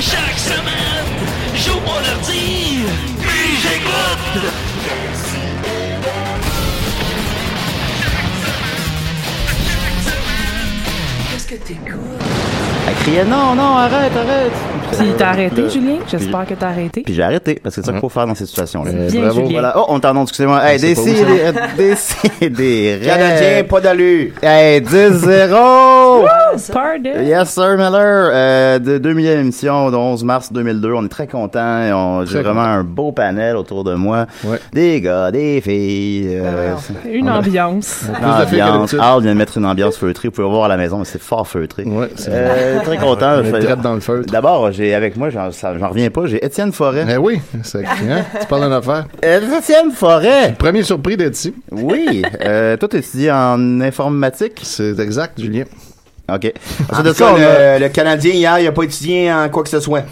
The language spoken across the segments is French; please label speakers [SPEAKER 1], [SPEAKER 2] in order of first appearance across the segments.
[SPEAKER 1] Chaque semaine, j'ouvre mon ordi, puis j'écoute.
[SPEAKER 2] Elle criait euh, non, non, arrête, arrête. Euh,
[SPEAKER 3] Si t'as arrêté,
[SPEAKER 2] Là,
[SPEAKER 3] Julien, j'espère que t'as arrêté.
[SPEAKER 2] Puis j'ai arrêté, parce que c'est ça qu'il
[SPEAKER 4] Mhm.
[SPEAKER 2] faut faire dans ces situations-là.
[SPEAKER 3] Euh, Bien, bravo. Julien.
[SPEAKER 2] Voilà. Oh, on t'en excusez-moi. Hey, euh,
[SPEAKER 4] sait pas
[SPEAKER 2] décidez, décidez, des Euh,
[SPEAKER 4] Canadien, pas d'allure.
[SPEAKER 2] Hey, 10-0!
[SPEAKER 3] Pardon.
[SPEAKER 2] Oh! Yes, sir, Miller. Euh, de 2000 émission, de 11 mars 2002. On est très contents. et on- J'ai
[SPEAKER 4] Très
[SPEAKER 2] vraiment un beau panel autour de moi.
[SPEAKER 4] Ouais.
[SPEAKER 2] Des gars, des filles. euh,
[SPEAKER 3] Une ambiance.
[SPEAKER 2] une
[SPEAKER 4] Plus de filles que
[SPEAKER 2] ambiance.
[SPEAKER 4] d'habitude.
[SPEAKER 2] Ah, Al vient de mettre une ambiance feutrée. Vous pouvez voir à la maison, mais c'est fort feutré.
[SPEAKER 4] Ouais, c'est vrai.
[SPEAKER 2] Euh, très content.
[SPEAKER 4] On est direct dans le feutre.
[SPEAKER 2] D'abord, j'ai avec moi, j'en ça- j'en reviens pas, j'ai Étienne Forêt.
[SPEAKER 4] Eh oui, c'est hein? Tu parles d'une affaire.
[SPEAKER 2] Euh, Étienne Forêt!
[SPEAKER 4] Premier surpris d'être ici.
[SPEAKER 2] Oui! euh, toi, t'étudies en informatique?
[SPEAKER 4] C'est exact, Julien.
[SPEAKER 2] OK.
[SPEAKER 4] Ah,
[SPEAKER 2] Ensuite de
[SPEAKER 4] en
[SPEAKER 2] ça,
[SPEAKER 4] tout
[SPEAKER 2] on
[SPEAKER 4] cas,
[SPEAKER 2] a-
[SPEAKER 4] Euh,
[SPEAKER 5] Euh, le Canadien, hier, il a pas étudié en quoi que ce soit.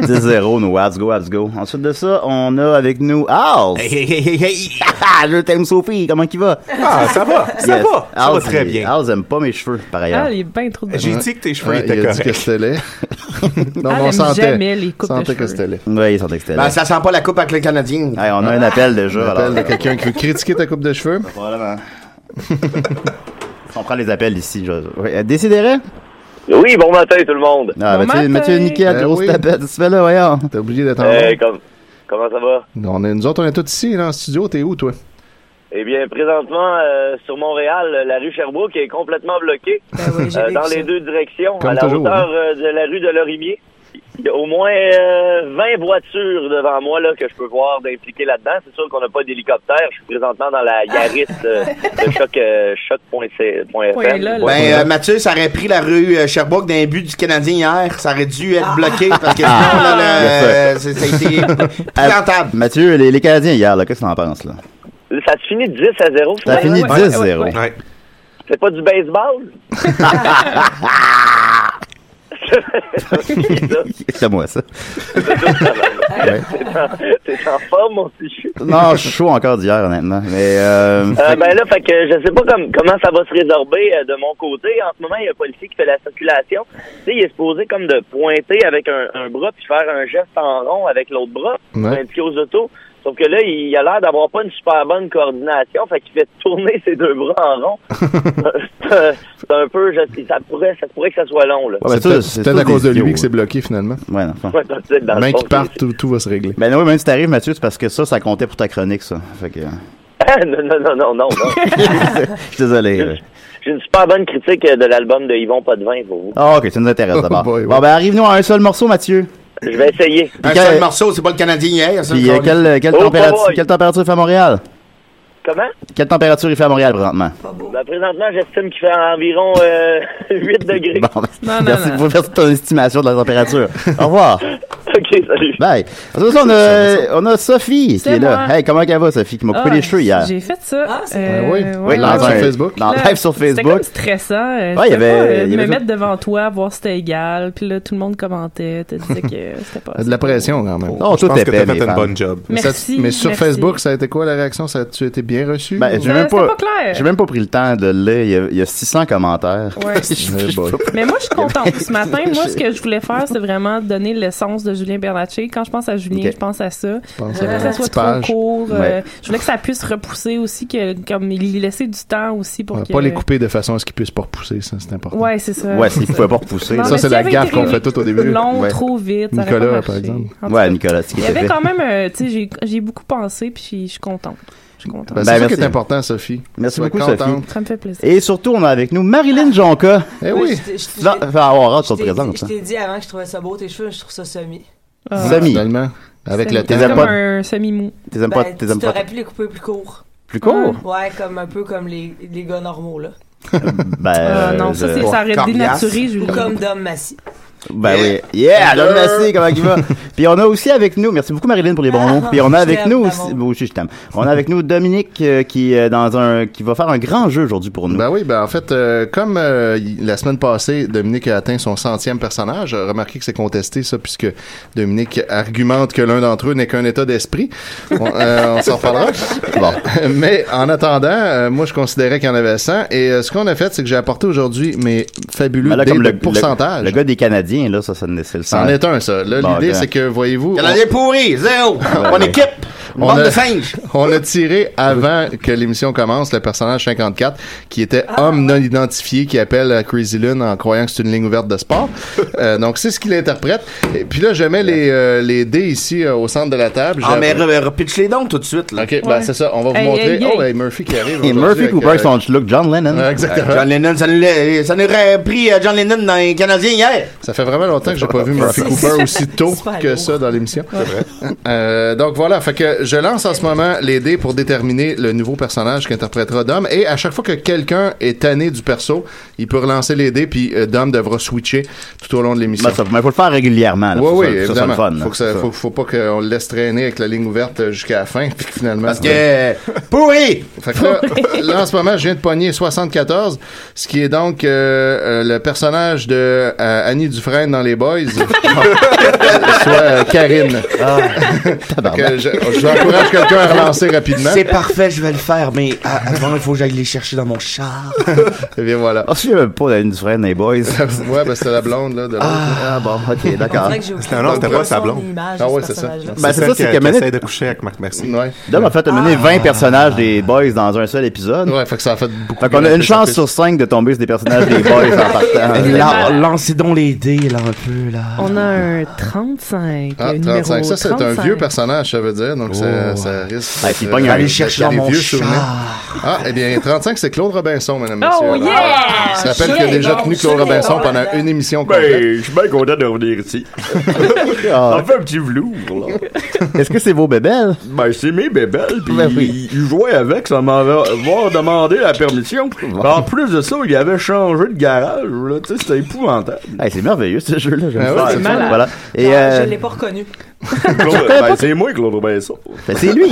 [SPEAKER 2] 10-0, nous, Habs go, Habs go. Ensuite de ça, on a avec nous Al.
[SPEAKER 5] Hey, hey, hey, hey, hey.
[SPEAKER 2] Ah, je t'aime Sophie, comment qu'il va?
[SPEAKER 6] Ah, ça va, ça
[SPEAKER 2] Yes.
[SPEAKER 6] va, ça
[SPEAKER 2] Al,
[SPEAKER 6] va très
[SPEAKER 2] il-
[SPEAKER 6] bien.
[SPEAKER 2] Al aime pas mes cheveux, par ailleurs.
[SPEAKER 3] Ah, il est bien trop de
[SPEAKER 6] J'ai dit que tes cheveux
[SPEAKER 4] Ouais,
[SPEAKER 6] étaient
[SPEAKER 4] il a dit que
[SPEAKER 6] corrects.
[SPEAKER 4] c'était laid. non,
[SPEAKER 3] Ah,
[SPEAKER 4] mais
[SPEAKER 3] elle
[SPEAKER 4] on
[SPEAKER 3] aime jamais
[SPEAKER 4] sentait.
[SPEAKER 3] les coupes de
[SPEAKER 4] sentait que
[SPEAKER 3] cheveux.
[SPEAKER 4] c'était laid.
[SPEAKER 2] Oui, ils sont excellents.
[SPEAKER 5] Ben, ça sent pas la coupe avec le Canadien.
[SPEAKER 2] Hey, on a un appel déjà.
[SPEAKER 4] Appel
[SPEAKER 2] alors.
[SPEAKER 4] de quelqu'un qui veut critiquer ta coupe de cheveux.
[SPEAKER 2] Probablement. on prend les appels ici. Je... Oui, euh, Décidérez?
[SPEAKER 7] Oui, bon matin tout le monde.
[SPEAKER 2] Ah,
[SPEAKER 3] Bon matin.
[SPEAKER 2] Mathieu, Mathieu Niquet,
[SPEAKER 4] Ben
[SPEAKER 2] grosse
[SPEAKER 4] oui. Eh,
[SPEAKER 2] tapette. Tu fais là, voyons.
[SPEAKER 4] T'as oublié d'être en
[SPEAKER 7] Euh,
[SPEAKER 4] bas.
[SPEAKER 7] comme- comment ça va?
[SPEAKER 4] On est, nous autres, on est tous ici, là, en studio. T'es où, toi?
[SPEAKER 7] Eh bien, présentement, euh, sur Montréal, la rue Sherbrooke est complètement bloquée
[SPEAKER 3] Ben oui, j'ai
[SPEAKER 7] euh,
[SPEAKER 3] vu
[SPEAKER 7] dans
[SPEAKER 3] ça.
[SPEAKER 7] les deux directions,
[SPEAKER 4] Comme
[SPEAKER 7] à la
[SPEAKER 4] toujours, hein.
[SPEAKER 7] hauteur euh, de la rue de Lorimier. Il y a au moins euh, 20 voitures devant moi là, que je peux voir d'impliquer là-dedans. C'est sûr qu'on n'a pas d'hélicoptère. Je suis présentement dans la Yaris euh, de choc, euh, choc.c- point
[SPEAKER 3] Point
[SPEAKER 7] FM.
[SPEAKER 3] là, là.
[SPEAKER 5] Ben, euh, Mathieu, ça aurait pris la rue euh, Sherbrooke d'un but du Canadien hier. Ça aurait dû être bloqué parce que
[SPEAKER 2] Ah,
[SPEAKER 5] sinon, là, Ah, le- c'est- ça a été plantable.
[SPEAKER 2] Mathieu, les, les Canadiens hier, là, qu'est-ce que t'en penses? Là?
[SPEAKER 7] Ça se finit 10 à 0.
[SPEAKER 2] Ça finit
[SPEAKER 3] ouais, ouais,
[SPEAKER 2] 10-0.
[SPEAKER 3] ouais, ouais.
[SPEAKER 6] Ouais.
[SPEAKER 7] C'est pas du baseball? C'est ça.
[SPEAKER 2] C'est à moi, ça.
[SPEAKER 7] T'es en forme, mon petit
[SPEAKER 2] Non, je suis chaud encore d'hier, honnêtement. Mais, euh,
[SPEAKER 7] Euh, ben là, fait que je sais pas comme, comment ça va se résorber euh, de mon côté. En ce moment, il y a un policier qui fait la circulation. Tu sais, il est supposé comme de pointer avec un, un bras puis faire un geste en rond avec l'autre bras, pour
[SPEAKER 4] Ouais.
[SPEAKER 7] indiquer aux autos. Sauf que là, il a l'air d'avoir pas une super bonne coordination, fait qu'il fait tourner ses deux bras en rond. C'est un- c'est un peu, je- ça pourrait, ça pourrait que ça soit long là.
[SPEAKER 2] ouais, mais
[SPEAKER 4] C'est
[SPEAKER 2] ça,
[SPEAKER 4] peut-être-
[SPEAKER 2] c'est
[SPEAKER 4] c'est
[SPEAKER 2] tout
[SPEAKER 4] peut-être à
[SPEAKER 2] des
[SPEAKER 4] cause de lui
[SPEAKER 2] vidéos,
[SPEAKER 4] que c'est bloqué, finalement.
[SPEAKER 2] Ouais, non,
[SPEAKER 7] Ouais, dans le
[SPEAKER 4] Main
[SPEAKER 7] fond,
[SPEAKER 4] qui part, tout, tout va se régler.
[SPEAKER 2] Ben oui, même si t'arrives, Mathieu, c'est parce que ça, ça comptait pour ta chronique, ça. Fait que, euh,
[SPEAKER 7] c'est- Ah, non, non, non, non, non. non.
[SPEAKER 2] je suis désolé. euh.
[SPEAKER 7] J'ai une super bonne critique euh, de l'album de Yvon Potvin pour vous.
[SPEAKER 2] Ah, ok, ça nous intéresse d'abord.
[SPEAKER 4] Oh boy, ouais.
[SPEAKER 2] Bon, ben arrive-nous à un seul morceau, Mathieu.
[SPEAKER 7] Je vais essayer.
[SPEAKER 5] Un
[SPEAKER 2] Puis
[SPEAKER 5] seul
[SPEAKER 2] quel-
[SPEAKER 5] morceau, c'est pas le Canadien hier. ça,
[SPEAKER 2] Puis
[SPEAKER 5] le
[SPEAKER 2] euh,
[SPEAKER 5] câlin.
[SPEAKER 2] quelle, quelle
[SPEAKER 7] Oh,
[SPEAKER 2] température,
[SPEAKER 7] boy.
[SPEAKER 2] quelle température il fait à Montréal?
[SPEAKER 7] Comment?
[SPEAKER 2] Quelle température il fait à Montréal, présentement?
[SPEAKER 7] Ben, présentement, j'estime qu'il fait environ euh, 8 degrés.
[SPEAKER 2] Bon, ben,
[SPEAKER 3] Non, non,
[SPEAKER 2] merci
[SPEAKER 3] non.
[SPEAKER 2] pour faire ton estimation de la température. Au revoir.
[SPEAKER 7] OK, salut.
[SPEAKER 2] Bye. Ensuite de ça, on a, on a Sophie qui
[SPEAKER 3] C'est
[SPEAKER 2] est là.
[SPEAKER 3] moi.
[SPEAKER 2] Hey, comment qu'elle va, Sophie, qui m'a coupé
[SPEAKER 3] Ah,
[SPEAKER 2] les cheveux hier? Ah,
[SPEAKER 3] J'ai fait ça. euh,
[SPEAKER 4] Ben oui.
[SPEAKER 3] ouais,
[SPEAKER 4] live
[SPEAKER 2] dans
[SPEAKER 3] ouais.
[SPEAKER 4] sur
[SPEAKER 2] un-
[SPEAKER 4] Facebook.
[SPEAKER 2] Dans
[SPEAKER 3] Là,
[SPEAKER 2] live sur
[SPEAKER 3] C'était comme
[SPEAKER 2] Facebook.
[SPEAKER 3] stressant. Euh,
[SPEAKER 2] Ouais,
[SPEAKER 3] je
[SPEAKER 2] il
[SPEAKER 3] sais
[SPEAKER 2] y
[SPEAKER 3] pas,
[SPEAKER 2] avait-
[SPEAKER 3] euh,
[SPEAKER 2] il y
[SPEAKER 3] me
[SPEAKER 2] avait-
[SPEAKER 3] mettre devant toi, voir si c'était égal. Puis là, tout le monde commentait. Te disait que c'était pas.
[SPEAKER 4] De la pression, quand même.
[SPEAKER 2] Non,
[SPEAKER 6] Oh, Je
[SPEAKER 2] tout
[SPEAKER 6] pense
[SPEAKER 2] est
[SPEAKER 6] que
[SPEAKER 2] fait,
[SPEAKER 6] t'as
[SPEAKER 2] mes
[SPEAKER 6] fait une
[SPEAKER 2] femmes.
[SPEAKER 6] bonne job.
[SPEAKER 4] Mais ça-
[SPEAKER 3] Merci.
[SPEAKER 4] mais sur
[SPEAKER 3] merci.
[SPEAKER 4] Facebook, ça a été quoi la réaction? Ça a-tu été bien reçu?
[SPEAKER 2] Ben, j'ai
[SPEAKER 3] Ça-
[SPEAKER 2] même
[SPEAKER 3] c'était
[SPEAKER 2] pas,
[SPEAKER 3] pas clair.
[SPEAKER 2] j'ai même pas pris le temps de le lire. Il y a, il y a 600 commentaires.
[SPEAKER 3] Ouais.
[SPEAKER 2] Je- je- je-
[SPEAKER 4] Eh boy.
[SPEAKER 3] Mais moi, je suis contente. Ce matin, moi, ce que je voulais faire, c'est vraiment donner l'essence de Julien Bernatchez. Quand je pense à Julien,
[SPEAKER 2] Ok.
[SPEAKER 3] je pense à ça.
[SPEAKER 4] pense
[SPEAKER 3] Je voulais
[SPEAKER 4] à
[SPEAKER 3] pas que ça
[SPEAKER 4] la
[SPEAKER 3] soit
[SPEAKER 4] petite
[SPEAKER 3] trop
[SPEAKER 4] page.
[SPEAKER 3] court. euh,
[SPEAKER 2] Ouais.
[SPEAKER 3] je voulais que ça puisse repousser aussi, que, comme il lui laissait du temps aussi pour
[SPEAKER 4] On va
[SPEAKER 3] que...
[SPEAKER 4] Pas les couper de façon à ce qu'ils puissent pas repousser, ça, c'est important.
[SPEAKER 3] Ouais, c'est ça.
[SPEAKER 2] Ouais, s'il pouvait pas repousser.
[SPEAKER 3] Non,
[SPEAKER 2] là.
[SPEAKER 4] Ça,
[SPEAKER 3] mais
[SPEAKER 4] c'est
[SPEAKER 3] s'il
[SPEAKER 4] la
[SPEAKER 3] avait
[SPEAKER 4] gaffe
[SPEAKER 3] été
[SPEAKER 4] qu'on fait tout au début.
[SPEAKER 3] Long,
[SPEAKER 2] Ouais.
[SPEAKER 3] trop vite. ça aurait
[SPEAKER 4] Nicolas,
[SPEAKER 3] pas marché.
[SPEAKER 4] par exemple.
[SPEAKER 3] En tout
[SPEAKER 2] Ouais,
[SPEAKER 3] cas,
[SPEAKER 2] Nicolas, ce qui
[SPEAKER 3] Il y
[SPEAKER 2] était
[SPEAKER 3] avait
[SPEAKER 2] fait.
[SPEAKER 3] quand même, euh, tu sais, j'ai- j'ai beaucoup pensé, puis je suis contente. Je suis contente.
[SPEAKER 4] Ben,
[SPEAKER 2] Ben,
[SPEAKER 4] c'est ça qui
[SPEAKER 2] merci.
[SPEAKER 4] est important, Sophie.
[SPEAKER 2] Merci
[SPEAKER 4] Sois
[SPEAKER 2] beaucoup,
[SPEAKER 4] contente.
[SPEAKER 3] Ça me fait plaisir.
[SPEAKER 2] Et surtout, on a avec nous Marilyn Jonca.
[SPEAKER 4] Eh oui.
[SPEAKER 2] Tu Ah, vas avoir hâte qu'on te présente, ça.
[SPEAKER 8] Je t'ai dit avant que je trouvais ça beau tes cheveux, je trouve ça semi.
[SPEAKER 3] Ah.
[SPEAKER 2] Samy.
[SPEAKER 4] Finalement. Avec
[SPEAKER 3] Semi- c'est
[SPEAKER 4] le
[SPEAKER 2] T'es
[SPEAKER 4] temps.
[SPEAKER 3] comme
[SPEAKER 2] pas-
[SPEAKER 3] un semi-mou.
[SPEAKER 2] T'es aimes pas,
[SPEAKER 6] Ben,
[SPEAKER 2] t'es
[SPEAKER 6] tu
[SPEAKER 2] aimes pas
[SPEAKER 6] t'aurais pu les couper plus court.
[SPEAKER 2] plus court?
[SPEAKER 6] Ouais, comme un peu comme les, les gars normaux, là.
[SPEAKER 2] Ben,
[SPEAKER 3] Ah non, ça,
[SPEAKER 2] je-
[SPEAKER 3] c'est, ça aurait
[SPEAKER 5] Coriace.
[SPEAKER 3] dénaturé,
[SPEAKER 6] Ou
[SPEAKER 3] Julie.
[SPEAKER 6] comme Dom Massy.
[SPEAKER 2] Ben oui. Yeah, l'homme massé, comment il va? Puis on a aussi avec nous, merci beaucoup Marilyn pour les bons
[SPEAKER 6] Ah,
[SPEAKER 2] mots. Puis on a
[SPEAKER 6] je
[SPEAKER 2] avec
[SPEAKER 6] t'aime,
[SPEAKER 2] nous
[SPEAKER 6] mon
[SPEAKER 2] aussi,
[SPEAKER 6] amour.
[SPEAKER 2] bon, je, je t'aime. On a avec nous Dominique euh, qui euh, dans un qui va faire un grand jeu aujourd'hui pour nous.
[SPEAKER 4] Ben oui, ben en fait, euh, comme euh, y- la semaine passée, Dominique a atteint son centième personnage, euh, remarquez que c'est contesté ça, puisque Dominique argumente que l'un d'entre eux n'est qu'un état d'esprit. On, euh, on s'en reparlera. Bon. Mais en attendant, euh, moi je considérais qu'il y en avait 100, et euh, ce qu'on a fait, c'est que j'ai apporté aujourd'hui mes fabuleux
[SPEAKER 2] Ben là,
[SPEAKER 4] dés
[SPEAKER 2] comme
[SPEAKER 4] de
[SPEAKER 2] le, le-
[SPEAKER 4] pourcentage.
[SPEAKER 2] Le, gars des Canadiens là, ça ça ne- c'est le
[SPEAKER 4] C'en
[SPEAKER 2] sens.
[SPEAKER 4] est un, ça. Là,
[SPEAKER 2] Bon,
[SPEAKER 4] l'idée,
[SPEAKER 2] gars.
[SPEAKER 4] c'est que, voyez-vous, on-
[SPEAKER 5] Canadien pourri, zéro. Mon
[SPEAKER 2] ouais.
[SPEAKER 5] équipe,
[SPEAKER 4] On
[SPEAKER 5] bande
[SPEAKER 4] a-
[SPEAKER 5] de singes.
[SPEAKER 4] On a tiré avant que l'émission commence le personnage 54 qui était homme non identifié qui appelle à Crazy Lune en croyant que c'est une ligne ouverte de sport. Euh, donc c'est ce qu'il interprète. Et puis là je mets les, euh, les dés ici euh, au centre de la table.
[SPEAKER 5] Ah,
[SPEAKER 4] J'ai-
[SPEAKER 5] mais re- repitch les dons tout de suite, là.
[SPEAKER 4] Ok, ben, c'est ça. On va vous
[SPEAKER 3] Hey,
[SPEAKER 4] montrer.
[SPEAKER 3] hey, hey.
[SPEAKER 4] Oh, hey, Murphy qui arrive.
[SPEAKER 2] Et
[SPEAKER 4] aujourd'hui
[SPEAKER 2] Murphy
[SPEAKER 4] avec,
[SPEAKER 2] Cooper
[SPEAKER 4] euh,
[SPEAKER 2] avec son look John Lennon.
[SPEAKER 4] euh,
[SPEAKER 5] Euh,
[SPEAKER 4] Exactement.
[SPEAKER 5] John Lennon, ça nous, l'a- ça nous aurait pris euh, John Lennon dans les Canadiens hier.
[SPEAKER 4] Ça fait vraiment longtemps que j'ai pas vu Murphy
[SPEAKER 6] C'est-
[SPEAKER 4] Cooper aussi tôt
[SPEAKER 6] c'est pas
[SPEAKER 4] que
[SPEAKER 6] lourd.
[SPEAKER 4] ça dans l'émission. Euh, donc voilà, fait que je lance en ce moment les dés pour déterminer le nouveau personnage qu'interprétera Dom. Et à chaque fois que quelqu'un est tanné du perso, il peut relancer les dés puis euh, Dom devra switcher tout au long de l'émission.
[SPEAKER 2] Ben, ça- mais faut le faire régulièrement Ah, là.
[SPEAKER 4] oui,
[SPEAKER 2] Faut
[SPEAKER 4] oui,
[SPEAKER 2] ça- ça, c'est le
[SPEAKER 4] évidemment.
[SPEAKER 2] fun, là.
[SPEAKER 4] faut, que ça- faut, faut pas qu'on le laisse traîner avec la ligne ouverte euh, jusqu'à la fin, puis que finalement.
[SPEAKER 5] Parce que. euh, Pourri!
[SPEAKER 4] Fait que là, là, en ce moment, je viens de pogner 74, ce qui est donc euh, euh, le personnage de euh, Annie Dufresne dans Les Boys, soit euh, Karine.
[SPEAKER 2] Ah,
[SPEAKER 4] Fait que je, Oh, je encourage quelqu'un à relancer rapidement.
[SPEAKER 5] C'est parfait, je vais le faire, mais à- avant, il faut que j'aille les chercher dans mon char.
[SPEAKER 4] Et bien voilà.
[SPEAKER 2] Ah, si j'avais pas d'Anne Dufresne, les boys.
[SPEAKER 4] ouais, ben c'était la blonde, là, de l'autre.
[SPEAKER 2] ah bon, OK,
[SPEAKER 6] On
[SPEAKER 2] d'accord.
[SPEAKER 6] dirait que j'ai
[SPEAKER 8] C'était un autre, c'était pas sa blonde.
[SPEAKER 6] Ah
[SPEAKER 4] ouais,
[SPEAKER 6] ouais,
[SPEAKER 4] c'est
[SPEAKER 6] c'est
[SPEAKER 4] ça.
[SPEAKER 6] ça.
[SPEAKER 2] Ben, c'est ça, c'est
[SPEAKER 8] celle qui-
[SPEAKER 2] que
[SPEAKER 8] qui
[SPEAKER 2] Manette-
[SPEAKER 8] essaie de coucher avec Marc Mercier.
[SPEAKER 4] Ouais.
[SPEAKER 2] Dom a fait amener 20 personnages des boys dans un seul épisode.
[SPEAKER 4] Ah. ouais, fait que ça a fait beaucoup.
[SPEAKER 2] Fait qu'on a
[SPEAKER 4] de-
[SPEAKER 2] une chance sur cinq de tomber sur des personnages des boys en partant.
[SPEAKER 5] Là, lancez donc les dés, là, un peu, là.
[SPEAKER 3] On a un 35.
[SPEAKER 4] Ah,
[SPEAKER 3] le numéro
[SPEAKER 4] 35. Ça, c'est un
[SPEAKER 3] 35.
[SPEAKER 4] vieux personnage, ça veut dire. Donc, ça, ça risque.
[SPEAKER 2] Ben,
[SPEAKER 4] d'être,
[SPEAKER 2] s'il pogne
[SPEAKER 4] euh,
[SPEAKER 2] un-
[SPEAKER 5] Allez chercher dans
[SPEAKER 4] des
[SPEAKER 5] mon
[SPEAKER 4] vieux souvenirs.
[SPEAKER 5] char.
[SPEAKER 4] Ah, eh bien, 35, c'est Claude Robinson, mesdames et messieurs.
[SPEAKER 3] Oh yeah!
[SPEAKER 4] Je te rappelle qu'il a
[SPEAKER 3] Yeah,
[SPEAKER 4] déjà
[SPEAKER 3] bon,
[SPEAKER 4] tenu Claude
[SPEAKER 3] c'est
[SPEAKER 4] Robinson
[SPEAKER 3] bon,
[SPEAKER 4] pendant
[SPEAKER 3] là-dedans.
[SPEAKER 4] une émission complète.
[SPEAKER 8] Ben, je suis bien content de revenir ici.
[SPEAKER 2] Ah,
[SPEAKER 8] fait un petit velours, là.
[SPEAKER 2] Est-ce que c'est vos bébelles?
[SPEAKER 8] Ben, c'est mes bébelles, puis
[SPEAKER 2] Ben oui.
[SPEAKER 8] ils jouaient avec, ça m'avoir demandé la permission. En plus de ça, il avait changé de garage, là, tu sais, c'était épouvantable.
[SPEAKER 2] Hey, c'est merveilleux ce jeu-là, j'aime
[SPEAKER 4] Ah
[SPEAKER 2] ça.
[SPEAKER 4] ouais, c'est
[SPEAKER 3] malade.
[SPEAKER 2] Voilà. Et
[SPEAKER 6] Je
[SPEAKER 2] euh,
[SPEAKER 6] l'ai pas reconnu.
[SPEAKER 8] Claude- ben, c'est moi, Claude Robinson.
[SPEAKER 2] ben, c'est lui.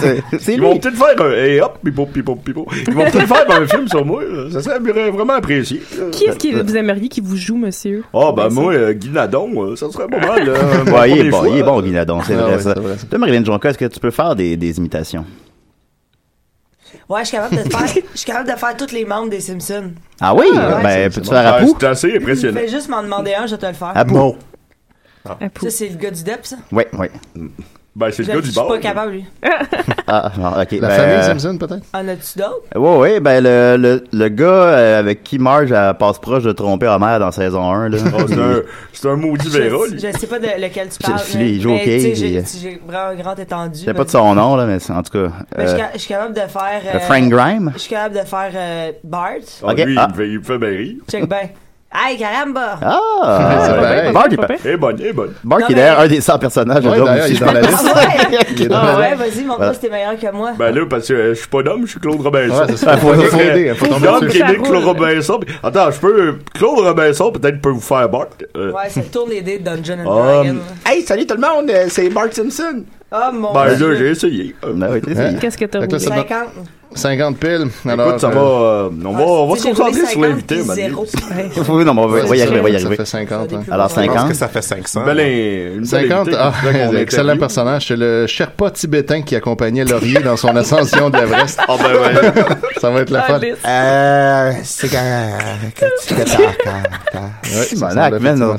[SPEAKER 2] C'est- C'est
[SPEAKER 8] Ils vont
[SPEAKER 2] lui.
[SPEAKER 8] peut-être faire un, et hop, pipo, pipo, pipo. Ils vont peut-être faire un film sur moi, là. ça serait vraiment apprécié.
[SPEAKER 3] Qui est-ce que vous aimeriez qui vous joue, monsieur?
[SPEAKER 2] Oh,
[SPEAKER 8] Ah,
[SPEAKER 2] bah,
[SPEAKER 8] ben, moi, euh, Guy Nadon, euh, ça serait pas mal, euh, mon
[SPEAKER 2] Ouais, il est
[SPEAKER 8] premier
[SPEAKER 2] bon,
[SPEAKER 8] choix.
[SPEAKER 2] il est bon, Guinadon, c'est
[SPEAKER 4] Ah
[SPEAKER 2] vrai
[SPEAKER 4] ouais,
[SPEAKER 2] ça.
[SPEAKER 4] c'est vrai, ça.
[SPEAKER 2] Toi, Marilyn Jonca, est-ce que tu peux faire des, des imitations?
[SPEAKER 6] Ouais, je suis capable de faire. Je suis capable de faire tous les membres des Simpsons.
[SPEAKER 2] Ah oui?
[SPEAKER 6] ouais,
[SPEAKER 2] ben,
[SPEAKER 6] c'est-
[SPEAKER 2] peux-tu faire à
[SPEAKER 8] Ah,
[SPEAKER 2] pou?
[SPEAKER 8] c'est assez
[SPEAKER 6] Tu
[SPEAKER 8] impressionnant.
[SPEAKER 6] fais juste m'en demander un, je vais te le faire.
[SPEAKER 2] À pou?
[SPEAKER 3] À pou.
[SPEAKER 6] Ah. Ça, c'est le gars du DEP, ça.
[SPEAKER 2] Ouais, ouais.
[SPEAKER 8] Ben, c'est
[SPEAKER 6] Je
[SPEAKER 8] le gars du
[SPEAKER 6] je suis
[SPEAKER 8] bar.
[SPEAKER 6] pas capable, lui.
[SPEAKER 2] Ah, ah, ok.
[SPEAKER 4] La
[SPEAKER 2] ben,
[SPEAKER 4] famille
[SPEAKER 2] euh,
[SPEAKER 4] Simpson, peut-être?
[SPEAKER 6] En as-tu d'autres?
[SPEAKER 2] Ouais, ouais, ben, le, le, le gars euh, avec qui Marge elle passe proche de tromper Homer dans saison 1, là.
[SPEAKER 8] Ah, c'est un- C'est un maudit verra,
[SPEAKER 6] Je,
[SPEAKER 8] lui.
[SPEAKER 6] je sais pas de lequel tu parles.
[SPEAKER 2] Phil, il joue au
[SPEAKER 6] mais, tu sais,
[SPEAKER 2] quai,
[SPEAKER 6] j'ai-
[SPEAKER 2] et-
[SPEAKER 6] tu- J'ai vraiment un grand étendu.
[SPEAKER 2] Je sais pas de
[SPEAKER 6] mais-
[SPEAKER 2] son nom, là, mais c'est- en tout cas.
[SPEAKER 6] mais Ben, je suis
[SPEAKER 2] euh,
[SPEAKER 6] ca- je suis capable de faire.
[SPEAKER 2] le
[SPEAKER 6] euh,
[SPEAKER 2] Frank Grime?
[SPEAKER 6] Je suis capable de faire euh, Bart.
[SPEAKER 8] Ah,
[SPEAKER 2] Ok,
[SPEAKER 8] lui,
[SPEAKER 2] ah.
[SPEAKER 8] il, me fait, il me fait bien rire.
[SPEAKER 6] Check ben. Hey, caramba!
[SPEAKER 2] Ah!
[SPEAKER 4] c'est pareil.
[SPEAKER 2] Bart, il-
[SPEAKER 3] Pas pire.
[SPEAKER 8] Eh bonne, eh bonne.
[SPEAKER 2] Bart,
[SPEAKER 6] Non,
[SPEAKER 2] qui est
[SPEAKER 6] mais-
[SPEAKER 2] d'ailleurs un des 100 personnages de
[SPEAKER 4] Ouais,
[SPEAKER 2] Dom
[SPEAKER 4] d'ailleurs,
[SPEAKER 2] aussi,
[SPEAKER 4] il est
[SPEAKER 2] je
[SPEAKER 4] dans la
[SPEAKER 2] pense.
[SPEAKER 4] liste. Il est dans la
[SPEAKER 6] Ah ouais,
[SPEAKER 4] liste.
[SPEAKER 6] vas-y, montre-moi
[SPEAKER 2] Voilà.
[SPEAKER 6] si t'es meilleur que moi.
[SPEAKER 8] Ben là, parce que euh, je suis pas d'homme, je suis Claude Robinson.
[SPEAKER 4] Ouais, c'est ça. Faut, faut,
[SPEAKER 8] Fait que,
[SPEAKER 4] aider, faut tomber
[SPEAKER 8] Claude
[SPEAKER 4] dessus.
[SPEAKER 8] qui
[SPEAKER 3] Ça
[SPEAKER 8] est né
[SPEAKER 3] roule.
[SPEAKER 8] Claude Robinson. puis- Attends, je peux. Claude Robinson, peut-être, peut vous faire Bart. Euh,
[SPEAKER 6] Ouais, ça tourne les dés de Dungeon and
[SPEAKER 8] Ah,
[SPEAKER 6] Dragon.
[SPEAKER 5] Oh, Hey, salut tout le monde, euh, c'est Bart Simpson.
[SPEAKER 6] Oh mon
[SPEAKER 8] Ben là, j'ai
[SPEAKER 6] dieu.
[SPEAKER 8] essayé. Euh,
[SPEAKER 2] Ben oui, t'es- c'est-
[SPEAKER 3] Qu'est-ce que t'as
[SPEAKER 4] Hein? Fait que là,
[SPEAKER 3] roulé?
[SPEAKER 4] ça-
[SPEAKER 6] 50.
[SPEAKER 4] 50 piles. Alors,
[SPEAKER 8] Écoute, ça
[SPEAKER 4] euh,
[SPEAKER 8] va. euh, on va, on va se concentrer sur l'invité, maintenant.
[SPEAKER 6] maintenant.
[SPEAKER 2] Oui, non, Ah, mais on va,
[SPEAKER 4] ouais,
[SPEAKER 2] on va y
[SPEAKER 4] ça
[SPEAKER 2] arriver, on va y
[SPEAKER 4] fait-
[SPEAKER 2] arriver.
[SPEAKER 4] Ça fait 50. hein.
[SPEAKER 2] Alors, Ben,
[SPEAKER 8] Je
[SPEAKER 6] Je
[SPEAKER 8] pense
[SPEAKER 2] 50.
[SPEAKER 8] que
[SPEAKER 2] ça...
[SPEAKER 8] ça- ça fait 500. une
[SPEAKER 4] 50, ah, excellent personnage. C'est le Sherpa tibétain qui accompagnait Laurier dans son ascension de l'Everest.
[SPEAKER 8] Ah ben ouais.
[SPEAKER 4] Ça va être la
[SPEAKER 3] Ah,
[SPEAKER 4] fin.
[SPEAKER 3] lisse.
[SPEAKER 5] Euh, c'est quand.
[SPEAKER 2] Monac, man. non.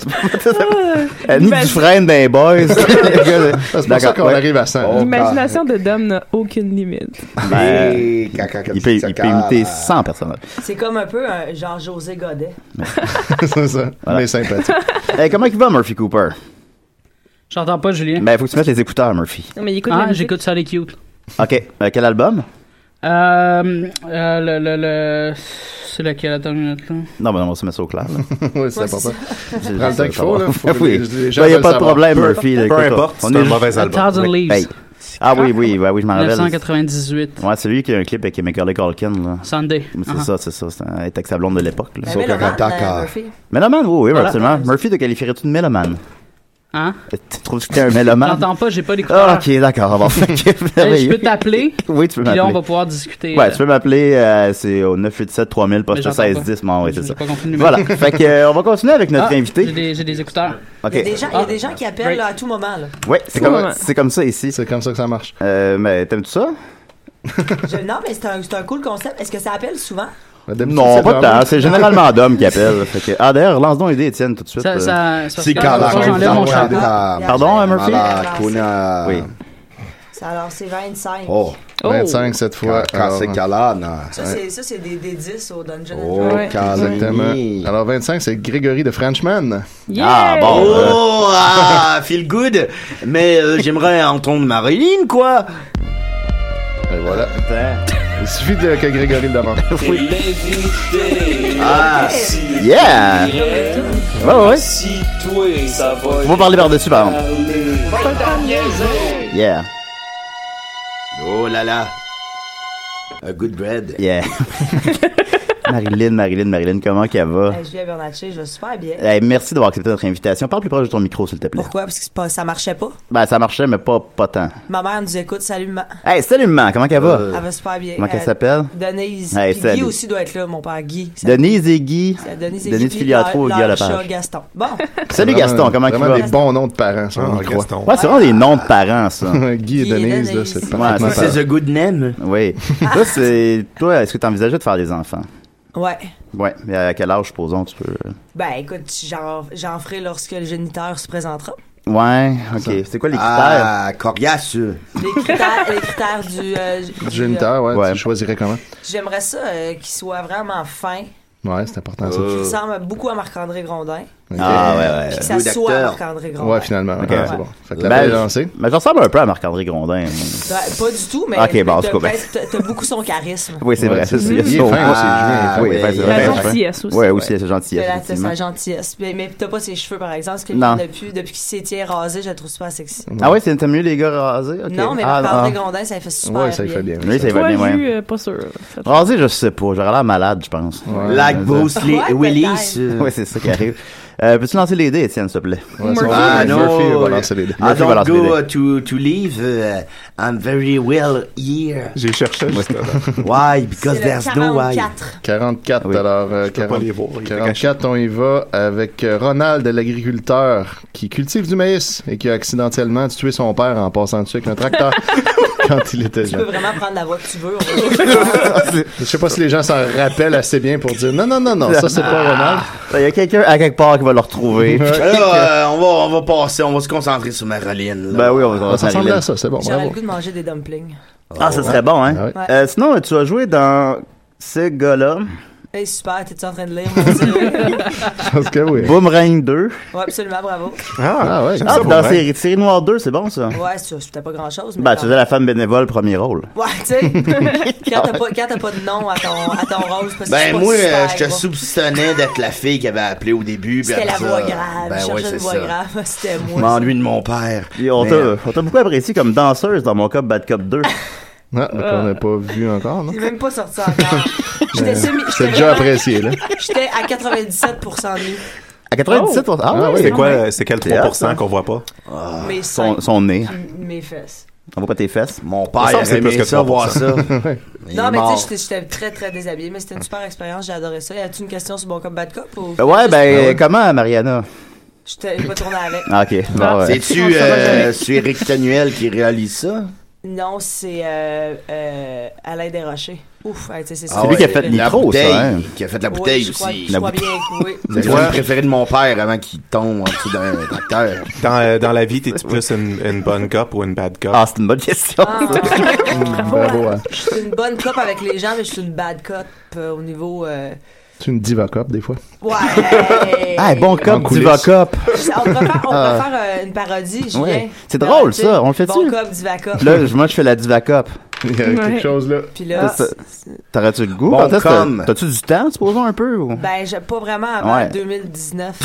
[SPEAKER 2] Elle nous
[SPEAKER 3] Imagine-
[SPEAKER 2] du frein d'un boys.
[SPEAKER 4] C'est pour ça qu'on
[SPEAKER 2] ouais. Oh,
[SPEAKER 4] arrive à 100.
[SPEAKER 3] L'imagination de Dom n'a aucune limite.
[SPEAKER 2] Ben,
[SPEAKER 4] Eh,
[SPEAKER 5] Hey, caca,
[SPEAKER 2] il peut, il peut
[SPEAKER 4] hein.
[SPEAKER 2] imiter 100 personnages.
[SPEAKER 6] C'est comme un peu un genre José Godet.
[SPEAKER 4] C'est ça. Mais sympathique.
[SPEAKER 2] Eh, comment il va, Murphy Cooper?
[SPEAKER 9] J'entends pas, Julien.
[SPEAKER 2] Ben, faut que tu mettes les écouteurs, Murphy.
[SPEAKER 3] Mais il écoute la
[SPEAKER 9] ah,
[SPEAKER 3] musique.
[SPEAKER 9] j'écoute ça, les cute.
[SPEAKER 2] OK. euh, quel album?
[SPEAKER 9] Euh, euh, le, le, le- C'est laquelle, attends une minute, là?
[SPEAKER 2] Non, mais on va se mettre ça au clair.
[SPEAKER 4] oui,
[SPEAKER 9] c'est Ouais, important.
[SPEAKER 4] c'est ça. Prends le temps qu'il faut, là. Faut-
[SPEAKER 2] oui.
[SPEAKER 4] les gens
[SPEAKER 2] Ben, il n'y a
[SPEAKER 4] veulent
[SPEAKER 2] pas de
[SPEAKER 4] savoir.
[SPEAKER 2] problème,
[SPEAKER 4] Peu-
[SPEAKER 2] Murphy.
[SPEAKER 4] peu
[SPEAKER 2] écoute,
[SPEAKER 4] importe, c'est
[SPEAKER 2] on est
[SPEAKER 4] un
[SPEAKER 2] juste-
[SPEAKER 4] mauvais album.
[SPEAKER 9] A Thousand Leaves.
[SPEAKER 2] Ah oui, oui, ouais, oui, je m'en rappelle.
[SPEAKER 9] 1998.
[SPEAKER 2] Ouais, c'est lui qui a un clip avec Macaulay Culkin, là.
[SPEAKER 9] Sunday.
[SPEAKER 2] Mais C'est
[SPEAKER 9] Ah.
[SPEAKER 2] ça, c'est ça. C'est un elle était avec sa blonde de l'époque,
[SPEAKER 4] Ben,
[SPEAKER 2] là.
[SPEAKER 9] Mais Sauf Méloman, qu'elle était euh, encore- Murphy.
[SPEAKER 2] Méloman, oui, oui,
[SPEAKER 9] Voilà.
[SPEAKER 2] absolument. Murphy, te qualifierais-tu de mélomane?
[SPEAKER 9] Hein?
[SPEAKER 2] Tu trouves que t'es un mélomane?
[SPEAKER 9] J'entends pas, j'ai pas
[SPEAKER 2] Ah,
[SPEAKER 9] d'écouteurs.
[SPEAKER 2] ok, d'accord. Bon, fait que-
[SPEAKER 9] Hey, je peux t'appeler?
[SPEAKER 2] Oui, Ah tu
[SPEAKER 9] Puis
[SPEAKER 2] peux m'appeler.
[SPEAKER 9] là, on va pouvoir discuter.
[SPEAKER 2] Ouais,
[SPEAKER 9] euh,
[SPEAKER 2] tu peux m'appeler, euh, c'est au 987 3000 poste
[SPEAKER 9] Mais j'entends
[SPEAKER 2] 1610. Bon, oui, c'est ça.
[SPEAKER 9] pas compris le numéro.
[SPEAKER 2] Voilà. Fait que, euh, on va continuer avec notre
[SPEAKER 9] Ah,
[SPEAKER 2] invité.
[SPEAKER 9] J'ai des, j'ai des écouteurs.
[SPEAKER 2] Ok.
[SPEAKER 6] Il y a des gens, il y a des gens qui
[SPEAKER 9] Great.
[SPEAKER 6] appellent là, à tout moment. Là.
[SPEAKER 2] Ouais, c'est comme, c'est comme ça ici.
[SPEAKER 4] C'est comme ça que ça marche.
[SPEAKER 2] Euh, mais t'aimes tout ça?
[SPEAKER 6] Je- non, mais c'est un, c'est un cool concept. Est-ce que ça appelle souvent?
[SPEAKER 2] Non, pas de temps. C'est généralement Dom qui appelle. Fait que- Ah, d'ailleurs, lance donc les dés, Étienne, tout de suite.
[SPEAKER 9] Ça-
[SPEAKER 2] euh.
[SPEAKER 9] ça- c'est C'est parce que quand la j'enlève mon
[SPEAKER 2] Pardon,
[SPEAKER 9] chapeau.
[SPEAKER 2] euh, Pardon, hein, Murphy?
[SPEAKER 6] Malade, connard.
[SPEAKER 2] Oui.
[SPEAKER 6] Ça, Alors, c'est 25.
[SPEAKER 2] Oh.
[SPEAKER 4] 25 cette fois. hein.
[SPEAKER 2] Quand- quand c'est
[SPEAKER 4] calade.
[SPEAKER 6] Ça, c'est, ça, c'est des, des 10 au Dungeon and
[SPEAKER 4] Oh,
[SPEAKER 6] Dragons.
[SPEAKER 4] Exactement. Alors, 25, c'est Grégory de Frenchman. Euh,
[SPEAKER 6] Yeah! Ah, bon,
[SPEAKER 2] euh.
[SPEAKER 5] euh,
[SPEAKER 10] Oh, ah, feel good. Mais euh, j'aimerais entendre Marilyn, quoi.
[SPEAKER 4] Et Ben voilà. Il suffit de- que Grégory le demande.
[SPEAKER 10] Ah,
[SPEAKER 2] Yeah! Ouais, ouais, ouais. On va parler par-dessus, par contre. Yeah.
[SPEAKER 10] Oh là là. A good bread.
[SPEAKER 2] Yeah. Marilyn, Marilyn, Marilyn, comment qu'elle va?
[SPEAKER 6] Euh, Julien Bernatchez, je vais super bien.
[SPEAKER 2] Eh, merci d'avoir accepté notre invitation. Parle plus proche de ton micro, s'il te plaît.
[SPEAKER 6] Pourquoi? Parce que c'est pas- ça marchait pas.
[SPEAKER 2] Ben, ça marchait, mais pas, pas tant.
[SPEAKER 6] Ma mère nous écoute, salut maman.
[SPEAKER 2] Hey, salut, maman. Comment qu'elle va?
[SPEAKER 6] Elle va super bien.
[SPEAKER 2] Comment qu'elle
[SPEAKER 6] Euh,
[SPEAKER 2] s'appelle?
[SPEAKER 6] Denise.
[SPEAKER 2] Hey,
[SPEAKER 6] Puis
[SPEAKER 2] salut.
[SPEAKER 6] Guy aussi doit être là, mon père Guy.
[SPEAKER 2] Denise et Guy.
[SPEAKER 6] Ça, Denise et
[SPEAKER 2] Denise
[SPEAKER 6] Guy,
[SPEAKER 2] Filiatro,
[SPEAKER 6] leur-
[SPEAKER 2] Guy à la
[SPEAKER 6] leur chat,
[SPEAKER 2] page.
[SPEAKER 6] Gaston. Bon.
[SPEAKER 2] Salut,
[SPEAKER 4] Vraiment-
[SPEAKER 2] Gaston. Comment tu
[SPEAKER 4] vraiment
[SPEAKER 2] vas?
[SPEAKER 4] des bons noms de parents, ça, on
[SPEAKER 2] Ah,
[SPEAKER 4] croit.
[SPEAKER 2] Gaston. Ouais, c'est vraiment des noms de parents, ça.
[SPEAKER 4] Guy et Guy et Denise, Denise. là, c'est parfaitement
[SPEAKER 2] Ouais,
[SPEAKER 10] C'est the good name.
[SPEAKER 2] Oui. Toi, c'est. Toi, est-ce que t'envisageais de faire des enfants?
[SPEAKER 6] Ouais.
[SPEAKER 2] Ouais. Mais à quel âge, supposons, tu peux.
[SPEAKER 6] Ben, écoute, j'en, j'en ferai lorsque le géniteur se présentera.
[SPEAKER 2] Ouais, ok. C'est quoi les critères?
[SPEAKER 10] Ah, coriace.
[SPEAKER 6] Les critères, les critères du. euh, du, euh,
[SPEAKER 4] Du géniteur, ouais, tu choisirais comment?
[SPEAKER 6] J'aimerais ça euh, qu'il soit vraiment fin.
[SPEAKER 4] Ouais, c'est important, ça.
[SPEAKER 6] Qu'il ressemble beaucoup à Marc-André Grondin.
[SPEAKER 4] Ok.
[SPEAKER 2] Ah, ouais, ouais.
[SPEAKER 6] Puis que ça soit à Marc-André Grondin.
[SPEAKER 4] Ouais, finalement.
[SPEAKER 2] Ok.
[SPEAKER 4] Ah, c'est bon. Fait que la
[SPEAKER 2] Ben,
[SPEAKER 4] balle est
[SPEAKER 2] je-
[SPEAKER 4] lancée.
[SPEAKER 2] Mais je ressemble un peu à Marc-André Grondin. moi.
[SPEAKER 6] Ben, pas du tout, mais
[SPEAKER 2] Ok, bon, en
[SPEAKER 6] t'as,
[SPEAKER 2] tout cas, ben.
[SPEAKER 6] t'as- t'as beaucoup son charisme.
[SPEAKER 2] Oui, c'est vrai. c'est-
[SPEAKER 4] Il est
[SPEAKER 2] c'est-
[SPEAKER 4] fin aussi,
[SPEAKER 2] Ah,
[SPEAKER 4] je veux dire, il est fin.
[SPEAKER 2] oui, enfin, c'est vrai.
[SPEAKER 6] La gentillesse aussi.
[SPEAKER 2] Ouais, aussi, la
[SPEAKER 6] T'as
[SPEAKER 2] gentillesse.
[SPEAKER 6] la- t'as
[SPEAKER 2] effectivement.
[SPEAKER 6] sa gentillesse. Mais, mais t'as pas ses cheveux, par exemple, parce que
[SPEAKER 2] Non.
[SPEAKER 6] lui, depuis, depuis qu'il s'est tiré rasé, je le trouve super sexy.
[SPEAKER 2] Ah ouais, c'est t'aimes mieux les gars rasés? Ok.
[SPEAKER 6] Non, mais
[SPEAKER 2] Ah,
[SPEAKER 6] Marc-André
[SPEAKER 2] ah.
[SPEAKER 6] Grondin, ça lui fait super
[SPEAKER 2] Ouais, ça lui fait bien. Oui, ça lui fait
[SPEAKER 3] Toi,
[SPEAKER 2] bien, ouais.
[SPEAKER 3] Ju, euh, pas sûr.
[SPEAKER 2] Rasé, je sais pas. J'aurais l'air malade, je pense.
[SPEAKER 10] Like Bruce Lee- Ouais, Willis, peut-être. euh.
[SPEAKER 2] Oui, c'est ça qui arrive. Euh, Peux-tu lancer les dés, Étienne, s'il te plaît? Ah,
[SPEAKER 10] ah
[SPEAKER 2] Murphy
[SPEAKER 10] non,
[SPEAKER 2] va lancer les dés.
[SPEAKER 10] I
[SPEAKER 2] Murphy va
[SPEAKER 10] don't
[SPEAKER 2] lancer les dés.
[SPEAKER 10] go to, to leave. uh, I'm very well here.
[SPEAKER 4] J'ai cherché.
[SPEAKER 10] Why? Because there's no why.
[SPEAKER 4] 44,
[SPEAKER 2] Ah
[SPEAKER 4] alors. euh, 40 44, on y va avec euh, Ronald, l'agriculteur, qui cultive du maïs et qui a accidentellement tué son père en passant dessus avec un tracteur quand il était
[SPEAKER 6] Tu peux
[SPEAKER 4] jeune.
[SPEAKER 6] vraiment prendre la voix que tu veux.
[SPEAKER 4] Je sais pas si les gens s'en rappellent assez bien pour dire non, non, non, non, ça c'est pas Ronald.
[SPEAKER 2] Ah.
[SPEAKER 4] Ah.
[SPEAKER 2] Il y a quelqu'un à quelque part qui va le retrouver.
[SPEAKER 10] Alors, euh, on, va, on va passer, on va se concentrer sur Marilyn. là.
[SPEAKER 2] Ben oui, on va
[SPEAKER 10] Ah, Ça ressemble
[SPEAKER 2] Marilyn.
[SPEAKER 10] à ça, c'est bon,
[SPEAKER 6] J'aurais le goût de manger des dumplings.
[SPEAKER 2] Ah, ça serait bon, hein?
[SPEAKER 6] Ouais.
[SPEAKER 2] Euh, sinon, euh, tu as joué dans ce gars-là.
[SPEAKER 6] Hey, super, t'es-tu en train de lire? mon Dieu?
[SPEAKER 2] Parce que oui. Boomerang 2.
[SPEAKER 6] ouais, absolument, bravo.
[SPEAKER 2] Ah, ouais.
[SPEAKER 6] j'aime
[SPEAKER 2] Ah,
[SPEAKER 6] ça,
[SPEAKER 2] dans
[SPEAKER 6] Boomerang.
[SPEAKER 2] série, série Noire 2, c'est bon, ça?
[SPEAKER 6] Ouais, ça, c'était pas grand-chose. mais
[SPEAKER 2] Ben, tu
[SPEAKER 6] quand-
[SPEAKER 2] faisais la femme bénévole, premier rôle.
[SPEAKER 6] Ouais, tu sais, quand t'as pas, quand t'as pas de nom à ton, à ton rôle, c'est parce que
[SPEAKER 10] Ben
[SPEAKER 6] c'est pas
[SPEAKER 10] moi,
[SPEAKER 6] super
[SPEAKER 10] euh, je te
[SPEAKER 6] gros.
[SPEAKER 10] soupçonnais d'être la fille qui avait appelé au début. puis
[SPEAKER 6] C'était la
[SPEAKER 10] après
[SPEAKER 6] voix
[SPEAKER 10] ça,
[SPEAKER 6] grave,
[SPEAKER 10] Ben
[SPEAKER 6] je
[SPEAKER 10] oui,
[SPEAKER 6] cherchais une
[SPEAKER 10] c'est
[SPEAKER 6] voix
[SPEAKER 10] ça.
[SPEAKER 6] grave, c'était
[SPEAKER 10] Je
[SPEAKER 6] moi.
[SPEAKER 10] m'ennuie de mon père.
[SPEAKER 2] Et on
[SPEAKER 10] Mais,
[SPEAKER 2] t'a
[SPEAKER 10] euh,
[SPEAKER 2] on t'a beaucoup apprécié comme danseuse dans mon Cop Bad Cop 2.
[SPEAKER 4] Non, qu'on n'a pas vu encore, non?
[SPEAKER 6] Il est même pas sorti encore. J'étais
[SPEAKER 4] Euh,
[SPEAKER 6] semi-
[SPEAKER 4] C'est
[SPEAKER 6] j'étais
[SPEAKER 4] déjà
[SPEAKER 6] vraiment-
[SPEAKER 4] apprécié, là.
[SPEAKER 6] J'étais à 97% de lui.
[SPEAKER 2] À 97
[SPEAKER 6] Oh.
[SPEAKER 2] Ah,
[SPEAKER 6] Ah
[SPEAKER 2] oui.
[SPEAKER 6] oui. C'est quoi,
[SPEAKER 2] c'est quel
[SPEAKER 11] 3%
[SPEAKER 2] qu'on voit pas?
[SPEAKER 6] Oh. Mes seins.
[SPEAKER 2] Son, son nez.
[SPEAKER 6] Mes fesses.
[SPEAKER 2] On voit pas tes fesses. Mon
[SPEAKER 10] père, il aurait aimé ça, voir ça.
[SPEAKER 6] non, mais tu sais, j'étais- j'étais très très déshabillée, mais c'était une super expérience, j'ai adoré ça. Y a-tu une question sur Bon Cop Bad Cop ou.
[SPEAKER 2] Ouais, ben,
[SPEAKER 6] Ah ouais.
[SPEAKER 2] comment, Mariana?
[SPEAKER 6] J'étais j'ai pas tourné avec.
[SPEAKER 2] Ah, ok.
[SPEAKER 6] Ah,
[SPEAKER 2] Bon, ouais.
[SPEAKER 10] C'est-tu
[SPEAKER 6] On saura
[SPEAKER 10] euh,
[SPEAKER 6] jamais.
[SPEAKER 10] c'est Eric Canuel qui réalise ça?
[SPEAKER 6] Non, c'est euh, euh, Alain Desrochers. Ouf, hey, tu sais, c'est
[SPEAKER 10] Ah
[SPEAKER 6] ça.
[SPEAKER 10] ouais, la bouteille,
[SPEAKER 5] hein.
[SPEAKER 10] Qui a fait hein. la
[SPEAKER 6] Ouais,
[SPEAKER 10] bouteille
[SPEAKER 6] je crois-
[SPEAKER 10] aussi.
[SPEAKER 6] je crois bien que oui.
[SPEAKER 10] C'est le
[SPEAKER 11] Ouais.
[SPEAKER 10] film préféré de mon père avant qu'il tombe en
[SPEAKER 2] hein,
[SPEAKER 10] dessous d'un tracteur.
[SPEAKER 11] Dans, euh, dans la vie, t'es-tu plus une, une bonne cop ou une bad cop?
[SPEAKER 2] Ah, c'est une bonne question.
[SPEAKER 6] Hmm, hein. ben
[SPEAKER 4] hein.
[SPEAKER 6] Je suis une bonne cop avec les gens, mais je suis une bad cop euh, au niveau. euh,
[SPEAKER 4] Tu une diva cop, des fois.
[SPEAKER 6] Ouais!
[SPEAKER 2] Ah, bon
[SPEAKER 4] En
[SPEAKER 2] cop,
[SPEAKER 4] coulisses.
[SPEAKER 2] diva cop.
[SPEAKER 6] On pourrait faire, on pourrait
[SPEAKER 2] Ah.
[SPEAKER 6] faire, euh, une parodie, Julien.
[SPEAKER 2] Ouais. C'est drôle,
[SPEAKER 6] tu sais,
[SPEAKER 2] ça. On le fait-tu?
[SPEAKER 6] Bon cop, diva cop.
[SPEAKER 2] Là, je- moi, je fais la diva cop.
[SPEAKER 4] Il y a quelque chose là.
[SPEAKER 6] Puis là,
[SPEAKER 2] T'as- T'aurais-tu le goût?
[SPEAKER 4] Bon,
[SPEAKER 2] Contest, t'as-
[SPEAKER 4] comme.
[SPEAKER 2] T'as-tu du temps, supposons, un peu? Ou...
[SPEAKER 6] ben, j'ai pas vraiment avant
[SPEAKER 2] Ouais.
[SPEAKER 6] 2019.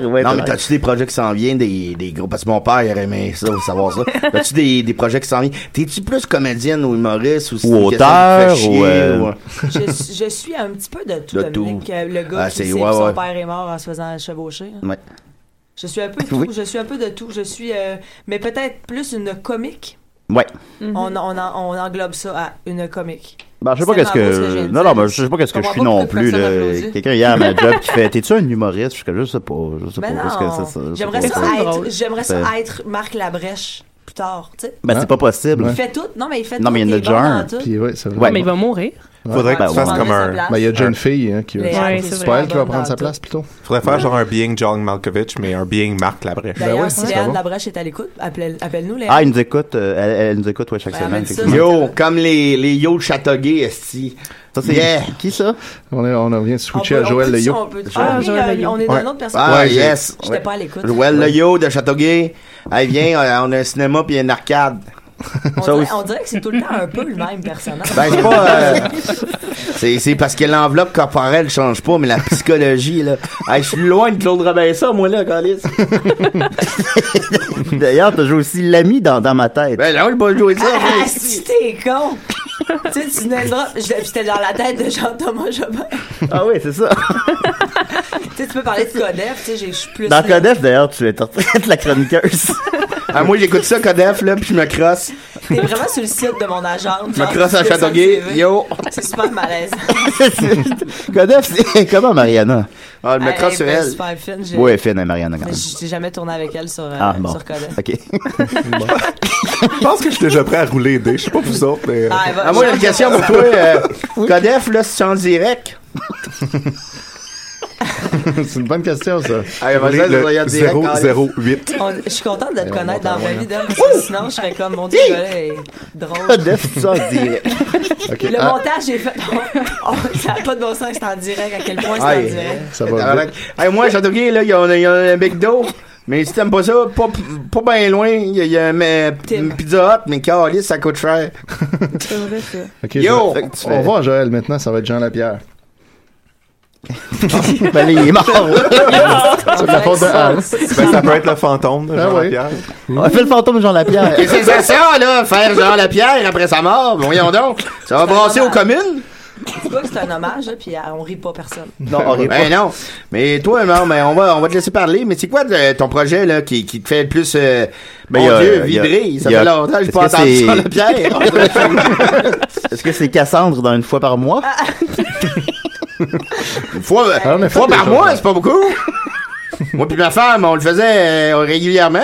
[SPEAKER 5] non, mais t'as-tu des projets qui s'en viennent, des, des gros... Parce que mon père, il aurait aimé ça, savoir ça. T'as-tu des, des projets qui s'en viennent? T'es-tu plus comédienne ou humoriste ou... c'est
[SPEAKER 2] Ou
[SPEAKER 5] une question qui te fait
[SPEAKER 2] auteur,
[SPEAKER 5] chier,
[SPEAKER 2] ou, euh,
[SPEAKER 6] je, je suis un petit peu de tout,
[SPEAKER 5] De
[SPEAKER 6] Dominique.
[SPEAKER 5] tout.
[SPEAKER 6] Euh, Le gars
[SPEAKER 5] Ah,
[SPEAKER 6] qui
[SPEAKER 5] c'est-
[SPEAKER 6] sait que
[SPEAKER 5] ouais,
[SPEAKER 6] son
[SPEAKER 5] ouais.
[SPEAKER 6] père est mort en se faisant chevaucher. hein.
[SPEAKER 2] Ouais.
[SPEAKER 6] Je suis un peu de tout.
[SPEAKER 2] Oui.
[SPEAKER 6] Je suis un peu de tout. Je suis, euh, mais peut-être plus une comique.
[SPEAKER 2] Ouais.
[SPEAKER 6] on, on en- on englobe ça à une comique.
[SPEAKER 2] Ben, je sais pas
[SPEAKER 6] C'est
[SPEAKER 2] qu'est-ce
[SPEAKER 6] vraiment beau ce que
[SPEAKER 2] que.
[SPEAKER 6] j'ai dit.
[SPEAKER 2] non, non, mais je sais pas qu'est-ce que je
[SPEAKER 6] Comment
[SPEAKER 2] suis
[SPEAKER 6] pas
[SPEAKER 2] non
[SPEAKER 6] beaucoup de
[SPEAKER 2] plus,
[SPEAKER 6] personnes
[SPEAKER 2] là.
[SPEAKER 6] applaudissent?
[SPEAKER 2] Quelqu'un hier à ma job qui fait T'es-tu un humoriste? Je suis comme, je sais pas. Je sais
[SPEAKER 6] Mais
[SPEAKER 2] pas. qu'est-ce
[SPEAKER 6] Ben non.
[SPEAKER 2] que c'est ça, je sais
[SPEAKER 6] J'aimerais
[SPEAKER 2] pas,
[SPEAKER 6] ça,
[SPEAKER 2] c'est-
[SPEAKER 6] être, j'aimerais ça
[SPEAKER 2] C'est-
[SPEAKER 6] être Marc Labrèche plus tard, tu sais.
[SPEAKER 2] Ben, c'est pas possible.
[SPEAKER 6] Il fait tout. Non, mais il fait tout.
[SPEAKER 2] Non, mais il y en a
[SPEAKER 6] est
[SPEAKER 2] déjà
[SPEAKER 6] bon
[SPEAKER 2] un.
[SPEAKER 6] dans tout.
[SPEAKER 4] Puis ouais, c'est vrai.
[SPEAKER 2] Ouais. Mais il va
[SPEAKER 3] mourir.
[SPEAKER 11] Faudrait que
[SPEAKER 4] Ben,
[SPEAKER 2] Ah,
[SPEAKER 11] tu
[SPEAKER 4] ouais.
[SPEAKER 11] fasses comme
[SPEAKER 6] Prendre
[SPEAKER 11] un.
[SPEAKER 6] sa place.
[SPEAKER 4] Ben, il y a déjà une fille hein, qui va.
[SPEAKER 6] Ouais, c'est
[SPEAKER 4] c'est
[SPEAKER 6] vrai.
[SPEAKER 4] pas elle qui va
[SPEAKER 6] Dans
[SPEAKER 4] prendre sa
[SPEAKER 6] tout.
[SPEAKER 4] place plutôt.
[SPEAKER 11] Faudrait faire genre un being John Malkovich, mais un being Marc Labrèche.
[SPEAKER 6] D'ailleurs,
[SPEAKER 4] Ben, ouais,
[SPEAKER 6] si
[SPEAKER 4] c'est
[SPEAKER 6] Léane
[SPEAKER 4] bon.
[SPEAKER 6] Labrèche est à l'écoute, appelle- appelle-nous, Léane.
[SPEAKER 2] Ah, il nous écoute. euh, elle, elle nous écoute, ouais, chaque
[SPEAKER 6] Ouais,
[SPEAKER 2] semaine.
[SPEAKER 6] amène ça,
[SPEAKER 2] effectivement.
[SPEAKER 5] Yo, comme les, les yo de Châteauguay, esti.
[SPEAKER 2] Ça, c'est-
[SPEAKER 5] Yeah.
[SPEAKER 2] Qui ça?
[SPEAKER 4] On, est, on vient de switcher à Joël
[SPEAKER 6] peut-
[SPEAKER 4] Leyo.
[SPEAKER 6] on peut- Ah, oui,
[SPEAKER 3] Joël
[SPEAKER 6] euh,
[SPEAKER 3] Leyo.
[SPEAKER 6] on est dans une autre personne.
[SPEAKER 5] Ah,
[SPEAKER 4] Ouais,
[SPEAKER 5] yes.
[SPEAKER 6] J'étais pas à l'écoute.
[SPEAKER 5] Joël Leyo de Châteauguay. Hey, viens, euh, on on a un cinéma puis une arcade.
[SPEAKER 6] On, dirait, on dirait que c'est tout le temps un peu le même personnage.
[SPEAKER 5] Ben, c'est pas, euh, C'est, c'est parce que l'enveloppe corporelle change pas, mais la psychologie, là. Hey, je suis loin de Claude Robinson, moi, là, Calis.
[SPEAKER 2] D'ailleurs, t'as joué aussi l'ami dans, dans ma tête.
[SPEAKER 5] Ben, là, on pas joué ça.
[SPEAKER 6] Ah, si t'es con! tu sais, tu name drop, je- puis j'étais dans la tête de Jean-Thomas Jobin.
[SPEAKER 2] Ah oui, c'est ça.
[SPEAKER 6] tu sais, tu peux parler de Codef, tu sais, j'ai- je suis plus.
[SPEAKER 2] Dans Codef, d'ailleurs, tu es en train de la chroniqueuse.
[SPEAKER 5] Ah, moi, j'écoute ça, Codef, là, puis je me crosse.
[SPEAKER 6] T'es vraiment sur le site de mon agent.
[SPEAKER 5] Je me crosse à Châteauguay. Yo.
[SPEAKER 6] C'est super malaise.
[SPEAKER 2] Codef, c'est comment, Mariana?
[SPEAKER 5] Ah,
[SPEAKER 6] Elle- elle est ben, super fine, j'ai-
[SPEAKER 2] Ouais, fine, hein, Mariana, quand
[SPEAKER 6] Mais
[SPEAKER 2] même.
[SPEAKER 6] j- j'ai jamais tourné avec elle sur, euh,
[SPEAKER 2] Ah, bon.
[SPEAKER 6] sur Codef.
[SPEAKER 2] OK.
[SPEAKER 11] Je pense que je suis déjà prêt à rouler des. Je sais pas vous autres, mais.
[SPEAKER 8] euh,
[SPEAKER 6] Ah, elle va-
[SPEAKER 5] Ah, moi, j'ai une question pour toi. euh, Codef, là, si tu es en direct.
[SPEAKER 4] c'est une bonne question, ça.
[SPEAKER 5] Hey, vas-y,
[SPEAKER 4] Le-
[SPEAKER 5] vas-y, en direct, allez.
[SPEAKER 11] 008.
[SPEAKER 6] On- Je suis contente de te
[SPEAKER 4] on
[SPEAKER 6] connaître
[SPEAKER 4] monte
[SPEAKER 6] dans
[SPEAKER 4] en
[SPEAKER 6] ma
[SPEAKER 4] loin,
[SPEAKER 6] vie, Dom, parce que sinon, je serais comme, mon Dieu, ce gars-là est drôle.
[SPEAKER 2] Codef, tu es en direct.
[SPEAKER 4] Ok,
[SPEAKER 6] Le
[SPEAKER 4] ah,
[SPEAKER 6] montage est fait. Oh, oh, ça n'a pas de bon sens, c'est en direct. À quel point c'est en
[SPEAKER 5] Hey,
[SPEAKER 6] direct.
[SPEAKER 4] ça va.
[SPEAKER 5] tabarnak.
[SPEAKER 4] vite.
[SPEAKER 5] Hey, moi, Châteauguay, là, il y, en a- il y en a un McDo. Mais si t'aimes pas ça, pas, pas bien loin, il y a, il y a un euh,
[SPEAKER 6] Tim.
[SPEAKER 5] Pizza Hut, mais Calis, ça coûte cher.
[SPEAKER 3] C'est vrai, ça.
[SPEAKER 4] Ok,
[SPEAKER 5] Yo!
[SPEAKER 4] je-
[SPEAKER 5] Fait que tu
[SPEAKER 4] On
[SPEAKER 5] fais-
[SPEAKER 4] va voir Joël maintenant, ça va être Jean Lapierre.
[SPEAKER 2] Ben, là, il est mort.
[SPEAKER 4] C'est de la faute de Anne.
[SPEAKER 11] Ben, ça peut être le fantôme de
[SPEAKER 4] Ah
[SPEAKER 11] Jean
[SPEAKER 4] ouais.
[SPEAKER 11] Lapierre.
[SPEAKER 2] On a fait le fantôme de Jean Lapierre.
[SPEAKER 5] Et c'est ça, ça, là, faire Jean Lapierre après sa mort. Voyons donc. Ça va brasser aux communes?
[SPEAKER 6] Tu vois que c'est un hommage, là, puis euh, on rit pas personne.
[SPEAKER 2] Non, on rit pas.
[SPEAKER 5] Ben non. Mais toi, non, mais on va, on va te laisser parler. Mais c'est quoi le- ton projet, là, qui, qui te fait le plus, euh,
[SPEAKER 2] Ben,
[SPEAKER 5] mon
[SPEAKER 2] y a-
[SPEAKER 5] Dieu,
[SPEAKER 2] y a-
[SPEAKER 5] vibrer? Ça
[SPEAKER 2] y a-
[SPEAKER 5] fait longtemps que j'ai pas
[SPEAKER 2] est-ce que
[SPEAKER 5] entendu
[SPEAKER 2] c'est- Ah,
[SPEAKER 5] Jean Lapierre.
[SPEAKER 2] Est-ce que c'est Cassandre dans une fois par mois?
[SPEAKER 6] Ah.
[SPEAKER 5] Une fois,
[SPEAKER 4] Ah, on a
[SPEAKER 5] une
[SPEAKER 4] fait
[SPEAKER 5] fois
[SPEAKER 4] des
[SPEAKER 5] par
[SPEAKER 4] choses,
[SPEAKER 5] mois,
[SPEAKER 4] ouais.
[SPEAKER 5] c'est pas beaucoup. Moi puis ma femme, on le faisait euh, régulièrement.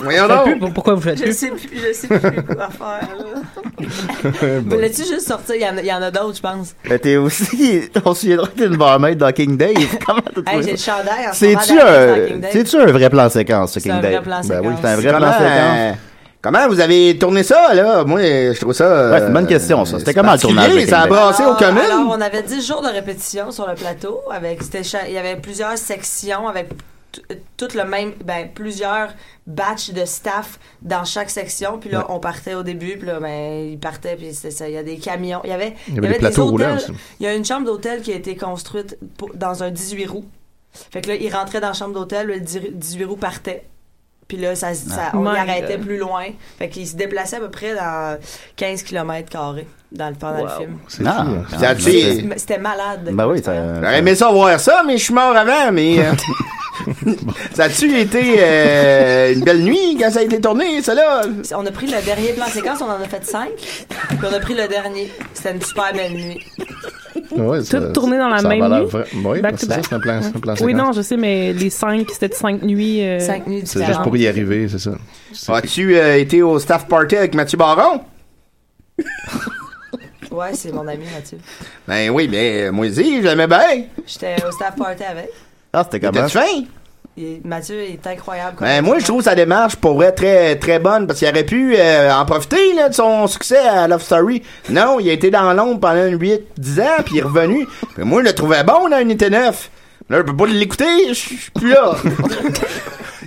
[SPEAKER 5] Voyons
[SPEAKER 9] Faites plus,
[SPEAKER 5] donc.
[SPEAKER 9] pour- pourquoi vous faites
[SPEAKER 6] Je
[SPEAKER 9] plus?
[SPEAKER 6] sais plus, je sais plus quoi faire, là. Voulais-tu juste sortir? Il y en a- il y en a, d'autres, je pense.
[SPEAKER 2] Ben, t'es aussi. On se souviendra que t'es une barmaid dans King Dave. Comment t'as
[SPEAKER 6] Hey,
[SPEAKER 2] trouvé
[SPEAKER 6] j'ai le
[SPEAKER 2] ça?
[SPEAKER 6] chandail en ce moment
[SPEAKER 2] C'est-tu
[SPEAKER 6] d'Arcade dans
[SPEAKER 2] un,
[SPEAKER 6] King Dave.
[SPEAKER 2] c'est-tu un vrai plan séquence, ce
[SPEAKER 6] C'est
[SPEAKER 2] King
[SPEAKER 6] un vrai
[SPEAKER 2] Dave?
[SPEAKER 6] plan
[SPEAKER 2] Ben oui,
[SPEAKER 6] séquence.
[SPEAKER 2] c'est un vrai
[SPEAKER 5] Comment,
[SPEAKER 2] plan
[SPEAKER 5] euh,
[SPEAKER 2] séquence.
[SPEAKER 5] comment vous avez tourné ça, là? Moi, je trouve ça. euh,
[SPEAKER 2] Ouais, c'est une bonne question, ça. C'était comment le
[SPEAKER 5] particulier,
[SPEAKER 2] tournage de
[SPEAKER 5] Ça a
[SPEAKER 2] Québec?
[SPEAKER 5] brassé aux
[SPEAKER 6] Alors,
[SPEAKER 5] communes.
[SPEAKER 6] Ah, alors, on avait 10 jours de répétition sur le plateau. Avec, c'était cha- il y avait plusieurs sections avec t- tout le même, ben, plusieurs batchs de staff dans chaque section. Puis là, on partait au début, puis là, ben, ils partaient, puis c'était ça. Il y a des camions. Il y avait,
[SPEAKER 4] Il y avait des plateaux
[SPEAKER 6] hôtels.
[SPEAKER 4] roulants aussi.
[SPEAKER 6] Il y a une chambre d'hôtel qui a été construite pour- dans un 18 roues. Fait que là, ils rentraient dans la chambre d'hôtel, le 10 18 roues partait. Puis là, ça, ça- on y
[SPEAKER 3] My
[SPEAKER 6] arrêtait
[SPEAKER 3] God.
[SPEAKER 6] plus loin. Fait qu'ils se déplaçaient à peu près dans 15 km carrés dans le, pendant le film.
[SPEAKER 4] C'est
[SPEAKER 2] Ah,
[SPEAKER 4] fou, hein.
[SPEAKER 2] quand
[SPEAKER 5] Ça
[SPEAKER 2] même,
[SPEAKER 5] a-tu-
[SPEAKER 2] c'est-
[SPEAKER 6] Mais C'était malade.
[SPEAKER 2] Ben oui, ça.
[SPEAKER 5] J'aurais aimé ça voir ça, mais je suis mort avant, mais. euh, ça a-tu été euh, une belle nuit quand ça a été tourné, ça là?
[SPEAKER 6] On a pris le dernier plan séquence, on en a fait cinq. Puis on a pris le dernier. C'était une super belle nuit.
[SPEAKER 4] Ouais, ça-
[SPEAKER 3] Tout tourné dans la
[SPEAKER 4] ça a
[SPEAKER 3] même
[SPEAKER 4] l'air
[SPEAKER 3] nuit.
[SPEAKER 4] vrai- Oui,
[SPEAKER 3] Back
[SPEAKER 4] parce
[SPEAKER 3] to
[SPEAKER 4] que ça,
[SPEAKER 3] back.
[SPEAKER 4] c'est un plan, c'est un plan
[SPEAKER 3] Oui,
[SPEAKER 4] séquence.
[SPEAKER 3] non, je sais, mais les cinq, c'était cinq nuits. euh,
[SPEAKER 6] Cinq nuits
[SPEAKER 4] C'est juste
[SPEAKER 6] différentes.
[SPEAKER 4] pour y arriver, c'est ça.
[SPEAKER 5] As-tu euh, été au staff party avec Mathieu Baron?
[SPEAKER 6] Ouais, c'est mon ami Mathieu.
[SPEAKER 5] Ben oui, mais moi aussi, je l'aimais bien.
[SPEAKER 6] J'étais au staff party avec.
[SPEAKER 2] Ah, c'était comment?
[SPEAKER 5] T'as-tu faim?
[SPEAKER 6] Et Mathieu est incroyable. comme
[SPEAKER 5] Ben, moi, je trouve sa démarche pour vrai très, très bonne parce qu'il aurait pu euh, en profiter là, de son succès à Love Story. Non, il a été dans l'ombre pendant 8-10 ans puis il est revenu. Puis moi, je le trouvais bon dans un été neuf. Là, je peux pas l'écouter, je suis plus là.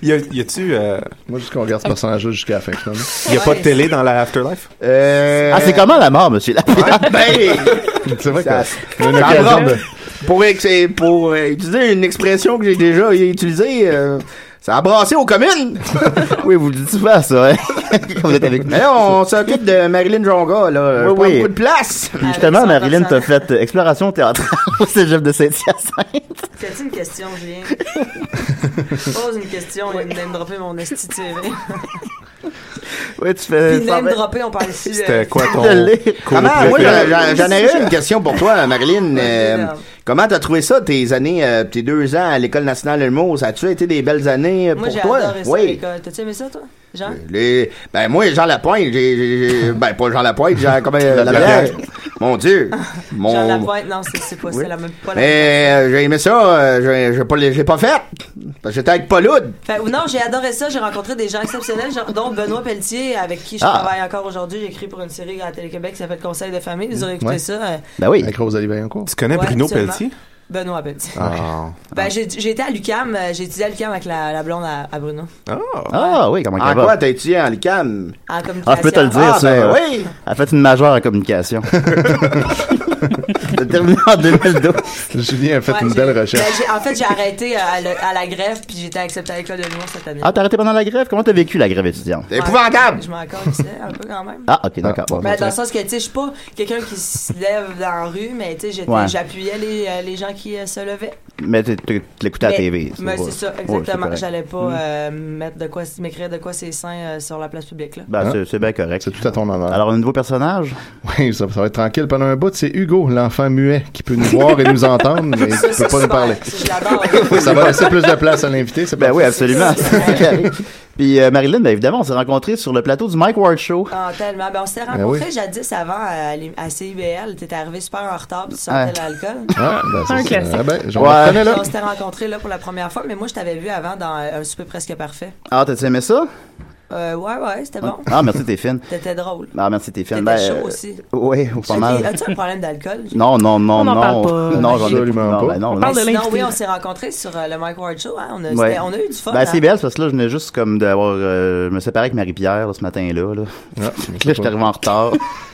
[SPEAKER 11] Y a- y a-tu. euh,
[SPEAKER 4] Moi, juste qu'on regarde ce personnage-là jusqu'à la fin, finalement. Euh,
[SPEAKER 11] Y a pas de télé dans la Afterlife?
[SPEAKER 2] Ah, c'est comment la mort, monsieur Lapierre?
[SPEAKER 5] Euh, Ben,
[SPEAKER 4] c'est vrai
[SPEAKER 5] ça-
[SPEAKER 4] on a
[SPEAKER 5] ça
[SPEAKER 4] l'occasion
[SPEAKER 5] brasse.
[SPEAKER 4] de-
[SPEAKER 5] Pour, ex- pour euh, utiliser une expression que j'ai déjà utilisée, euh, ça a brassé aux communes.
[SPEAKER 2] oui, vous le dites souvent, ça. Hein? vous êtes avec nous.
[SPEAKER 5] Mais là, on s'occupe de Marilyn Jonga, là.
[SPEAKER 2] Oui,
[SPEAKER 5] Prends
[SPEAKER 2] oui.
[SPEAKER 5] beaucoup de place.
[SPEAKER 2] Puis justement, Marilyn, t'as fait euh, exploration théâtrale au cégep de Saint-Hyacinthe.
[SPEAKER 6] T'as-tu une question, Julien? Pose une question, il vient de me dropper mon esti de CV.
[SPEAKER 2] Oui, tu
[SPEAKER 5] Euh,
[SPEAKER 2] fais.
[SPEAKER 6] Puis name dropper, on parle ici. euh,
[SPEAKER 5] Comment, moi,
[SPEAKER 6] préféré?
[SPEAKER 5] j'en- j'en avais une question pour toi, Marilyn. Euh, comment t'as trouvé ça, tes années, euh, tes deux ans à l'École nationale de l'humour? Ça a-tu été des belles années euh,
[SPEAKER 6] Moi,
[SPEAKER 5] pour
[SPEAKER 6] j'ai
[SPEAKER 5] toi?
[SPEAKER 6] adoré ça,
[SPEAKER 5] oui.
[SPEAKER 6] l'école. T'as-tu aimé ça, toi? Jean?
[SPEAKER 5] Les- Ben, moi, Jean Lapointe, j'ai- j'ai. j'ai- Ben, pas Jean Lapointe, Jean. Comment. euh,
[SPEAKER 6] La
[SPEAKER 5] la
[SPEAKER 6] Blague.
[SPEAKER 5] Blague. Mon Dieu. Mon...
[SPEAKER 6] Jean Lapointe, non, c'est c'est pas ça, la même pas la
[SPEAKER 5] Mais euh, j'ai aimé ça, euh, j'ai- j'ai pas, j'ai pas fait. Parce que j'étais avec Pauloud.
[SPEAKER 6] Fait- ou non, j'ai adoré ça. J'ai rencontré des gens exceptionnels, genre, dont Benoît Pelletier, avec qui je
[SPEAKER 5] Ah.
[SPEAKER 6] travaille encore aujourd'hui. J'ai écrit pour une série à Télé-Québec qui s'appelle Conseil de famille. Vous aurez écouté
[SPEAKER 4] Ouais.
[SPEAKER 6] ça. euh,
[SPEAKER 2] Ben oui.
[SPEAKER 4] Avec Rosalie Vaillancourt. Tu connais
[SPEAKER 6] ouais, absolument. Benoît Pelletier.
[SPEAKER 2] Ah.
[SPEAKER 6] Ben, j'ai j'ai été à l'UCAM. euh, J'ai étudié à l'UCAM avec la, la blonde à, à Bruno.
[SPEAKER 2] Ah oui, comment
[SPEAKER 5] En
[SPEAKER 2] qu'elle va?
[SPEAKER 5] quoi t'as étudié en l'ICAM?
[SPEAKER 6] En communication.
[SPEAKER 2] Ah, je peux te le dire,
[SPEAKER 5] Ah,
[SPEAKER 2] ça.
[SPEAKER 5] ben
[SPEAKER 2] euh,
[SPEAKER 5] oui.
[SPEAKER 2] Elle a fait une majeure en communication. T'as terminé en 2012.
[SPEAKER 4] Julien a fait
[SPEAKER 6] Ouais,
[SPEAKER 4] une
[SPEAKER 6] j'ai-
[SPEAKER 4] belle
[SPEAKER 6] ben,
[SPEAKER 4] recherche.
[SPEAKER 6] j'ai- en fait, j'ai arrêté euh, à, le- à la grève, puis j'ai été acceptée à l'école de l'humour cette année.
[SPEAKER 2] Ah, t'as arrêté pendant la grève? Comment t'as vécu la grève étudiante?
[SPEAKER 6] Ouais, Je m'en calissais un peu quand même.
[SPEAKER 2] Ah, ok, d'accord. Bon,
[SPEAKER 6] Mais
[SPEAKER 2] bon,
[SPEAKER 6] dans le
[SPEAKER 2] ça-
[SPEAKER 6] sens que, tu sais, je suis pas quelqu'un qui se lève dans la rue, mais tu sais, j'étais-
[SPEAKER 2] Ouais.
[SPEAKER 6] j'appuyais les, euh, les gens qui euh, se levaient.
[SPEAKER 2] Mais t'es- t'es- t'écoutais à la
[SPEAKER 6] Mais-
[SPEAKER 2] TV.
[SPEAKER 6] mais
[SPEAKER 2] ouais.
[SPEAKER 6] c'est ça,
[SPEAKER 2] Ouais,
[SPEAKER 6] exactement.
[SPEAKER 2] correct.
[SPEAKER 6] J'allais pas
[SPEAKER 2] Mm.
[SPEAKER 6] euh, mettre de quoi, m'écrire de quoi c'est sain euh, sur la place publique, là.
[SPEAKER 2] Ben, c'est- c'est bien correct. C'est
[SPEAKER 4] Hein? tout à ton honneur.
[SPEAKER 2] Alors, un nouveau personnage?
[SPEAKER 4] Oui, ça, ça va être tranquille pendant un bout. C'est Hugo, l'enfant muet, qui peut nous voir et nous entendre, mais qui
[SPEAKER 6] Ça,
[SPEAKER 4] peut
[SPEAKER 6] c'est
[SPEAKER 4] pas nous
[SPEAKER 6] super.
[SPEAKER 4] parler.
[SPEAKER 6] Je l'adore.
[SPEAKER 4] Ça va laisser plus de place à l'invité. c'est
[SPEAKER 2] Ben oui,
[SPEAKER 4] parfait.
[SPEAKER 2] absolument. C'est carré. Puis euh, Marilyn, ben évidemment, on s'est rencontrés sur le plateau du Mike Ward Show.
[SPEAKER 6] Ah, tellement. Ben, on s'était
[SPEAKER 2] Ben
[SPEAKER 6] rencontrés
[SPEAKER 2] oui.
[SPEAKER 6] jadis avant à, l'é- à CIBL. T'étais arrivé super en retard, puis tu
[SPEAKER 2] Ah.
[SPEAKER 6] sortais l'alcool.
[SPEAKER 2] Ah, ben, c'est Un ça. classique. Ah ben, j'en
[SPEAKER 6] Ouais.
[SPEAKER 2] reconnais, là.
[SPEAKER 6] On s'était rencontrés là pour la première fois, mais moi, je t'avais vu avant dans euh, Un souper presque parfait.
[SPEAKER 2] Ah, t'as-tu aimé ça?
[SPEAKER 6] Euh, ouais, ouais, c'était bon.
[SPEAKER 2] Ah, merci, t'es fine.
[SPEAKER 6] T'étais drôle.
[SPEAKER 2] Ah, merci, t'es fine.
[SPEAKER 6] T'étais
[SPEAKER 2] Ben,
[SPEAKER 6] chaud
[SPEAKER 2] euh,
[SPEAKER 6] aussi.
[SPEAKER 2] Oui, ou pas mal.
[SPEAKER 6] J'ai dit, As-tu un problème d'alcool?
[SPEAKER 2] Non, non, non,
[SPEAKER 6] On en
[SPEAKER 2] non.
[SPEAKER 6] parle pas.
[SPEAKER 2] Non, j'en ai
[SPEAKER 4] Absolument
[SPEAKER 2] non,
[SPEAKER 4] pas.
[SPEAKER 2] ben non,
[SPEAKER 4] On
[SPEAKER 2] non.
[SPEAKER 4] parle
[SPEAKER 6] Mais
[SPEAKER 4] de
[SPEAKER 6] sinon,
[SPEAKER 4] l'invité.
[SPEAKER 6] oui, on s'est rencontrés sur euh, le Mike Ward Show. hein. On, a,
[SPEAKER 2] Ouais.
[SPEAKER 6] c'était- on a eu du fun.
[SPEAKER 2] Ben,
[SPEAKER 6] hein.
[SPEAKER 2] c'est belle, parce que là, je venais juste comme d'avoir. euh, je me séparais avec Marie-Pierre là, ce matin-là. Là,
[SPEAKER 4] Ah,
[SPEAKER 2] Fait que là j'étais arrivé en retard.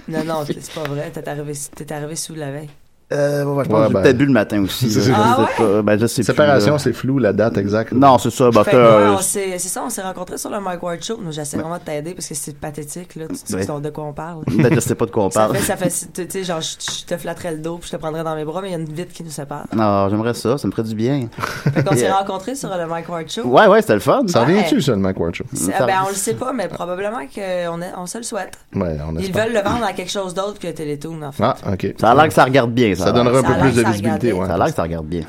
[SPEAKER 6] Non, non, c'est c'est pas vrai. T'es arrivé, t'es arrivé sous la veille.
[SPEAKER 2] Euh, ouais, ouais, je pense
[SPEAKER 4] Ouais,
[SPEAKER 2] que j'ai
[SPEAKER 4] ben.
[SPEAKER 2] peut-être bu le matin aussi.
[SPEAKER 4] C'est
[SPEAKER 2] là,
[SPEAKER 4] ça.
[SPEAKER 2] je
[SPEAKER 4] Ah
[SPEAKER 2] sais pas, ben, je sais plus,
[SPEAKER 4] Séparation,
[SPEAKER 2] là.
[SPEAKER 4] c'est flou, la date exacte.
[SPEAKER 2] Non, c'est ça. Ben,
[SPEAKER 6] Fait que,
[SPEAKER 2] t'as,
[SPEAKER 6] ouais,
[SPEAKER 2] euh,
[SPEAKER 6] on s'est- c'est ça, on s'est rencontrés sur le Mike Ward Show. Nous, j'essaie vraiment de t'aider parce que c'est pathétique, là. Tu sais
[SPEAKER 2] Ouais.
[SPEAKER 6] de quoi on parle.
[SPEAKER 2] Ben, je sais pas de quoi on
[SPEAKER 6] Ça
[SPEAKER 2] parle.
[SPEAKER 6] fait, ça fait, tu tu sais, genre, je, je te flatterais le dos puis je te prendrais dans mes bras, mais il y a une vitre qui nous sépare.
[SPEAKER 2] Non, Ah, j'aimerais ça. Ça me ferait du bien.
[SPEAKER 6] Fait qu'on s'est
[SPEAKER 2] Yeah.
[SPEAKER 6] rencontrés sur le Mike Ward Show.
[SPEAKER 2] Ouais, ouais, c'était le fun.
[SPEAKER 6] Ça revient-tu, Ouais. ça,
[SPEAKER 4] Euh, le Mike Ward Show?
[SPEAKER 6] C'est- ben, on le sait pas, mais probablement qu'on est- on se le souhaite.
[SPEAKER 4] Ouais, on
[SPEAKER 6] Ils
[SPEAKER 4] espère.
[SPEAKER 6] veulent le vendre à quelque chose d'autre que Télétoon, en fait.
[SPEAKER 4] Ah, ok.
[SPEAKER 2] Ça a l'air que ça regarde bien. Ça,
[SPEAKER 4] Ça donnera un peu
[SPEAKER 6] Ça a
[SPEAKER 4] plus
[SPEAKER 6] l'air
[SPEAKER 4] de
[SPEAKER 6] que ça
[SPEAKER 4] visibilité,
[SPEAKER 6] regardait.
[SPEAKER 4] ouais.
[SPEAKER 2] Ça a l'air que ça regarde bien.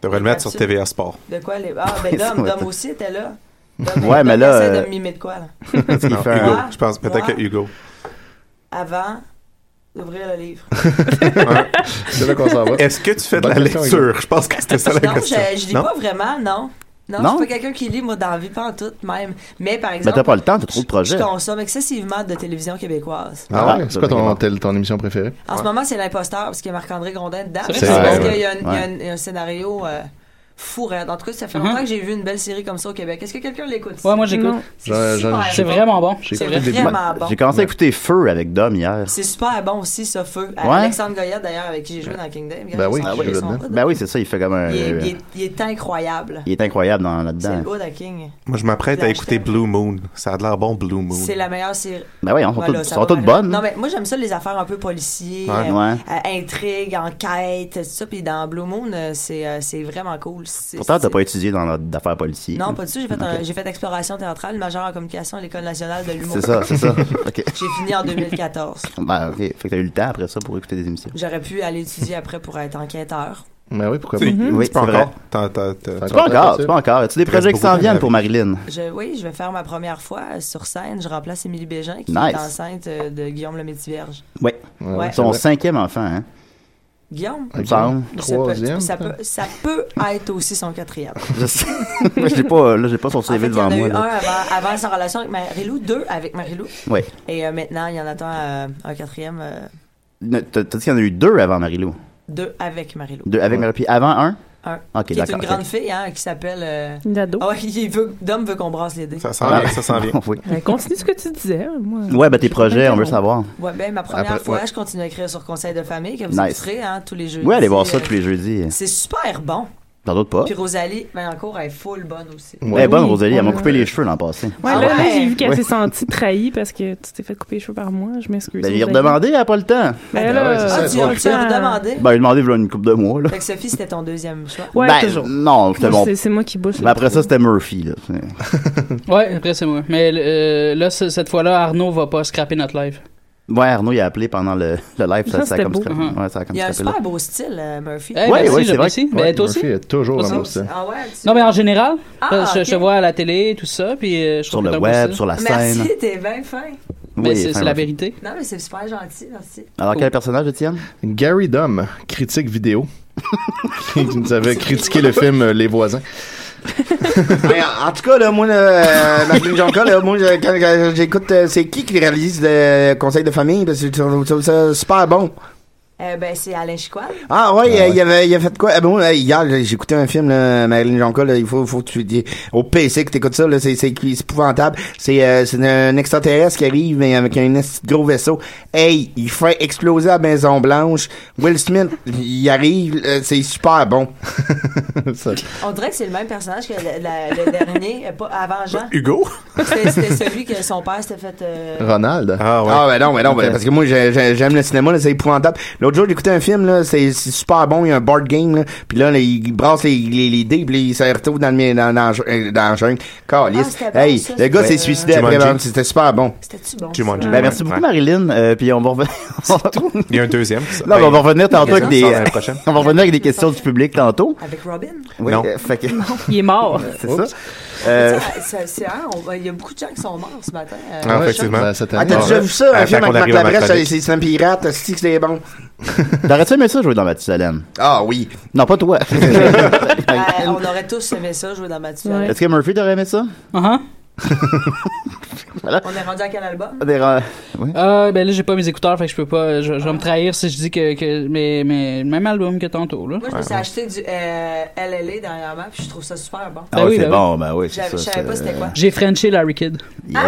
[SPEAKER 11] Devrait le mettre sur TVA Sport.
[SPEAKER 6] De quoi les. Ah, ben, Dom, Dom aussi était là. Dom,
[SPEAKER 11] Ouais,
[SPEAKER 6] Dom
[SPEAKER 11] mais là,
[SPEAKER 6] essaie
[SPEAKER 11] euh,
[SPEAKER 6] de me mimer de quoi, là?
[SPEAKER 11] Non,
[SPEAKER 6] fait
[SPEAKER 11] Hugo,
[SPEAKER 6] un-
[SPEAKER 11] je pense peut-être
[SPEAKER 6] Ouais.
[SPEAKER 11] que Hugo.
[SPEAKER 6] Avant d'ouvrir le livre.
[SPEAKER 11] Ouais.
[SPEAKER 4] C'est là qu'on s'en va.
[SPEAKER 11] Est-ce que tu fais de
[SPEAKER 4] Bonne
[SPEAKER 11] la
[SPEAKER 4] question,
[SPEAKER 11] lecture?
[SPEAKER 4] Hugo.
[SPEAKER 11] Je pense que c'était ça la
[SPEAKER 6] non,
[SPEAKER 11] question.
[SPEAKER 6] je, je lis pas vraiment, non. Non, je
[SPEAKER 2] Non?
[SPEAKER 6] suis pas quelqu'un qui lit, moi, dans la vie, pas en tout, même. Mais par
[SPEAKER 2] Ben,
[SPEAKER 6] exemple.
[SPEAKER 2] t'as pas le temps, t'as trop de
[SPEAKER 6] Je
[SPEAKER 2] projets.
[SPEAKER 6] consomme excessivement de télévision québécoise.
[SPEAKER 4] Ah ouais?
[SPEAKER 2] Ah,
[SPEAKER 4] C'est quoi ton, ton, ton émission préférée?
[SPEAKER 6] En ce moment, c'est l'imposteur, parce qu'il y a Marc-André Grondin dedans.
[SPEAKER 4] C'est
[SPEAKER 6] C'est
[SPEAKER 4] vrai,
[SPEAKER 6] parce
[SPEAKER 4] ouais.
[SPEAKER 6] qu'il y a un- il y a
[SPEAKER 4] Ouais.
[SPEAKER 6] un- il y a un scénario euh, fou, raide. En tout cas, ça fait
[SPEAKER 9] Mhm.
[SPEAKER 6] longtemps que j'ai vu une belle série comme ça au Québec. Est-ce que quelqu'un l'écoute?
[SPEAKER 9] Ouais, moi, j'écoute.
[SPEAKER 6] C'est super
[SPEAKER 9] C'est
[SPEAKER 6] bon.
[SPEAKER 9] vraiment bon.
[SPEAKER 6] C'est vraiment bon.
[SPEAKER 2] J'ai commencé à écouter Feu avec Dom hier.
[SPEAKER 6] C'est super bon aussi, ce feu.
[SPEAKER 2] Ouais.
[SPEAKER 6] Alexandre Goyette, d'ailleurs, avec qui j'ai joué dans Kingdom.
[SPEAKER 4] Ben
[SPEAKER 6] Regarde, ils sont- ils sont hot.
[SPEAKER 2] Ben oui, c'est ça, il fait comme un.
[SPEAKER 6] Il est- il est- il est incroyable.
[SPEAKER 2] Il est incroyable dans-
[SPEAKER 6] C'est
[SPEAKER 2] là-dedans.
[SPEAKER 6] le haut à King.
[SPEAKER 11] Moi, je m'apprête à écouter Blue Moon. Ça a de l'air bon, Blue Moon.
[SPEAKER 6] C'est la meilleure série.
[SPEAKER 11] Ben oui, on sont toutes-
[SPEAKER 6] ça
[SPEAKER 11] sont
[SPEAKER 6] va
[SPEAKER 11] toutes
[SPEAKER 6] mal.
[SPEAKER 2] hein.
[SPEAKER 11] bonnes.
[SPEAKER 6] Non, mais moi, j'aime ça, les affaires un peu policiers,
[SPEAKER 11] Ouais.
[SPEAKER 6] euh,
[SPEAKER 11] Ouais.
[SPEAKER 6] euh, intrigues, enquêtes, tout ça. Puis dans Blue Moon, euh, c'est euh, c'est vraiment cool. C'est-
[SPEAKER 2] Pourtant, t'as
[SPEAKER 6] c'est-
[SPEAKER 2] pas étudié dans la- d'affaires policières.
[SPEAKER 6] Non, pas du tout. J'ai fait, un-
[SPEAKER 2] Ok.
[SPEAKER 6] j'ai fait exploration théâtrale, majeure en communication à l'École nationale de l'humour.
[SPEAKER 2] C'est ça, c'est ça. Ok.
[SPEAKER 6] J'ai fini en 2014.
[SPEAKER 2] Ben, ok. Fait que t'as eu le temps après ça pour écouter des émissions.
[SPEAKER 6] J'aurais pu aller étudier après pour être enquêteur.
[SPEAKER 4] Ben oui, pourquoi
[SPEAKER 2] pas? Mhm. Oui,
[SPEAKER 11] tu peux
[SPEAKER 2] c'est vrai.
[SPEAKER 11] encore. T'as- t'as- t'as-
[SPEAKER 2] C'est pas encore, c'est pas encore. As-tu des
[SPEAKER 11] Il reste
[SPEAKER 2] projets qui
[SPEAKER 11] beaucoup
[SPEAKER 2] s'en
[SPEAKER 11] de
[SPEAKER 2] viennent
[SPEAKER 11] travail.
[SPEAKER 2] pour Marilyn?
[SPEAKER 6] Je, oui, je vais faire ma première fois euh, sur scène. Je remplace Émilie Bégin, qui
[SPEAKER 2] Nice.
[SPEAKER 6] est enceinte euh, de Guillaume Lemaitre-Vierge.
[SPEAKER 2] Oui.
[SPEAKER 6] Ouais.
[SPEAKER 2] Son
[SPEAKER 6] Ouais.
[SPEAKER 2] cinquième enfant, hein?
[SPEAKER 6] Guillaume?
[SPEAKER 2] Il me semble.
[SPEAKER 6] Ça peut,
[SPEAKER 2] Troisième,
[SPEAKER 6] ça, peut, ça peut être aussi son quatrième.
[SPEAKER 2] Je sais. Moi, je l'ai pas, là, j'ai pas son CV
[SPEAKER 6] Il y en
[SPEAKER 2] devant
[SPEAKER 6] a
[SPEAKER 2] moi.
[SPEAKER 6] eu un
[SPEAKER 2] là.
[SPEAKER 6] avant, avant sa relation avec Marilou, deux avec Marilou.
[SPEAKER 2] Ouais.
[SPEAKER 6] Et euh, maintenant, il y en attend euh, un quatrième, euh,
[SPEAKER 2] Ne- T'as t'as dit qu'il y en a eu deux avant Marilou.
[SPEAKER 6] deux avec Marilou.
[SPEAKER 2] Deux avec Marilou. Puis avant un?
[SPEAKER 6] un.
[SPEAKER 2] Ok,
[SPEAKER 6] qui est
[SPEAKER 2] d'accord,
[SPEAKER 6] une
[SPEAKER 2] ok.
[SPEAKER 6] grande fille hein, qui s'appelle. euh,
[SPEAKER 3] Nado.
[SPEAKER 6] Ah ouais, il veut, Dom veut qu'on brasse les dés.
[SPEAKER 2] Ça sent bien, ça sent bien. Oui.
[SPEAKER 3] Ben, continue ce que tu disais. Moi,
[SPEAKER 2] Ouais, ben tes projets, on veut
[SPEAKER 6] Ouais.
[SPEAKER 2] savoir.
[SPEAKER 6] Ouais, ben ma première
[SPEAKER 2] Après-
[SPEAKER 6] fois,
[SPEAKER 2] ouais.
[SPEAKER 6] je continue à écrire sur Conseil de famille que vous
[SPEAKER 2] Nice.
[SPEAKER 6] écouterez hein, tous les jeudis.
[SPEAKER 2] Ouais, allez voir ça
[SPEAKER 6] Euh,
[SPEAKER 2] tous les jeudis.
[SPEAKER 6] C'est super bon.
[SPEAKER 2] Dans d'autres pas.
[SPEAKER 6] Puis Rosalie Vaillancourt, elle est full bonne aussi.
[SPEAKER 2] Ouais, bonne Rosalie, elle m'a coupé les cheveux l'an passé.
[SPEAKER 3] Ouais,
[SPEAKER 6] Ah
[SPEAKER 11] Ah
[SPEAKER 3] là, là, j'ai vu qu'elle
[SPEAKER 2] Ouais.
[SPEAKER 3] s'est sentie trahie parce que tu t'es fait couper les cheveux par moi. Je m'excuse.
[SPEAKER 2] Ben, lui
[SPEAKER 3] Rosalie.
[SPEAKER 2] redemander, elle n'a pas le temps.
[SPEAKER 3] Ben là, Ah,
[SPEAKER 6] Ah, tu, tu as redemandé.
[SPEAKER 2] Ben, il demandait voilà, une coupe de mois, là.
[SPEAKER 6] Fait que Sophie, c'était ton deuxième choix.
[SPEAKER 2] ben, Non, c'était bon.
[SPEAKER 9] c'est moi qui bouche
[SPEAKER 2] Ben,
[SPEAKER 9] le
[SPEAKER 2] après
[SPEAKER 9] trou.
[SPEAKER 2] ça, c'était Murphy, là.
[SPEAKER 9] Ouais, après c'est moi. Mais euh, là, c- cette fois-là, Arnaud va pas scraper notre live.
[SPEAKER 2] Ouais, Arnaud, il a appelé pendant le, le live,
[SPEAKER 9] Ça,
[SPEAKER 2] ça, ça a
[SPEAKER 9] c'était
[SPEAKER 2] comme
[SPEAKER 9] beau.
[SPEAKER 2] scrappé. Ouais, ça a comme
[SPEAKER 6] Mhm. Il a un
[SPEAKER 2] scrappé, là.
[SPEAKER 6] super beau style, euh, Murphy.
[SPEAKER 9] Eh, merci, j'apprécie. Ben, toi aussi?
[SPEAKER 4] Murphy est toujours
[SPEAKER 9] Toi
[SPEAKER 4] un beau
[SPEAKER 9] aussi?
[SPEAKER 4] style.
[SPEAKER 6] Ah ouais,
[SPEAKER 9] Non, mais en général,
[SPEAKER 6] Ah,
[SPEAKER 9] parce que je,
[SPEAKER 6] ok.
[SPEAKER 9] je te vois à la télé, tout ça, puis euh, je
[SPEAKER 2] Sur
[SPEAKER 9] trouve
[SPEAKER 2] le
[SPEAKER 9] que t'as un
[SPEAKER 2] web,
[SPEAKER 9] beau style.
[SPEAKER 2] sur la
[SPEAKER 6] Merci, t'es bien fin.
[SPEAKER 9] Mais
[SPEAKER 2] Oui,
[SPEAKER 9] c'est-
[SPEAKER 2] fin
[SPEAKER 9] c'est la
[SPEAKER 2] mars.
[SPEAKER 9] vérité.
[SPEAKER 6] Non, mais c'est super gentil, merci.
[SPEAKER 2] Alors, quel personnage, Étienne
[SPEAKER 4] Gary Dom, critique vidéo. qui nous avait critiqué le film euh, Les voisins.
[SPEAKER 5] Mais Ben, en, en tout cas, là, moi, là, euh, Martin Jonca, là, moi, je- quand, quand j'écoute, euh, c'est qui qui réalise le conseil de famille? Parce que je trouve je trouve ça super bon.
[SPEAKER 6] Euh, ben, c'est Alain Chicoine.
[SPEAKER 5] Ah ouais, euh, Il, avait, il a fait quoi? Eh ben, moi, là, hier, là, j'ai écouté un film, là, Marilyn Jonca, là, il faut, faut que tu dis au PC que t'écoutes ça, là, c'est, c'est, c'est épouvantable. C'est, euh, c'est un extraterrestre qui arrive, mais avec un esti de gros vaisseau. Hey, il fait exploser la Maison Blanche. Will Smith, il arrive, euh, c'est super bon.
[SPEAKER 6] On dirait que c'est le même personnage que le, la- le dernier, euh, pas avant
[SPEAKER 4] Bah,
[SPEAKER 6] Jean.
[SPEAKER 5] Hugo?
[SPEAKER 6] C'était c'était celui que son père s'était fait. euh,
[SPEAKER 4] Ronald.
[SPEAKER 5] Ah ouais. Ah ben non, ben non, ben, parce que moi j'ai- j'ai- j'aime le cinéma, là, c'est épouvantable. L'autre jour j'écoutais un film, là, c'est c'est super bon, il y a un board game, là, puis là, là, il brasse les, les, les dés, puis là, il se retrouve dans le mi- dans, dans, euh, dans la jungle. Calisse.
[SPEAKER 2] Ah, c'était bon,
[SPEAKER 5] hey,
[SPEAKER 2] ça,
[SPEAKER 5] le gars
[SPEAKER 2] c'était-
[SPEAKER 5] s'est suicidé après,
[SPEAKER 2] Jumanji.
[SPEAKER 5] ben, c'était super bon.
[SPEAKER 6] C'était-tu bon?
[SPEAKER 11] Jumanji.
[SPEAKER 2] Ben, merci
[SPEAKER 11] Ouais.
[SPEAKER 2] beaucoup, Marilyn. Euh, puis on va revenir.
[SPEAKER 11] Il y a un deuxième. ça. Ben,
[SPEAKER 2] Non, mais on va revenir tantôt avec
[SPEAKER 11] ça
[SPEAKER 2] des,
[SPEAKER 11] sort l'année prochaine.
[SPEAKER 2] on va revenir avec des questions du public tantôt.
[SPEAKER 6] Avec Robin?
[SPEAKER 2] Oui,
[SPEAKER 11] Non.
[SPEAKER 2] euh, fait que-
[SPEAKER 3] Il est mort.
[SPEAKER 2] c'est ça. Euh,
[SPEAKER 6] Ah, ça- c'est- hein, on- il y a beaucoup de gens qui sont morts ce matin. euh,
[SPEAKER 4] Ah, effectivement.
[SPEAKER 6] Jean.
[SPEAKER 4] Ben, ça
[SPEAKER 5] Ah, t'as déjà vu ça, un
[SPEAKER 2] Attends
[SPEAKER 5] film
[SPEAKER 2] qu'on
[SPEAKER 5] avec
[SPEAKER 2] arrive à
[SPEAKER 5] Marc
[SPEAKER 2] ma
[SPEAKER 5] Labrèche, c'est
[SPEAKER 2] chronique.
[SPEAKER 5] c'est un pirate, si que c'est bon.
[SPEAKER 2] T'aurais-tu aimé ça jouer dans Mathusalem?
[SPEAKER 5] Ah oui.
[SPEAKER 2] Non, pas toi.
[SPEAKER 6] Euh, on aurait tous aimé ça jouer dans Mathieu.
[SPEAKER 2] Est-ce que Murphy t'aurait aimé ça?
[SPEAKER 3] Uh-huh.
[SPEAKER 2] voilà.
[SPEAKER 6] On est rendu à quel album?
[SPEAKER 2] Des ra- Ouais.
[SPEAKER 9] Ah, ben là, j'ai pas mes écouteurs, fait que je peux pas. Je, je vais me trahir si je dis que. que mais, mais le même album que tantôt, là.
[SPEAKER 6] Moi, je me suis acheté du euh, LLA dernièrement, puis je trouve ça super Ah bon.
[SPEAKER 9] Ben oui, ben oui.
[SPEAKER 6] J'avais- Je savais pas c'était quoi.
[SPEAKER 9] J'ai Frenché Larry Kid.
[SPEAKER 6] Ah!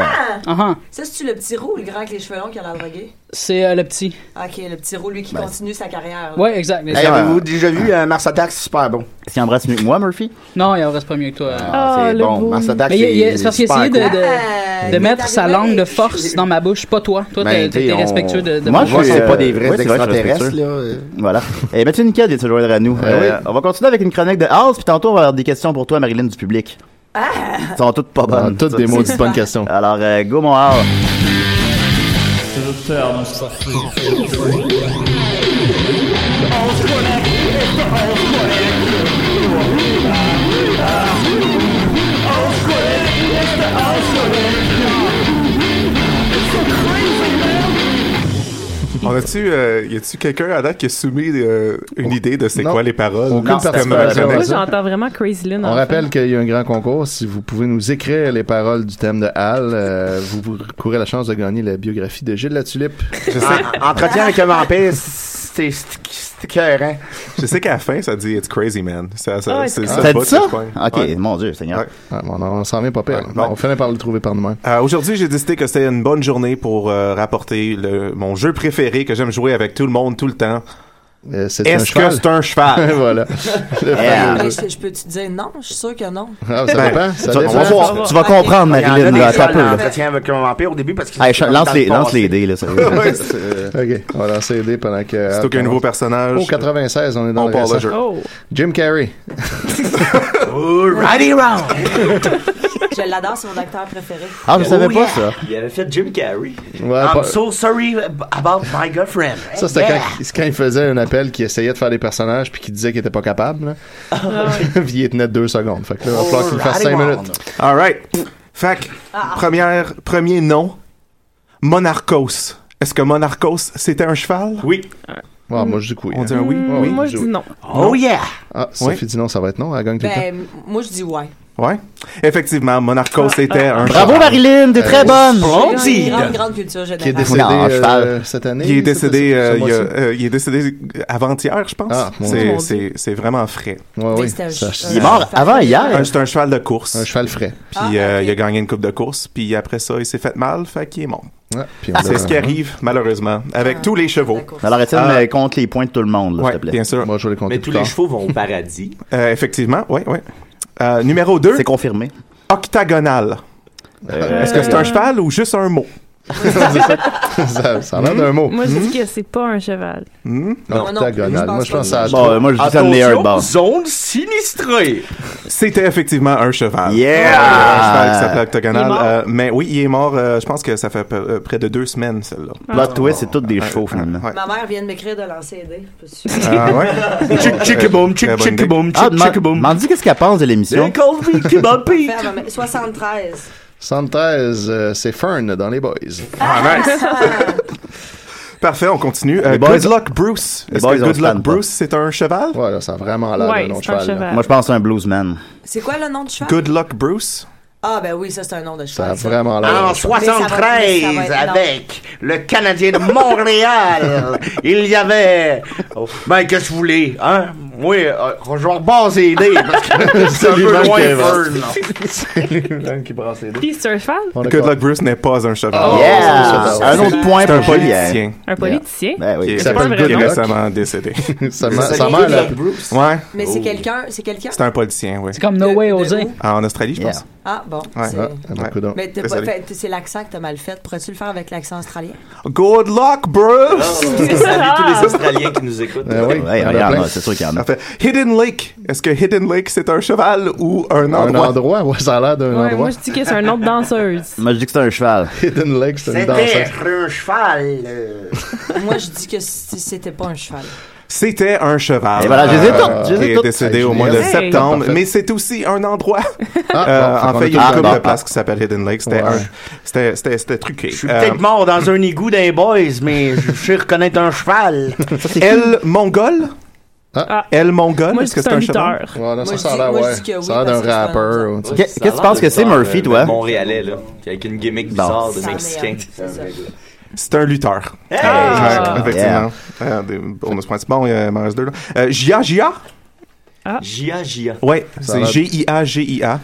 [SPEAKER 9] Ah, ah.
[SPEAKER 6] Ça, c'est-tu le petit roux ou le grand avec les cheveux longs qui a l'air drogué?
[SPEAKER 9] C'est euh, le petit.
[SPEAKER 6] Ok, le petit roux, lui qui continue sa carrière. là.
[SPEAKER 9] Ouais, exact.
[SPEAKER 5] Hey, Avez-vous déjà vu euh, Mars Attack, c'est super bon.
[SPEAKER 2] Est-ce qu'il embrasse mieux que moi, Murphy?
[SPEAKER 9] Non, il en reste pas mieux que toi.
[SPEAKER 5] Ah, c'est le bon. beau. Mars Attack,
[SPEAKER 9] Mais il- il-
[SPEAKER 5] c'est
[SPEAKER 9] c'est parce qu'il
[SPEAKER 5] super
[SPEAKER 9] essayait de,
[SPEAKER 5] cool.
[SPEAKER 9] de-
[SPEAKER 5] Ah,
[SPEAKER 9] de
[SPEAKER 5] il
[SPEAKER 9] mettre
[SPEAKER 5] est
[SPEAKER 9] sa
[SPEAKER 5] arrivé.
[SPEAKER 9] langue de force dans ma bouche, pas toi. Toi, t'es-
[SPEAKER 2] Ben,
[SPEAKER 9] t'es t'es
[SPEAKER 2] on-
[SPEAKER 9] respectueux de, de
[SPEAKER 2] Moi,
[SPEAKER 9] ma
[SPEAKER 2] je
[SPEAKER 9] voix.
[SPEAKER 2] suis-
[SPEAKER 5] c'est pas des
[SPEAKER 2] euh,
[SPEAKER 5] vrais
[SPEAKER 2] ouais, c'est vrai, je suis
[SPEAKER 5] extraterrestres,
[SPEAKER 2] respectueux.
[SPEAKER 5] là, euh.
[SPEAKER 2] Voilà. Et Eh, Mathieu Niquette vient se joindre à nous. Euh, On va continuer avec une chronique de House, puis tantôt, on va avoir des questions pour toi, Marilyn, du public.
[SPEAKER 6] Ah!
[SPEAKER 2] Elles sont toutes pas bonnes.
[SPEAKER 4] toutes des maudites bonnes
[SPEAKER 2] questions. Alors, euh, go, mon House.
[SPEAKER 1] C'est le terme, ça.
[SPEAKER 11] On a-tu, euh, y a-tu quelqu'un à date qui a soumis euh, une idée de c'est quoi les paroles?
[SPEAKER 4] Aucune
[SPEAKER 11] C'est comme,
[SPEAKER 4] participation.
[SPEAKER 11] euh,
[SPEAKER 3] Moi, j'entends vraiment Crazy Lynn.
[SPEAKER 4] On rappelle qu'il y a un grand concours. Si vous pouvez nous écrire les paroles du thème de Hal, euh, vous vous courez la chance de gagner la biographie de Gilles Latulippe. Ah.
[SPEAKER 11] Je sais.
[SPEAKER 5] En- Entretien avec un vampire, c'est c'est- c'est écœurant.
[SPEAKER 11] Je sais qu'à la fin, ça dit It's crazy, man. Ça, ça,
[SPEAKER 5] Ah ouais,
[SPEAKER 11] c'est
[SPEAKER 5] c'est
[SPEAKER 11] ça.
[SPEAKER 5] crazy.
[SPEAKER 11] le
[SPEAKER 5] T'as
[SPEAKER 11] bout
[SPEAKER 5] dit ça?
[SPEAKER 11] que je pogne.
[SPEAKER 2] Ok,
[SPEAKER 11] Ouais.
[SPEAKER 2] mon Dieu, Seigneur.
[SPEAKER 4] Ouais, Ah, bon, on s'en vient pas pire.
[SPEAKER 11] bon.
[SPEAKER 4] On finit par le trouver par nous-mêmes.
[SPEAKER 11] Euh, Aujourd'hui, j'ai décidé que c'était une bonne journée pour euh, rapporter le- mon jeu préféré que j'aime jouer avec tout le monde tout le temps.
[SPEAKER 4] Est-ce
[SPEAKER 6] un
[SPEAKER 11] que
[SPEAKER 4] Euh, cheval?
[SPEAKER 11] c'est un cheval?
[SPEAKER 4] Voilà. Le
[SPEAKER 11] Yeah.
[SPEAKER 6] Ben, je, je peux te dire non? Je suis sûr que non.
[SPEAKER 4] Ah,
[SPEAKER 11] ça dépend, ça dépend.
[SPEAKER 2] On va voir. Ben, Tu vas comprendre,
[SPEAKER 5] Il y en a
[SPEAKER 2] Marilyn,
[SPEAKER 5] des
[SPEAKER 2] là,
[SPEAKER 5] gens
[SPEAKER 2] t'as peu, là.
[SPEAKER 5] L'entretien avec un vampire au début parce que
[SPEAKER 2] Hey,
[SPEAKER 5] c'est comme
[SPEAKER 2] lance
[SPEAKER 5] dans
[SPEAKER 2] les-
[SPEAKER 5] le
[SPEAKER 2] lance
[SPEAKER 5] passé.
[SPEAKER 2] les dés, là, ça-
[SPEAKER 5] Ouais, c'est-
[SPEAKER 4] ok, on va lancer les dés pendant que.
[SPEAKER 11] C'est aucun nouveau personnage.
[SPEAKER 4] Oh, 96, on est dans
[SPEAKER 11] On
[SPEAKER 4] le
[SPEAKER 11] part le
[SPEAKER 4] récent.
[SPEAKER 11] jeu. Oh.
[SPEAKER 4] Jim Carrey.
[SPEAKER 5] Righty round!
[SPEAKER 6] Je l'adore, c'est mon acteur préféré.
[SPEAKER 11] Ah,
[SPEAKER 5] Oh, yeah. Il avait fait Jim Carrey. I'm
[SPEAKER 4] pas-
[SPEAKER 5] so sorry about my girlfriend.
[SPEAKER 4] Ça, c'était
[SPEAKER 5] Yeah.
[SPEAKER 4] quand, c'est quand il faisait un appel qui essayait de faire des personnages puis qui disait qu'il était pas capable. Là.
[SPEAKER 5] Ah
[SPEAKER 4] Puis il tenait deux secondes. Fait que là, il va falloir qu'il fasse cinq minutes.
[SPEAKER 11] All right. Fait que, première, premier nom, Monarchos. Est-ce que Monarchos, c'était un cheval?
[SPEAKER 5] Oui.
[SPEAKER 4] Ah, moi, je dis que oui.
[SPEAKER 11] On
[SPEAKER 4] hein.
[SPEAKER 11] dit un oui?
[SPEAKER 4] Ah,
[SPEAKER 11] Oui.
[SPEAKER 4] oui, oui.
[SPEAKER 11] Non.
[SPEAKER 4] Ah, Sophie
[SPEAKER 11] Oui.
[SPEAKER 4] dit non, hein, ça va être non. Elle gagne tout le temps.
[SPEAKER 6] Ben, moi, je dis ouais.
[SPEAKER 11] Ouais. Effectivement, Monarchos était un Euh,
[SPEAKER 2] Bravo, Marilyn, t'es très bonne.
[SPEAKER 6] Une grande, grande culture générale.
[SPEAKER 11] qui est décédé
[SPEAKER 2] Non,
[SPEAKER 11] euh,
[SPEAKER 2] cheval.
[SPEAKER 4] cette année.
[SPEAKER 11] Il est
[SPEAKER 4] c'est pas-
[SPEAKER 11] décédé,
[SPEAKER 4] c'est-
[SPEAKER 11] euh, il,
[SPEAKER 4] c'est
[SPEAKER 11] y a-
[SPEAKER 4] moitié.
[SPEAKER 11] euh, il est décédé avant-hier, je pense.
[SPEAKER 4] Ah, mon Dieu.
[SPEAKER 11] c'est,
[SPEAKER 4] Mon
[SPEAKER 11] c'est, c'est vraiment frais.
[SPEAKER 4] oui. Mais c'était un Ah, Ça- cheval. Il est mort
[SPEAKER 11] avant-hier. C'est un cheval de course. Un
[SPEAKER 4] cheval frais.
[SPEAKER 11] Puis euh, il a gagné une coupe de course. Puis après ça, il s'est fait mal, fait qu'il est mort.
[SPEAKER 4] Ouais, puis on
[SPEAKER 11] c'est
[SPEAKER 4] l'a-
[SPEAKER 11] ce qui arrive, malheureusement,
[SPEAKER 4] Ah,
[SPEAKER 11] avec tous les chevaux.
[SPEAKER 2] Ah, Alors, Étienne,
[SPEAKER 11] Ah,
[SPEAKER 2] euh, compte les points de tout le monde, là,
[SPEAKER 11] ouais,
[SPEAKER 2] s'il te plaît.
[SPEAKER 11] bien sûr.
[SPEAKER 4] Moi, je vais les compter
[SPEAKER 2] Mais tous plus les tard.
[SPEAKER 11] chevaux vont au paradis. effectivement, oui, oui. Euh, numéro 2. C'est
[SPEAKER 2] confirmé.
[SPEAKER 11] Octagonal.
[SPEAKER 2] Euh,
[SPEAKER 11] Est-ce que c'est un cheval ou juste un mot? Hmm?
[SPEAKER 4] ça, ça a l'air d'un mot. Hmm?
[SPEAKER 3] Moi, je dis que c'est pas un cheval.
[SPEAKER 11] Non,
[SPEAKER 3] Moi non plus,
[SPEAKER 4] Octagonal.
[SPEAKER 3] je pense
[SPEAKER 4] Moi, je
[SPEAKER 3] pas.
[SPEAKER 4] pense à
[SPEAKER 11] Bon, euh, moi, je dis ça de Léa Urbach.
[SPEAKER 8] zone sinistrée.
[SPEAKER 11] C'était effectivement un cheval. Euh,
[SPEAKER 8] Yeah!
[SPEAKER 11] Un cheval qui s'appelait Octagonal.
[SPEAKER 8] Il est mort.
[SPEAKER 11] Euh, mais oui, il est mort, euh, je pense que ça fait peu- euh, près de deux semaines, celle-là.
[SPEAKER 2] Plot twist, c'est toutes des chevaux, finalement.
[SPEAKER 11] Ah. Ouais.
[SPEAKER 6] Ma mère vient de m'écrire de lancer des. Peux-tu-
[SPEAKER 11] Ah, ouais?
[SPEAKER 2] Chick, chick, boom, chick, chick, boom,
[SPEAKER 4] Ah,
[SPEAKER 2] chick, chick, boom. Ah, M'en dis qu'est-ce qu'elle pense de l'émission.
[SPEAKER 6] Ferme, mais 73.
[SPEAKER 4] 73, euh, c'est Fern dans les Boys.
[SPEAKER 11] Ah, nice! Parfait, on continue. Euh,
[SPEAKER 4] Les boys-
[SPEAKER 11] good luck, Bruce.
[SPEAKER 4] Les
[SPEAKER 11] Est-ce
[SPEAKER 4] boys,
[SPEAKER 11] que
[SPEAKER 4] on
[SPEAKER 11] Good
[SPEAKER 4] se
[SPEAKER 11] luck,
[SPEAKER 4] tanne pas.
[SPEAKER 11] Bruce, c'est un cheval?
[SPEAKER 4] Ouais, là, ça a vraiment
[SPEAKER 6] l'air Ouais, d'un autre c'est un cheval, là. cheval.
[SPEAKER 2] Moi, je pense à un bluesman.
[SPEAKER 6] C'est quoi le nom du cheval?
[SPEAKER 11] Good luck, Bruce.
[SPEAKER 6] Ah, ben oui, ça, c'est un nom de cheval.
[SPEAKER 10] En
[SPEAKER 6] ça. Mais ça va- mais ça va être
[SPEAKER 10] 73,
[SPEAKER 6] énorme.
[SPEAKER 10] avec le Canadien de Montréal, il y avait. Oh, ben, qu'est-ce que vous voulez, hein? Moi, euh, je vais rebaser les dés parce que c'est un
[SPEAKER 4] lui
[SPEAKER 10] peu
[SPEAKER 4] même
[SPEAKER 10] loin
[SPEAKER 4] qui
[SPEAKER 10] Fern,
[SPEAKER 4] invente.
[SPEAKER 10] là.
[SPEAKER 4] C'est lui-même qui brasse les
[SPEAKER 3] Puis c'est un cheval?
[SPEAKER 11] Good luck, Bruce n'est pas un cheval.
[SPEAKER 3] Oh, Yeah! c'est un cheval.
[SPEAKER 11] C'est-
[SPEAKER 3] Un autre point
[SPEAKER 11] C'est un
[SPEAKER 3] pour Julien.
[SPEAKER 11] politicien.
[SPEAKER 3] Un politicien?
[SPEAKER 11] Ben oui. Qui est-
[SPEAKER 3] C'est pas un vrai
[SPEAKER 11] qui est
[SPEAKER 3] nom.
[SPEAKER 11] récemment décédé.
[SPEAKER 4] sa
[SPEAKER 10] mère- sa mère, là.
[SPEAKER 11] Ouais.
[SPEAKER 6] Mais c'est
[SPEAKER 11] Oh.
[SPEAKER 6] quelqu'un, c'est quelqu'un?
[SPEAKER 11] C'est un politicien, oui.
[SPEAKER 9] C'est comme No Way Jose.
[SPEAKER 11] Ah, En Australie, je pense.
[SPEAKER 6] Ah, bon.
[SPEAKER 11] Ouais.
[SPEAKER 6] c'est-
[SPEAKER 11] Ouais.
[SPEAKER 6] Mais t'as pas
[SPEAKER 11] Désolé.
[SPEAKER 6] fait, c'est l'accent que t'as mal fait. Pourrais-tu le faire avec l'accent australien?
[SPEAKER 11] Good luck, Bruce!
[SPEAKER 6] C'est ça.
[SPEAKER 10] Tous les Australiens qui nous écoutent.
[SPEAKER 4] Ben
[SPEAKER 12] Ben
[SPEAKER 11] Ah oui,
[SPEAKER 2] Oh, Ouais,
[SPEAKER 11] il y en a
[SPEAKER 2] regarde,
[SPEAKER 11] plein.
[SPEAKER 2] là, c'est sûr qu'il y en a.
[SPEAKER 11] Parfait. Hidden Lake. Est-ce que Hidden Lake, c'est un cheval ou un
[SPEAKER 4] Un
[SPEAKER 11] endroit?
[SPEAKER 4] endroit, ouais, ça a l'air d'un
[SPEAKER 3] Ouais,
[SPEAKER 4] endroit.
[SPEAKER 3] moi, je dis que c'est un nom de danseuse.
[SPEAKER 2] Moi, je dis que c'est un cheval.
[SPEAKER 4] Hidden Lake, c'est une
[SPEAKER 10] C'était
[SPEAKER 4] danseuse.
[SPEAKER 10] un cheval. euh.
[SPEAKER 6] Moi, je dis que c- c'était pas un cheval.
[SPEAKER 11] C'était un cheval.
[SPEAKER 2] Et voilà, je les ai
[SPEAKER 11] Euh,
[SPEAKER 2] toutes, je les ai
[SPEAKER 11] qui est
[SPEAKER 2] toutes.
[SPEAKER 11] décédé
[SPEAKER 2] Hey,
[SPEAKER 11] au mois de
[SPEAKER 2] Julien. Hey.
[SPEAKER 11] septembre,
[SPEAKER 2] Parfait.
[SPEAKER 11] mais c'est aussi un endroit.
[SPEAKER 4] Ah,
[SPEAKER 11] Euh,
[SPEAKER 4] bon,
[SPEAKER 11] en fait, il y a
[SPEAKER 4] ah,
[SPEAKER 11] une couple
[SPEAKER 4] bon.
[SPEAKER 11] de places qui s'appelle Hidden Lake. C'était
[SPEAKER 4] Ouais.
[SPEAKER 11] un- c'était- c'était- c'était truqué. Euh,
[SPEAKER 10] Je suis peut-être mort dans un égout d'un boys, mais je sais reconnaître un cheval.
[SPEAKER 11] El Mongol? El Mongol,
[SPEAKER 10] Ah. Moi,
[SPEAKER 11] est-ce que
[SPEAKER 10] c'est
[SPEAKER 11] c'est
[SPEAKER 10] un
[SPEAKER 11] un cheval?
[SPEAKER 10] lutteur. Ouais, non, ça, Moi, ça a je dis- l'air, moi, je ouais. dis que oui,
[SPEAKER 4] Ça a l'air d'un rappeur.
[SPEAKER 2] Qu'est- Qu'est-ce que tu penses que c'est, Murphy, toi?
[SPEAKER 12] Montréalais, là. Avec une gimmick bizarre de
[SPEAKER 6] Ça
[SPEAKER 12] Mexicain.
[SPEAKER 6] merde, c'est ça.
[SPEAKER 11] C'est un lutteur.
[SPEAKER 12] Hey!
[SPEAKER 11] Ah,
[SPEAKER 12] Ah.
[SPEAKER 11] effectivement. Euh, des- on me se pointe. Bon, il m'en reste deux. là. Euh, Gia Gia?
[SPEAKER 12] Gia Gia.
[SPEAKER 11] Ouais,
[SPEAKER 4] Ça
[SPEAKER 11] c'est
[SPEAKER 4] va.
[SPEAKER 11] G-I-A-G-I-A.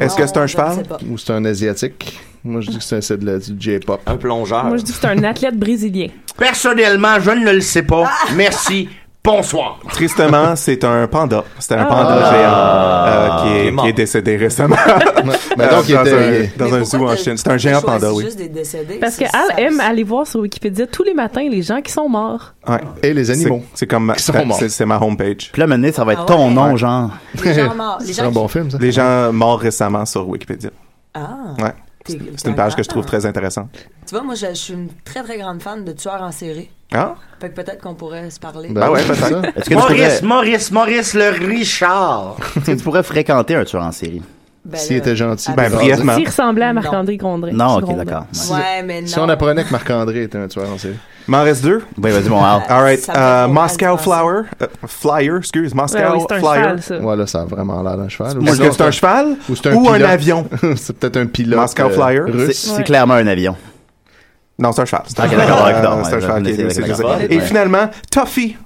[SPEAKER 11] Est-ce que c'est un cheval?
[SPEAKER 4] Ou c'est un asiatique? Moi, je dis que c'est un- c'est de la- du J-pop.
[SPEAKER 12] Un plongeur.
[SPEAKER 3] Moi, je dis que c'est un athlète brésilien.
[SPEAKER 10] Ah. Personnellement, je ne le sais pas.
[SPEAKER 2] Ah.
[SPEAKER 10] Merci. Bonsoir.
[SPEAKER 11] Tristement, c'est un panda. C'était un
[SPEAKER 10] Ah.
[SPEAKER 11] panda
[SPEAKER 12] Ah.
[SPEAKER 11] géant euh, qui,
[SPEAKER 12] Il est
[SPEAKER 11] est,
[SPEAKER 12] mort.
[SPEAKER 11] qui est décédé récemment. Euh,
[SPEAKER 4] Mais donc, il
[SPEAKER 11] dans
[SPEAKER 4] était-
[SPEAKER 11] un,
[SPEAKER 4] il-
[SPEAKER 11] dans un zoo en Chine. C'est un géant panda, oui.
[SPEAKER 6] des décédés.
[SPEAKER 3] Parce que
[SPEAKER 6] C'est- ça-
[SPEAKER 3] Al aime aller voir sur Wikipédia tous les matins les gens qui sont morts.
[SPEAKER 11] Ouais.
[SPEAKER 4] Et les animaux.
[SPEAKER 11] C'est c'est comme ma,
[SPEAKER 4] sont
[SPEAKER 11] c'est-
[SPEAKER 4] morts.
[SPEAKER 11] c'est- c'est ma homepage.
[SPEAKER 2] Puis là, maintenant, ça va
[SPEAKER 6] être Ah ton ouais? nom,
[SPEAKER 2] genre.
[SPEAKER 6] Les gens morts, les C'est gens un qui- bon
[SPEAKER 4] film, ça.
[SPEAKER 11] Les gens morts récemment sur Wikipédia.
[SPEAKER 6] Ah.
[SPEAKER 11] Ouais.
[SPEAKER 6] T'es-
[SPEAKER 11] C'est une page que je trouve très intéressante.
[SPEAKER 6] Tu vois, moi, je, je suis une très, très grande fan de tueurs en série.
[SPEAKER 11] Ah?
[SPEAKER 6] Fait que peut-être qu'on pourrait se parler.
[SPEAKER 11] Ben ouais, peut-être.
[SPEAKER 2] Est-ce que tu
[SPEAKER 10] Maurice,
[SPEAKER 2] pourrais-
[SPEAKER 10] Maurice, Maurice le Richard.
[SPEAKER 2] est-ce que tu pourrais fréquenter un tueur en série?
[SPEAKER 4] S'il était gentil.
[SPEAKER 11] Ah,
[SPEAKER 2] Ben, brièvement.
[SPEAKER 3] S'il ressemblait à Marc-André Gondry.
[SPEAKER 2] Non, ok,
[SPEAKER 3] Gondry.
[SPEAKER 2] d'accord.
[SPEAKER 4] Si-
[SPEAKER 6] Ouais, mais non.
[SPEAKER 4] Si on apprenait que Marc-André était un tueur en série.
[SPEAKER 11] M'en reste deux?
[SPEAKER 2] Oui, Ben, vas-y, mon Al.
[SPEAKER 11] All right.
[SPEAKER 4] Ça me fait trop
[SPEAKER 11] euh,
[SPEAKER 4] mal
[SPEAKER 11] Moscow
[SPEAKER 4] de penser.
[SPEAKER 11] Flower. euh, flyer, excuse. Moscow
[SPEAKER 3] Ouais, oui, c'est un
[SPEAKER 11] Flyer.
[SPEAKER 3] cheval, ça.
[SPEAKER 4] Ouais, là, ça a vraiment l'air d'un cheval.
[SPEAKER 11] Est-ce que c'est un cheval
[SPEAKER 4] ou, c'est
[SPEAKER 11] ou un
[SPEAKER 4] pilote?
[SPEAKER 11] avion?
[SPEAKER 4] c'est peut-être un pilote.
[SPEAKER 11] Moscow
[SPEAKER 4] euh,
[SPEAKER 11] Flyer.
[SPEAKER 4] russe.
[SPEAKER 2] C'est c'est clairement un avion.
[SPEAKER 11] Non, c'est un cheval. C'est
[SPEAKER 2] Ok, d'accord,
[SPEAKER 11] Euh,
[SPEAKER 2] d'accord, d'accord,
[SPEAKER 11] c'est un
[SPEAKER 2] ouais,
[SPEAKER 11] cheval qui est
[SPEAKER 2] d'accord,
[SPEAKER 11] décédé.
[SPEAKER 2] d'accord,
[SPEAKER 11] Et
[SPEAKER 2] ouais. Ah,
[SPEAKER 11] finalement, Toffee.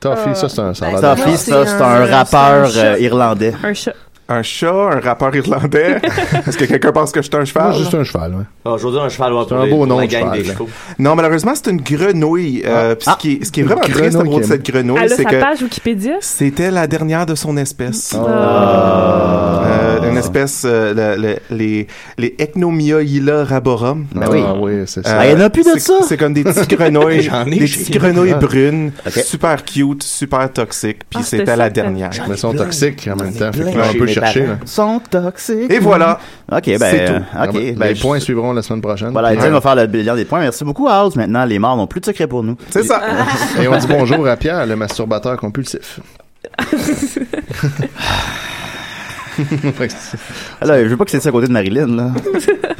[SPEAKER 4] Toffee, ça, c'est un ça a l'air d'un
[SPEAKER 2] Toffee,
[SPEAKER 4] cheval.
[SPEAKER 2] ça, c'est un rappeur euh, irlandais.
[SPEAKER 3] Un chat.
[SPEAKER 11] Un chat, un rappeur irlandais. Est-ce que quelqu'un pense que je suis un cheval?
[SPEAKER 4] Moi, juste un cheval, ouais.
[SPEAKER 12] Ah, je veux dire un cheval ouais,
[SPEAKER 4] C'est
[SPEAKER 12] pour,
[SPEAKER 4] un
[SPEAKER 12] les-
[SPEAKER 4] beau
[SPEAKER 12] pour
[SPEAKER 4] nom
[SPEAKER 12] la
[SPEAKER 4] de
[SPEAKER 12] gang
[SPEAKER 4] cheval,
[SPEAKER 12] des
[SPEAKER 4] là. Ah.
[SPEAKER 12] chevaux.
[SPEAKER 11] Non, malheureusement, c'est une grenouille. euh, puis ce, qui est, ce qui est vraiment
[SPEAKER 4] Une
[SPEAKER 11] triste à propos de
[SPEAKER 4] grenouille
[SPEAKER 11] cette
[SPEAKER 4] qui aime.
[SPEAKER 11] grenouille,
[SPEAKER 3] Elle a
[SPEAKER 11] c'est
[SPEAKER 3] sa
[SPEAKER 11] que
[SPEAKER 3] page Wikipédia.
[SPEAKER 11] c'était la dernière de son espèce.
[SPEAKER 4] Ah.
[SPEAKER 11] Euh, une espèce, euh, le- le- les, les Echnomyoila raborum.
[SPEAKER 4] Ben oui. Ah oui, c'est ça.
[SPEAKER 11] Euh,
[SPEAKER 4] Ah, il y en a plus de
[SPEAKER 11] c'est-
[SPEAKER 4] ça?
[SPEAKER 11] C'est comme des petites grenouilles,
[SPEAKER 4] J'en ai
[SPEAKER 11] des
[SPEAKER 4] chez
[SPEAKER 11] petites grenouilles
[SPEAKER 4] moi.
[SPEAKER 11] brunes,
[SPEAKER 4] Ok.
[SPEAKER 11] super cute, super toxiques, puis
[SPEAKER 4] Ah, c'était
[SPEAKER 11] c'était
[SPEAKER 4] ça,
[SPEAKER 11] la
[SPEAKER 4] c'était-
[SPEAKER 11] dernière.
[SPEAKER 4] Mais elles sont toxiques en même temps, Ah, fait
[SPEAKER 11] plein
[SPEAKER 4] qu'on
[SPEAKER 11] chez
[SPEAKER 4] peut
[SPEAKER 11] mes
[SPEAKER 4] chercher.
[SPEAKER 11] parents.
[SPEAKER 4] là.
[SPEAKER 2] Sont toxiques.
[SPEAKER 11] Et voilà.
[SPEAKER 2] OK, ben.
[SPEAKER 4] C'est tout.
[SPEAKER 2] OK,
[SPEAKER 4] Les
[SPEAKER 2] ben, je-
[SPEAKER 4] points suivront la semaine prochaine.
[SPEAKER 2] Voilà,
[SPEAKER 4] Puis,
[SPEAKER 2] Étienne va faire le bilan des points. Merci beaucoup, House. Maintenant, les morts n'ont plus de secret pour nous.
[SPEAKER 11] C'est ça.
[SPEAKER 4] Et on dit bonjour à Pierre, le masturbateur compulsif.
[SPEAKER 2] Ah, Là, je veux pas que c'est ça à côté de Marilyn, là.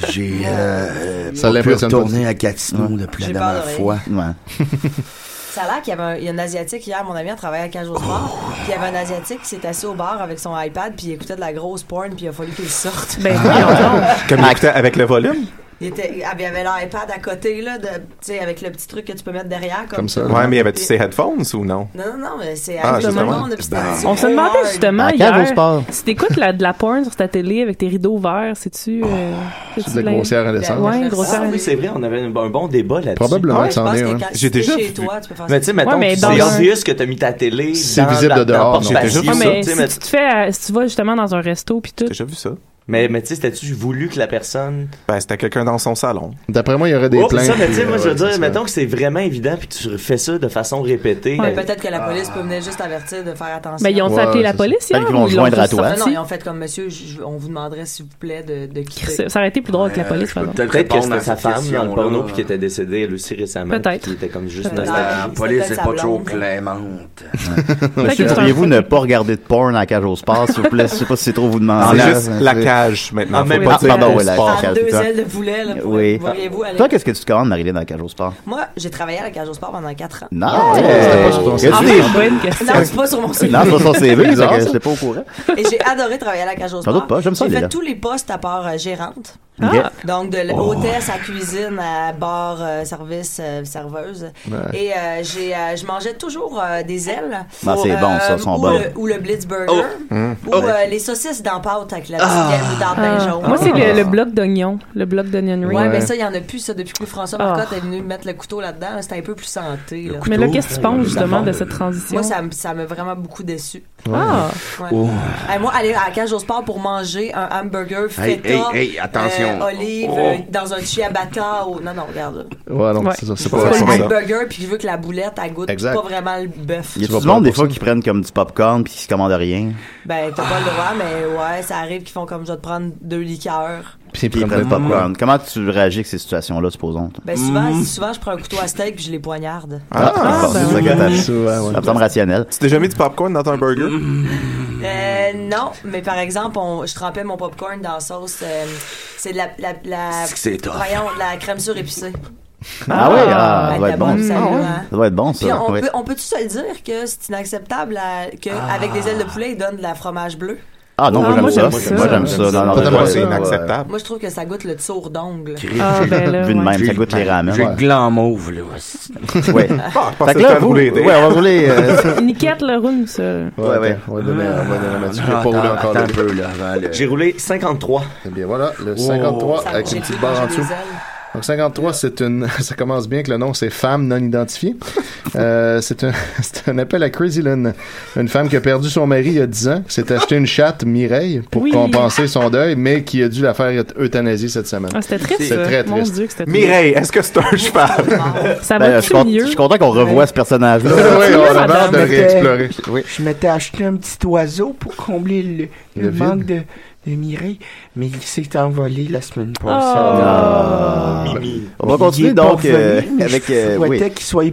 [SPEAKER 5] J'ai euh,
[SPEAKER 2] Ça
[SPEAKER 5] pas pu
[SPEAKER 2] l'impressionne pas.
[SPEAKER 5] retourner à Gatineau depuis la
[SPEAKER 6] J'ai peur
[SPEAKER 5] dernière
[SPEAKER 6] de rien.
[SPEAKER 5] fois.
[SPEAKER 2] Ouais.
[SPEAKER 6] salaire qu'il y avait un, il y a un asiatique hier, mon ami a travaillé à Cage au Sport,
[SPEAKER 11] Oh.
[SPEAKER 6] puis il y avait un asiatique qui s'est assis au bar avec son iPad puis il écoutait de la grosse porn puis il a fallu qu'il sorte.
[SPEAKER 3] Ben,
[SPEAKER 11] Ah. Comme il écoutait avec le volume.
[SPEAKER 6] Il, était, ah, ben, il avait l'iPad à côté là, de, tu sais, avec le petit truc que tu peux mettre derrière comme,
[SPEAKER 11] Comme ça. Ouais, mais y avait-tu ses headphones ou non?
[SPEAKER 6] Non, non, non, mais c'est
[SPEAKER 11] Ah,
[SPEAKER 6] à tout le
[SPEAKER 11] justement.
[SPEAKER 6] monde. puis c'était-
[SPEAKER 11] Ben.
[SPEAKER 6] c'est
[SPEAKER 3] Bah, On se demandait
[SPEAKER 6] hard.
[SPEAKER 3] justement
[SPEAKER 11] À
[SPEAKER 3] hier,
[SPEAKER 11] cage au sport.
[SPEAKER 3] si t'écoutes la, de la porn sur ta télé avec tes rideaux ouverts, c'est-tu... euh, c'est-tu
[SPEAKER 4] de
[SPEAKER 3] la-
[SPEAKER 4] grossière indécence.
[SPEAKER 3] Ouais, grossière
[SPEAKER 12] Ah oui, c'est vrai, on avait un bon débat là-dessus.
[SPEAKER 4] Probablement que ça en est, hein.
[SPEAKER 12] J'ai
[SPEAKER 6] déjà
[SPEAKER 12] chez
[SPEAKER 6] toi, tu peux faire
[SPEAKER 12] Mais tu sais,
[SPEAKER 3] Ouais,
[SPEAKER 12] mettons,
[SPEAKER 3] mais
[SPEAKER 12] tu
[SPEAKER 3] dans
[SPEAKER 12] sais,
[SPEAKER 3] un-
[SPEAKER 12] obvious que t'as mis ta télé.
[SPEAKER 4] C'est
[SPEAKER 12] dans
[SPEAKER 4] visible
[SPEAKER 12] la-
[SPEAKER 4] de
[SPEAKER 12] dans la
[SPEAKER 4] dehors,
[SPEAKER 12] porte
[SPEAKER 4] j'ai déjà
[SPEAKER 12] patio,
[SPEAKER 3] Ouais, mais
[SPEAKER 12] tu sais,
[SPEAKER 3] si
[SPEAKER 12] mais-
[SPEAKER 3] tu te fais, à- si tu vas justement dans un resto puis tout,
[SPEAKER 11] J'ai déjà vu ça.
[SPEAKER 12] Mais, mais tu sais, c'était-tu voulu que la personne.
[SPEAKER 11] Ben, c'était quelqu'un dans son salon.
[SPEAKER 4] D'après moi, il y aurait des
[SPEAKER 12] Oh,
[SPEAKER 4] plaintes.
[SPEAKER 12] ça, mais tu sais,
[SPEAKER 4] puis, euh,
[SPEAKER 12] moi, je veux
[SPEAKER 4] ouais, c'est
[SPEAKER 12] dire,
[SPEAKER 4] ça.
[SPEAKER 12] mettons que c'est vraiment évident puis que tu fais ça de façon répétée.
[SPEAKER 6] Ouais, peut-être que la police peut venir juste avertir de faire attention.
[SPEAKER 3] Ben, ils ont appelé la police,
[SPEAKER 12] Peut-être
[SPEAKER 3] hier,
[SPEAKER 12] qu'ils vont
[SPEAKER 3] ou ils
[SPEAKER 12] joindre
[SPEAKER 3] l'ont
[SPEAKER 12] à
[SPEAKER 3] juste
[SPEAKER 12] toi.
[SPEAKER 6] Non,
[SPEAKER 3] sorti?
[SPEAKER 6] non, ils ont fait comme monsieur, je- je- on vous demanderait s'il vous plaît de, de quitter.
[SPEAKER 3] Ça aurait été plus drôle que la police, par exemple.
[SPEAKER 12] Peut-être que c'était sa femme dans le porno
[SPEAKER 10] là.
[SPEAKER 12] puis qui était décédée elle aussi récemment.
[SPEAKER 3] Peut-être.
[SPEAKER 12] Qui était comme juste
[SPEAKER 3] Peut-être.
[SPEAKER 12] nostalgique.
[SPEAKER 10] La police n'est
[SPEAKER 6] sa
[SPEAKER 10] pas toujours
[SPEAKER 6] blonde.
[SPEAKER 10] clémente.
[SPEAKER 2] Monsieur,
[SPEAKER 12] que c'est un-
[SPEAKER 2] pourriez-vous ne pas regarder de porn à la cage au sport, s'il vous plaît? Je sais pas si c'est trop vous demander.
[SPEAKER 11] C'est juste la cage, maintenant.
[SPEAKER 2] En
[SPEAKER 11] Faut
[SPEAKER 2] même
[SPEAKER 11] pas
[SPEAKER 2] temps,
[SPEAKER 11] dire
[SPEAKER 2] pardon,
[SPEAKER 11] au
[SPEAKER 2] ouais, la
[SPEAKER 11] sport.
[SPEAKER 2] la cage.
[SPEAKER 6] Deux
[SPEAKER 2] putain.
[SPEAKER 6] ailes de poulet, là, pour-
[SPEAKER 2] Oui.
[SPEAKER 6] pourriez-vous aller-
[SPEAKER 2] Toi, qu'est-ce que tu commandes, Marilyn, dans la cage au sport?
[SPEAKER 6] Moi, j'ai travaillé à la cage au sport pendant 4 ans.
[SPEAKER 2] Non!
[SPEAKER 6] Ouais.
[SPEAKER 3] Ah,
[SPEAKER 2] Y a-tu des-
[SPEAKER 3] bonne
[SPEAKER 6] Non, c'est pas sur mon CV.
[SPEAKER 2] Non, c'est pas sur son CV, fait
[SPEAKER 4] Bizarre,
[SPEAKER 2] que
[SPEAKER 4] ça.
[SPEAKER 2] j'étais pas au courant.
[SPEAKER 6] Et j'ai adoré travailler à la cage au
[SPEAKER 2] J'en
[SPEAKER 6] sport.
[SPEAKER 2] doute pas, j'aime ça,
[SPEAKER 6] J'ai
[SPEAKER 2] les
[SPEAKER 6] fait
[SPEAKER 2] gars.
[SPEAKER 6] tous les postes à part euh, gérante.
[SPEAKER 2] Ok. Oh.
[SPEAKER 6] Donc, de l'hôtesse à cuisine, à bar, euh, service, euh, serveuse.
[SPEAKER 2] Ouais.
[SPEAKER 6] Et euh, j'ai, euh, je mangeais toujours euh, des ailes.
[SPEAKER 2] Ah, c'est bon, ça,
[SPEAKER 6] Euh,
[SPEAKER 2] sont
[SPEAKER 6] ou
[SPEAKER 2] bons.
[SPEAKER 6] Le, ou le Blitzburger.
[SPEAKER 2] Mm.
[SPEAKER 6] Ou euh, les saucisses dans pâte avec la petite
[SPEAKER 3] Ah.
[SPEAKER 6] galette moutarde
[SPEAKER 3] Ah.
[SPEAKER 6] ben jaune.
[SPEAKER 3] Moi, c'est le, le bloc d'oignon. Le bloc d'oignon ring.
[SPEAKER 6] Ouais, mais ça, il n'y en a plus, ça, depuis que François
[SPEAKER 3] Ah.
[SPEAKER 6] Marcotte est venu mettre le couteau là-dedans. là, C'était un peu plus santé. là.
[SPEAKER 3] Mais là, qu'est-ce que tu penses justement de cette transition?
[SPEAKER 6] Moi, ça, me- ça m'a vraiment beaucoup déçu.
[SPEAKER 3] Ah.
[SPEAKER 6] Ouais.
[SPEAKER 10] Oh.
[SPEAKER 6] Hey, moi, aller à la cage au sport pour manger un hamburger feta,
[SPEAKER 10] Hey, hey, hey, attention.
[SPEAKER 6] euh, olive,
[SPEAKER 10] Oh.
[SPEAKER 6] euh, dans un ciabatta. Ou... Non, non, regarde. là.
[SPEAKER 4] Ouais, non,
[SPEAKER 6] Ouais.
[SPEAKER 4] c'est ça. C'est
[SPEAKER 6] Je
[SPEAKER 4] pas
[SPEAKER 6] veux
[SPEAKER 4] c'est
[SPEAKER 6] le
[SPEAKER 4] pas ça.
[SPEAKER 6] hamburger, puis je veux que la boulette, elle goûte
[SPEAKER 2] Exact.
[SPEAKER 6] pas vraiment le bœuf.
[SPEAKER 2] Y a tout le monde, des fois, qui prennent comme du popcorn puis qui se commandent rien.
[SPEAKER 6] Ben, t'as pas le droit, mais ouais, ça arrive qu'ils font comme je vais te prendre deux liqueurs.
[SPEAKER 2] Puis ils prennent
[SPEAKER 4] prennent
[SPEAKER 2] du
[SPEAKER 4] pas.
[SPEAKER 2] popcorn. Comment tu réagis avec ces situations-là, supposons? toi?
[SPEAKER 6] Ben, souvent, souvent, je prends un couteau à steak, puis je les poignarde.
[SPEAKER 2] Mm. Ah,
[SPEAKER 11] Hmm. Ah, ben
[SPEAKER 2] bon, c'est ça
[SPEAKER 11] oui.
[SPEAKER 2] que t'as-
[SPEAKER 11] Souvent, ouais.
[SPEAKER 2] ça me semble rationnel.
[SPEAKER 11] Tu t'es jamais mis du popcorn dans ton burger?
[SPEAKER 6] Euh, non, mais par exemple, on- je trempais mon popcorn dans sauce. euh, c'est de la. la, la
[SPEAKER 2] C'est que c'est tough.
[SPEAKER 6] Voyons, de la crème surépicée.
[SPEAKER 2] Ah oui, ah, ça
[SPEAKER 6] Elle
[SPEAKER 2] doit
[SPEAKER 6] était
[SPEAKER 2] être bon.
[SPEAKER 6] bonne,
[SPEAKER 2] Ça
[SPEAKER 6] celle-là, hein.
[SPEAKER 2] doit être bon,
[SPEAKER 6] Puis
[SPEAKER 2] ça.
[SPEAKER 6] on
[SPEAKER 2] oui.
[SPEAKER 6] peut, on peut-tu se le dire que c'est inacceptable à- que avec des ailes de poulet ils donnent de la fromage bleue.
[SPEAKER 2] Ah non, moi, j'aime ça. Moi, j'aime ça. Non, non,
[SPEAKER 4] Pas tellement
[SPEAKER 2] ouais,
[SPEAKER 4] ça,
[SPEAKER 2] ouais.
[SPEAKER 4] inacceptable.
[SPEAKER 6] Moi je trouve que ça goûte le tour d'ongle.
[SPEAKER 2] Ah, ben là, Vu de ouais. même, ça goûte les ramen.
[SPEAKER 10] J'ai
[SPEAKER 2] Ouais.
[SPEAKER 10] le gland mauve, là. aussi.
[SPEAKER 2] Ouais.
[SPEAKER 10] Ah,
[SPEAKER 2] Fait que là, vous, ouais, on va rouler. euh,
[SPEAKER 3] Niquette le room, ça.
[SPEAKER 4] Ouais, ouais. On va donner on va donner à Mathieu.
[SPEAKER 2] Ah,
[SPEAKER 4] J'ai pas
[SPEAKER 10] Attends,
[SPEAKER 4] roulé encore
[SPEAKER 10] attends
[SPEAKER 4] le-
[SPEAKER 10] un peu, là, avant le-
[SPEAKER 12] J'ai roulé 53.
[SPEAKER 4] Eh bien voilà,
[SPEAKER 2] Oh.
[SPEAKER 4] le 53
[SPEAKER 10] Ça
[SPEAKER 4] avec
[SPEAKER 10] mange
[SPEAKER 4] une
[SPEAKER 10] des
[SPEAKER 4] petite
[SPEAKER 10] ailes,
[SPEAKER 4] barre en
[SPEAKER 10] mange des
[SPEAKER 4] dessous. Donc 53, c'est une, ça commence bien que le nom c'est femme non identifiée. Euh, c'est un, c'est un appel à Crazy Lynn, une femme qui a perdu son mari il y a 10 ans, qui s'est acheté une chatte Mireille pour
[SPEAKER 3] Oui.
[SPEAKER 4] compenser son deuil, mais qui a dû la faire euthanasier cette semaine.
[SPEAKER 3] Ah, c'était triste,
[SPEAKER 4] C'est
[SPEAKER 3] ça.
[SPEAKER 4] très
[SPEAKER 3] Mon
[SPEAKER 4] triste.
[SPEAKER 3] Dieu, que c'était triste.
[SPEAKER 11] Mireille, est-ce que c'est un cheval?
[SPEAKER 3] Ça
[SPEAKER 2] ben,
[SPEAKER 3] va
[SPEAKER 2] je suis
[SPEAKER 3] tout
[SPEAKER 2] cont-
[SPEAKER 3] mieux.
[SPEAKER 2] je suis content qu'on revoie ce personnage-là.
[SPEAKER 4] Oui, on a l'air
[SPEAKER 2] Madame.
[SPEAKER 4] de réexplorer.
[SPEAKER 2] Oui.
[SPEAKER 13] Je m'étais acheté un petit oiseau pour combler le, le
[SPEAKER 4] Le vide.
[SPEAKER 13] manque de, de Mireille, mais il s'est envolé la semaine passée.
[SPEAKER 2] Ah. On va continuer
[SPEAKER 13] Il est pas
[SPEAKER 2] donc euh,
[SPEAKER 13] revenu, mais
[SPEAKER 2] avec.
[SPEAKER 13] Je
[SPEAKER 2] euh,
[SPEAKER 13] souhaitais
[SPEAKER 2] oui.
[SPEAKER 13] qu'il soit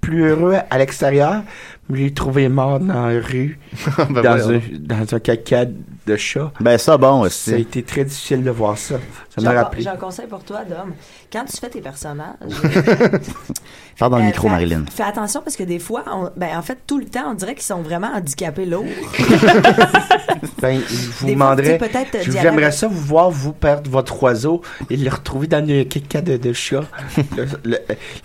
[SPEAKER 13] plus heureux à l'extérieur, mais je l'ai trouvé mort dans la rue,
[SPEAKER 2] Ben
[SPEAKER 13] dans,
[SPEAKER 2] voyons.
[SPEAKER 13] un, dans un caca de chat.
[SPEAKER 2] Ben ça, bon aussi.
[SPEAKER 13] Ça a été très difficile de voir ça. Ça
[SPEAKER 6] J'ai
[SPEAKER 13] m'a
[SPEAKER 6] un-
[SPEAKER 13] rappelé.
[SPEAKER 6] J'ai un conseil pour toi, Dom. Quand tu fais tes personnages,
[SPEAKER 2] Parle dans le
[SPEAKER 6] euh,
[SPEAKER 2] micro,
[SPEAKER 6] fais-
[SPEAKER 2] Marilyn.
[SPEAKER 6] Fais attention parce que des fois, on- ben, en fait, tout le temps, on dirait qu'ils sont vraiment handicapés lourds.
[SPEAKER 13] Ben, je vous
[SPEAKER 6] Des fois,
[SPEAKER 13] demanderais.
[SPEAKER 6] tu sais, peut-être, euh,
[SPEAKER 13] je-
[SPEAKER 6] d'y aller
[SPEAKER 13] J'aimerais
[SPEAKER 6] avec-
[SPEAKER 13] ça vous voir vous perdre votre oiseau et le retrouver dans le caca de, de chat le, le-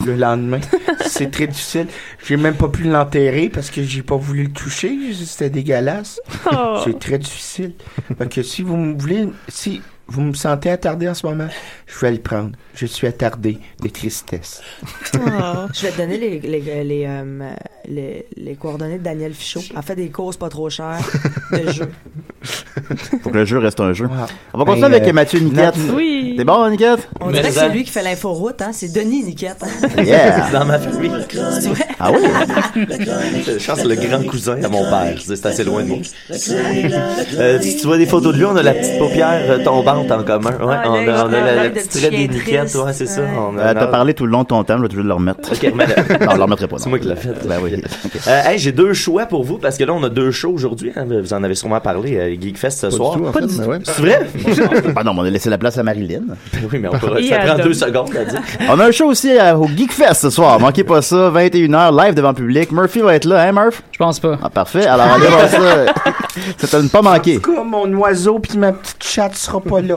[SPEAKER 13] le lendemain. C'est très difficile. J'ai même pas pu l'enterrer parce que j'ai pas voulu le toucher. C'était dégueulasse.
[SPEAKER 3] Oh.
[SPEAKER 13] C'est très difficile. Fait que si vous me voulez, si vous me sentez attardé en ce moment, je vais le prendre. Je suis attardé de tristesse.
[SPEAKER 6] Oh. Je vais te donner les, les, les, euh, les- les coordonnées de Daniel Fichot. Elle fait des courses pas trop chères de jeu.
[SPEAKER 2] Faut que le jeu reste un jeu. On va
[SPEAKER 13] Ben,
[SPEAKER 2] continuer avec
[SPEAKER 13] euh,
[SPEAKER 2] Mathieu Niquette.
[SPEAKER 13] Nat-
[SPEAKER 6] Oui.
[SPEAKER 2] T'es bon, hein, Niquette?
[SPEAKER 6] On dirait que c'est lui qui fait l'inforoute, hein? C'est Denis Niquette.
[SPEAKER 2] Yeah.
[SPEAKER 12] Dans ma famille. hein?
[SPEAKER 6] C'est vrai?
[SPEAKER 2] Ah oui?
[SPEAKER 12] Je pense que le grand cousin à mon père. C'est assez loin de moi. Euh, si tu vois des photos de lui, on a la petite paupière euh, tombante en commun. Ouais, on a, on a la, la petite traite des niquettes. Ouais, c'est ça. On a-
[SPEAKER 2] Euh,
[SPEAKER 12] on
[SPEAKER 2] T'as
[SPEAKER 12] a-
[SPEAKER 2] parlé tout le long de ton temps, je vais toujours le remettre.
[SPEAKER 12] Oh, Ok, remets-le.
[SPEAKER 2] Non, je le remettrai pas.
[SPEAKER 12] C'est moi qui l'ai fait.
[SPEAKER 2] Ben oui. Ok.
[SPEAKER 12] Euh, hey, j'ai deux choix pour vous parce que là, on a deux shows aujourd'hui. hein. Vous en avez sûrement parlé euh, GeekFest ce soir.
[SPEAKER 2] Pas du tout, en fait, mais ouais.
[SPEAKER 12] C'est vrai?
[SPEAKER 2] Ah non, mais on a laissé la place à Marilyn.
[SPEAKER 12] oui, mais on pourra- ça prend deux secondes à dire.
[SPEAKER 2] On a un show aussi à- au Geekfest ce soir. Manquez pas ça, 21h, live devant le public. Murphy va être là, hein, Murph? Je
[SPEAKER 9] pense pas.
[SPEAKER 2] Ah, parfait. Alors, allez voir ça. C'est à ne pas manquer.
[SPEAKER 13] Pourquoi mon oiseau puis ma petite chatte sera pas là?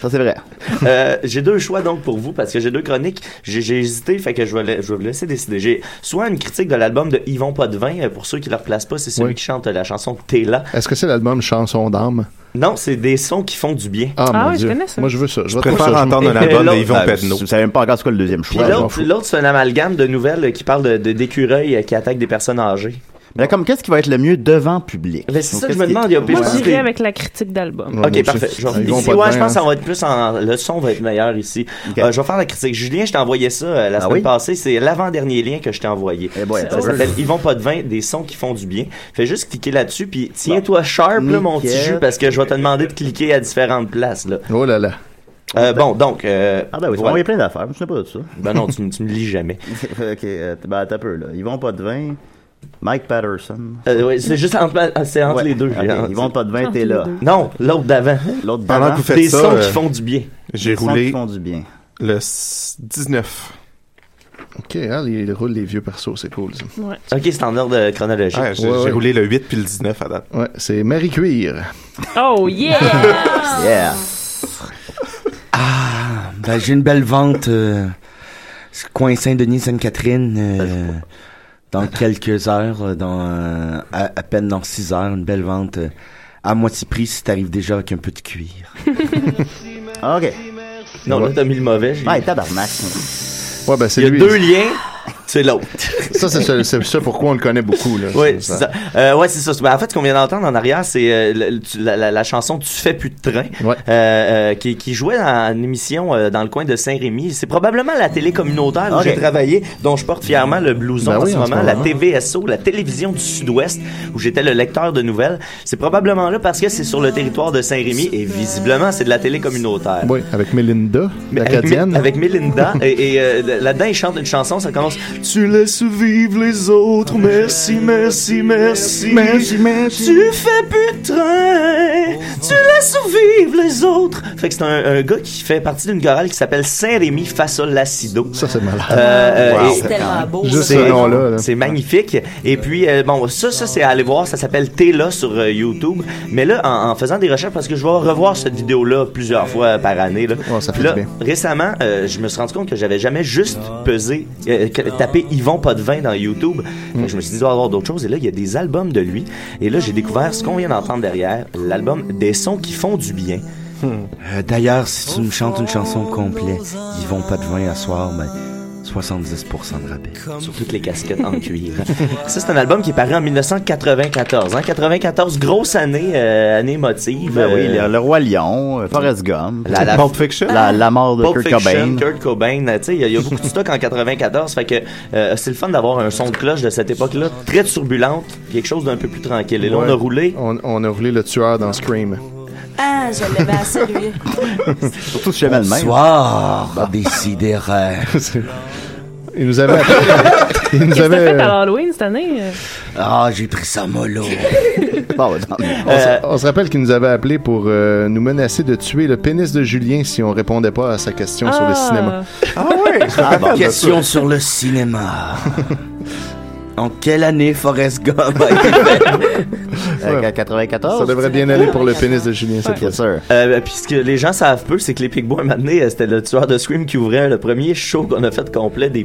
[SPEAKER 2] Ça, c'est vrai.
[SPEAKER 12] Euh, j'ai deux choix donc pour vous parce que j'ai deux chroniques. J'ai j'ai hésité, fait que je vais, la- je vais vous laisser décider. J'ai soit une critique de l'album de Yvon Potvin, euh, pour ceux qui ne le replacent pas, c'est celui qui chante euh, la chanson T'es là.
[SPEAKER 4] Est-ce que c'est l'album Chanson d'âme?
[SPEAKER 12] Non, c'est des sons qui font du bien.
[SPEAKER 4] Ah, mon Dieu. Moi, je veux ça. Je, vote
[SPEAKER 12] préfère
[SPEAKER 4] pour ça. Je-
[SPEAKER 12] entendre un album de Yvon Pedneau.
[SPEAKER 2] Vous savez euh, même pas encore ce qu'est le deuxième
[SPEAKER 12] Puis
[SPEAKER 2] choix. je m'en
[SPEAKER 12] l'autre,
[SPEAKER 2] fous.
[SPEAKER 12] l'autre, c'est un amalgame de nouvelles euh, qui parle de, de- d'écureuils euh, qui attaquent des personnes âgées.
[SPEAKER 2] Mais là, comme qu'est-ce qui va être le mieux devant public?
[SPEAKER 12] Ben, c'est
[SPEAKER 2] Donc,
[SPEAKER 12] ça que je
[SPEAKER 2] qu'est-ce
[SPEAKER 12] me
[SPEAKER 2] qui-
[SPEAKER 12] demande. Il y a
[SPEAKER 3] Moi,
[SPEAKER 12] plus
[SPEAKER 3] j'irais avec la critique d'album.
[SPEAKER 12] Ok, parfait. Je, vais-
[SPEAKER 2] Ils vont
[SPEAKER 12] ici,
[SPEAKER 2] pas
[SPEAKER 12] ouais,
[SPEAKER 2] bien,
[SPEAKER 12] je pense que
[SPEAKER 2] hein.
[SPEAKER 12] ça va être plus en. Le son va être meilleur ici. Euh, je vais faire la critique. Julien, je t'ai envoyé ça euh, la
[SPEAKER 2] Ah
[SPEAKER 12] semaine
[SPEAKER 2] oui? Eh
[SPEAKER 12] passée. C'est l'avant-dernier lien que je t'ai envoyé. ça
[SPEAKER 2] attends.
[SPEAKER 12] s'appelle Ils vont pas de vin, des sons qui font du bien. Fais juste cliquer là-dessus, puis tiens-toi sharp, là, mon petit
[SPEAKER 2] Nickel.
[SPEAKER 12] jus, parce que je vais te demander de cliquer à différentes places. Là.
[SPEAKER 4] Oh là là.
[SPEAKER 12] Euh, bon, donc. euh,
[SPEAKER 2] Ah ben oui,
[SPEAKER 12] voilà.
[SPEAKER 2] il y a plein d'affaires, je ne sais pas de ça.
[SPEAKER 12] Ben non, tu, ne lis jamais.
[SPEAKER 2] ok, euh, t- ben attends un peu là. Ils vont pas de vin. Mike Patterson.
[SPEAKER 12] Euh, ouais, c'est juste entre, c'est entre les deux.
[SPEAKER 2] ok, ils vont pas de vin, t'es là.
[SPEAKER 12] Non, l'autre d'avant.
[SPEAKER 2] L'autre
[SPEAKER 11] Pendant
[SPEAKER 2] d'avant.
[SPEAKER 11] que vous faites
[SPEAKER 12] Des
[SPEAKER 11] ça,
[SPEAKER 12] sons
[SPEAKER 11] euh,
[SPEAKER 12] qui font du bien.
[SPEAKER 11] J'ai
[SPEAKER 2] Des sons
[SPEAKER 11] roulé
[SPEAKER 2] qui font du bien.
[SPEAKER 11] le s- 19.
[SPEAKER 4] Ok, ah, il il roule les vieux persos, c'est cool. ça.
[SPEAKER 3] Ouais.
[SPEAKER 12] Ok, c'est en ordre chronologique.
[SPEAKER 11] Ouais, j'ai
[SPEAKER 4] Ah Ouais,
[SPEAKER 11] j'ai
[SPEAKER 4] ouais.
[SPEAKER 11] roulé le 8 puis le 19 à date.
[SPEAKER 4] Ouais, c'est Marie Cuir.
[SPEAKER 3] Oh, yeah!
[SPEAKER 2] yeah!
[SPEAKER 13] Ah, ben, j'ai une belle vente. euh, coin Saint-Denis, Sainte-Catherine. euh, dans quelques heures, euh, dans euh, à, à peine dans 6 heures, une belle vente euh, à moitié prix si t'arrives déjà avec un peu de cuir.
[SPEAKER 2] Ah, ok.
[SPEAKER 12] Non, là, t'as mis le mauvais. Julien.
[SPEAKER 2] Ouais, tabarnak.
[SPEAKER 4] Ouais, ben c'est
[SPEAKER 12] Il y a
[SPEAKER 4] lui.
[SPEAKER 12] deux liens, c'est l'autre.
[SPEAKER 4] Ça, c'est ça, c'est ça pourquoi on le connaît beaucoup. Là.
[SPEAKER 12] Oui, c'est
[SPEAKER 2] hein.
[SPEAKER 12] ça. Euh, ouais, c'est ça. Ben, en fait, ce qu'on vient d'entendre en arrière, c'est euh, le- tu- la, la- la chanson Tu fais plus de train, euh, euh, qui, qui jouait dans une émission euh, dans le coin de Saint-Rémy. C'est probablement la télé communautaire où
[SPEAKER 2] Ok.
[SPEAKER 12] j'ai travaillé, dont je porte fièrement le blouson
[SPEAKER 2] Ah, Ben
[SPEAKER 12] en,
[SPEAKER 2] oui,
[SPEAKER 12] ce
[SPEAKER 2] en ce
[SPEAKER 12] moment, la
[SPEAKER 2] moment.
[SPEAKER 12] TVSO, la télévision du Sud-Ouest, où j'étais le lecteur de nouvelles. C'est probablement là parce que c'est sur le territoire de Saint-Rémy et visiblement, c'est de la télé communautaire.
[SPEAKER 4] Oui, avec Melinda,
[SPEAKER 12] Avec,
[SPEAKER 4] l'acadienne.
[SPEAKER 12] Mi- avec Melinda. et et, euh, là-dedans, il chante une chanson, ça commence Tu laisses vivre les autres, merci, merci, merci.
[SPEAKER 10] Merci, merci.
[SPEAKER 12] Tu fais putain, tu laisses vivre les autres. Fait que c'est un, un gars qui fait partie d'une chorale qui s'appelle Saint-Rémy Fasol Lacido. Ça,
[SPEAKER 4] c'est malade.
[SPEAKER 6] Wow. C'est tellement beau, Juste ça.
[SPEAKER 12] C'est
[SPEAKER 6] ce nom-là,
[SPEAKER 12] c'est magnifique. Et puis, euh, bon, ça, ça, c'est à aller voir. Ça s'appelle T'es là sur euh, YouTube. Mais là, en, en faisant des recherches, parce que je vais revoir cette vidéo-là plusieurs fois par année. Là. Puis là, récemment, euh, je me suis rendu compte que j'avais jamais juste pesé, euh, que- tapé Yvon Potvin dans YouTube. Fait que Je me suis dit, il doit y avoir d'autres choses. Et là, il y a des albums de lui. Et là, j'ai découvert ce qu'on vient d'entendre derrière, l'album Des sons qui font du bien.
[SPEAKER 13] Euh, D'ailleurs, si tu me chantes une chanson complète, ils vont pas de vin à soir, ben 70% de rabais.
[SPEAKER 12] sur toutes les casquettes en cuir. Ça, c'est un album qui est paru en 1994. Hein? 94, grosse année, euh, année émotive.
[SPEAKER 2] Ben oui,
[SPEAKER 12] Euh,
[SPEAKER 2] le, le Roi Lion, euh, Forrest Gump,
[SPEAKER 12] La- la-
[SPEAKER 2] Pulp Fiction, la, la mort de
[SPEAKER 12] Pulp
[SPEAKER 2] Kurt
[SPEAKER 12] Fiction,
[SPEAKER 2] Cobain.
[SPEAKER 12] Kurt Cobain, euh, tu sais, il y, a- il y a beaucoup de stock en 94, fait que euh, c'est le fun d'avoir un son de cloche de cette époque-là, très turbulente, puis quelque chose d'un peu plus tranquille. Et là, on a roulé.
[SPEAKER 4] On, on a roulé le tueur dans Scream.
[SPEAKER 6] Ah, je l'aimais assez, lui.
[SPEAKER 2] Surtout si jamais le même.
[SPEAKER 13] Soir, décidérez.
[SPEAKER 4] Il nous avait. Il
[SPEAKER 3] Qu'est-ce que t'as fait à Halloween cette année? euh?
[SPEAKER 13] Ah, j'ai pris ça mollo.
[SPEAKER 4] ben,
[SPEAKER 13] Euh,
[SPEAKER 4] On, se- on se rappelle qu'il nous avait appelé pour euh, nous menacer de tuer le pénis de Julien si on répondait pas à sa question sur le cinéma.
[SPEAKER 13] Ah
[SPEAKER 4] oui, je me
[SPEAKER 14] bah,
[SPEAKER 4] rappelle de
[SPEAKER 13] Question
[SPEAKER 4] ça.
[SPEAKER 13] sur le cinéma. en quelle année Forrest Gump a été fait?
[SPEAKER 2] Euh, qu'à 94.
[SPEAKER 4] Ça devrait bien aller pour le pénis de Julien cette
[SPEAKER 2] fois. sûr.
[SPEAKER 12] Euh, puis ce que les gens savent peu, c'est que les Pigbois, un moment donné, euh, c'était le tueur de Scream qui ouvrait le premier show qu'on a fait complet des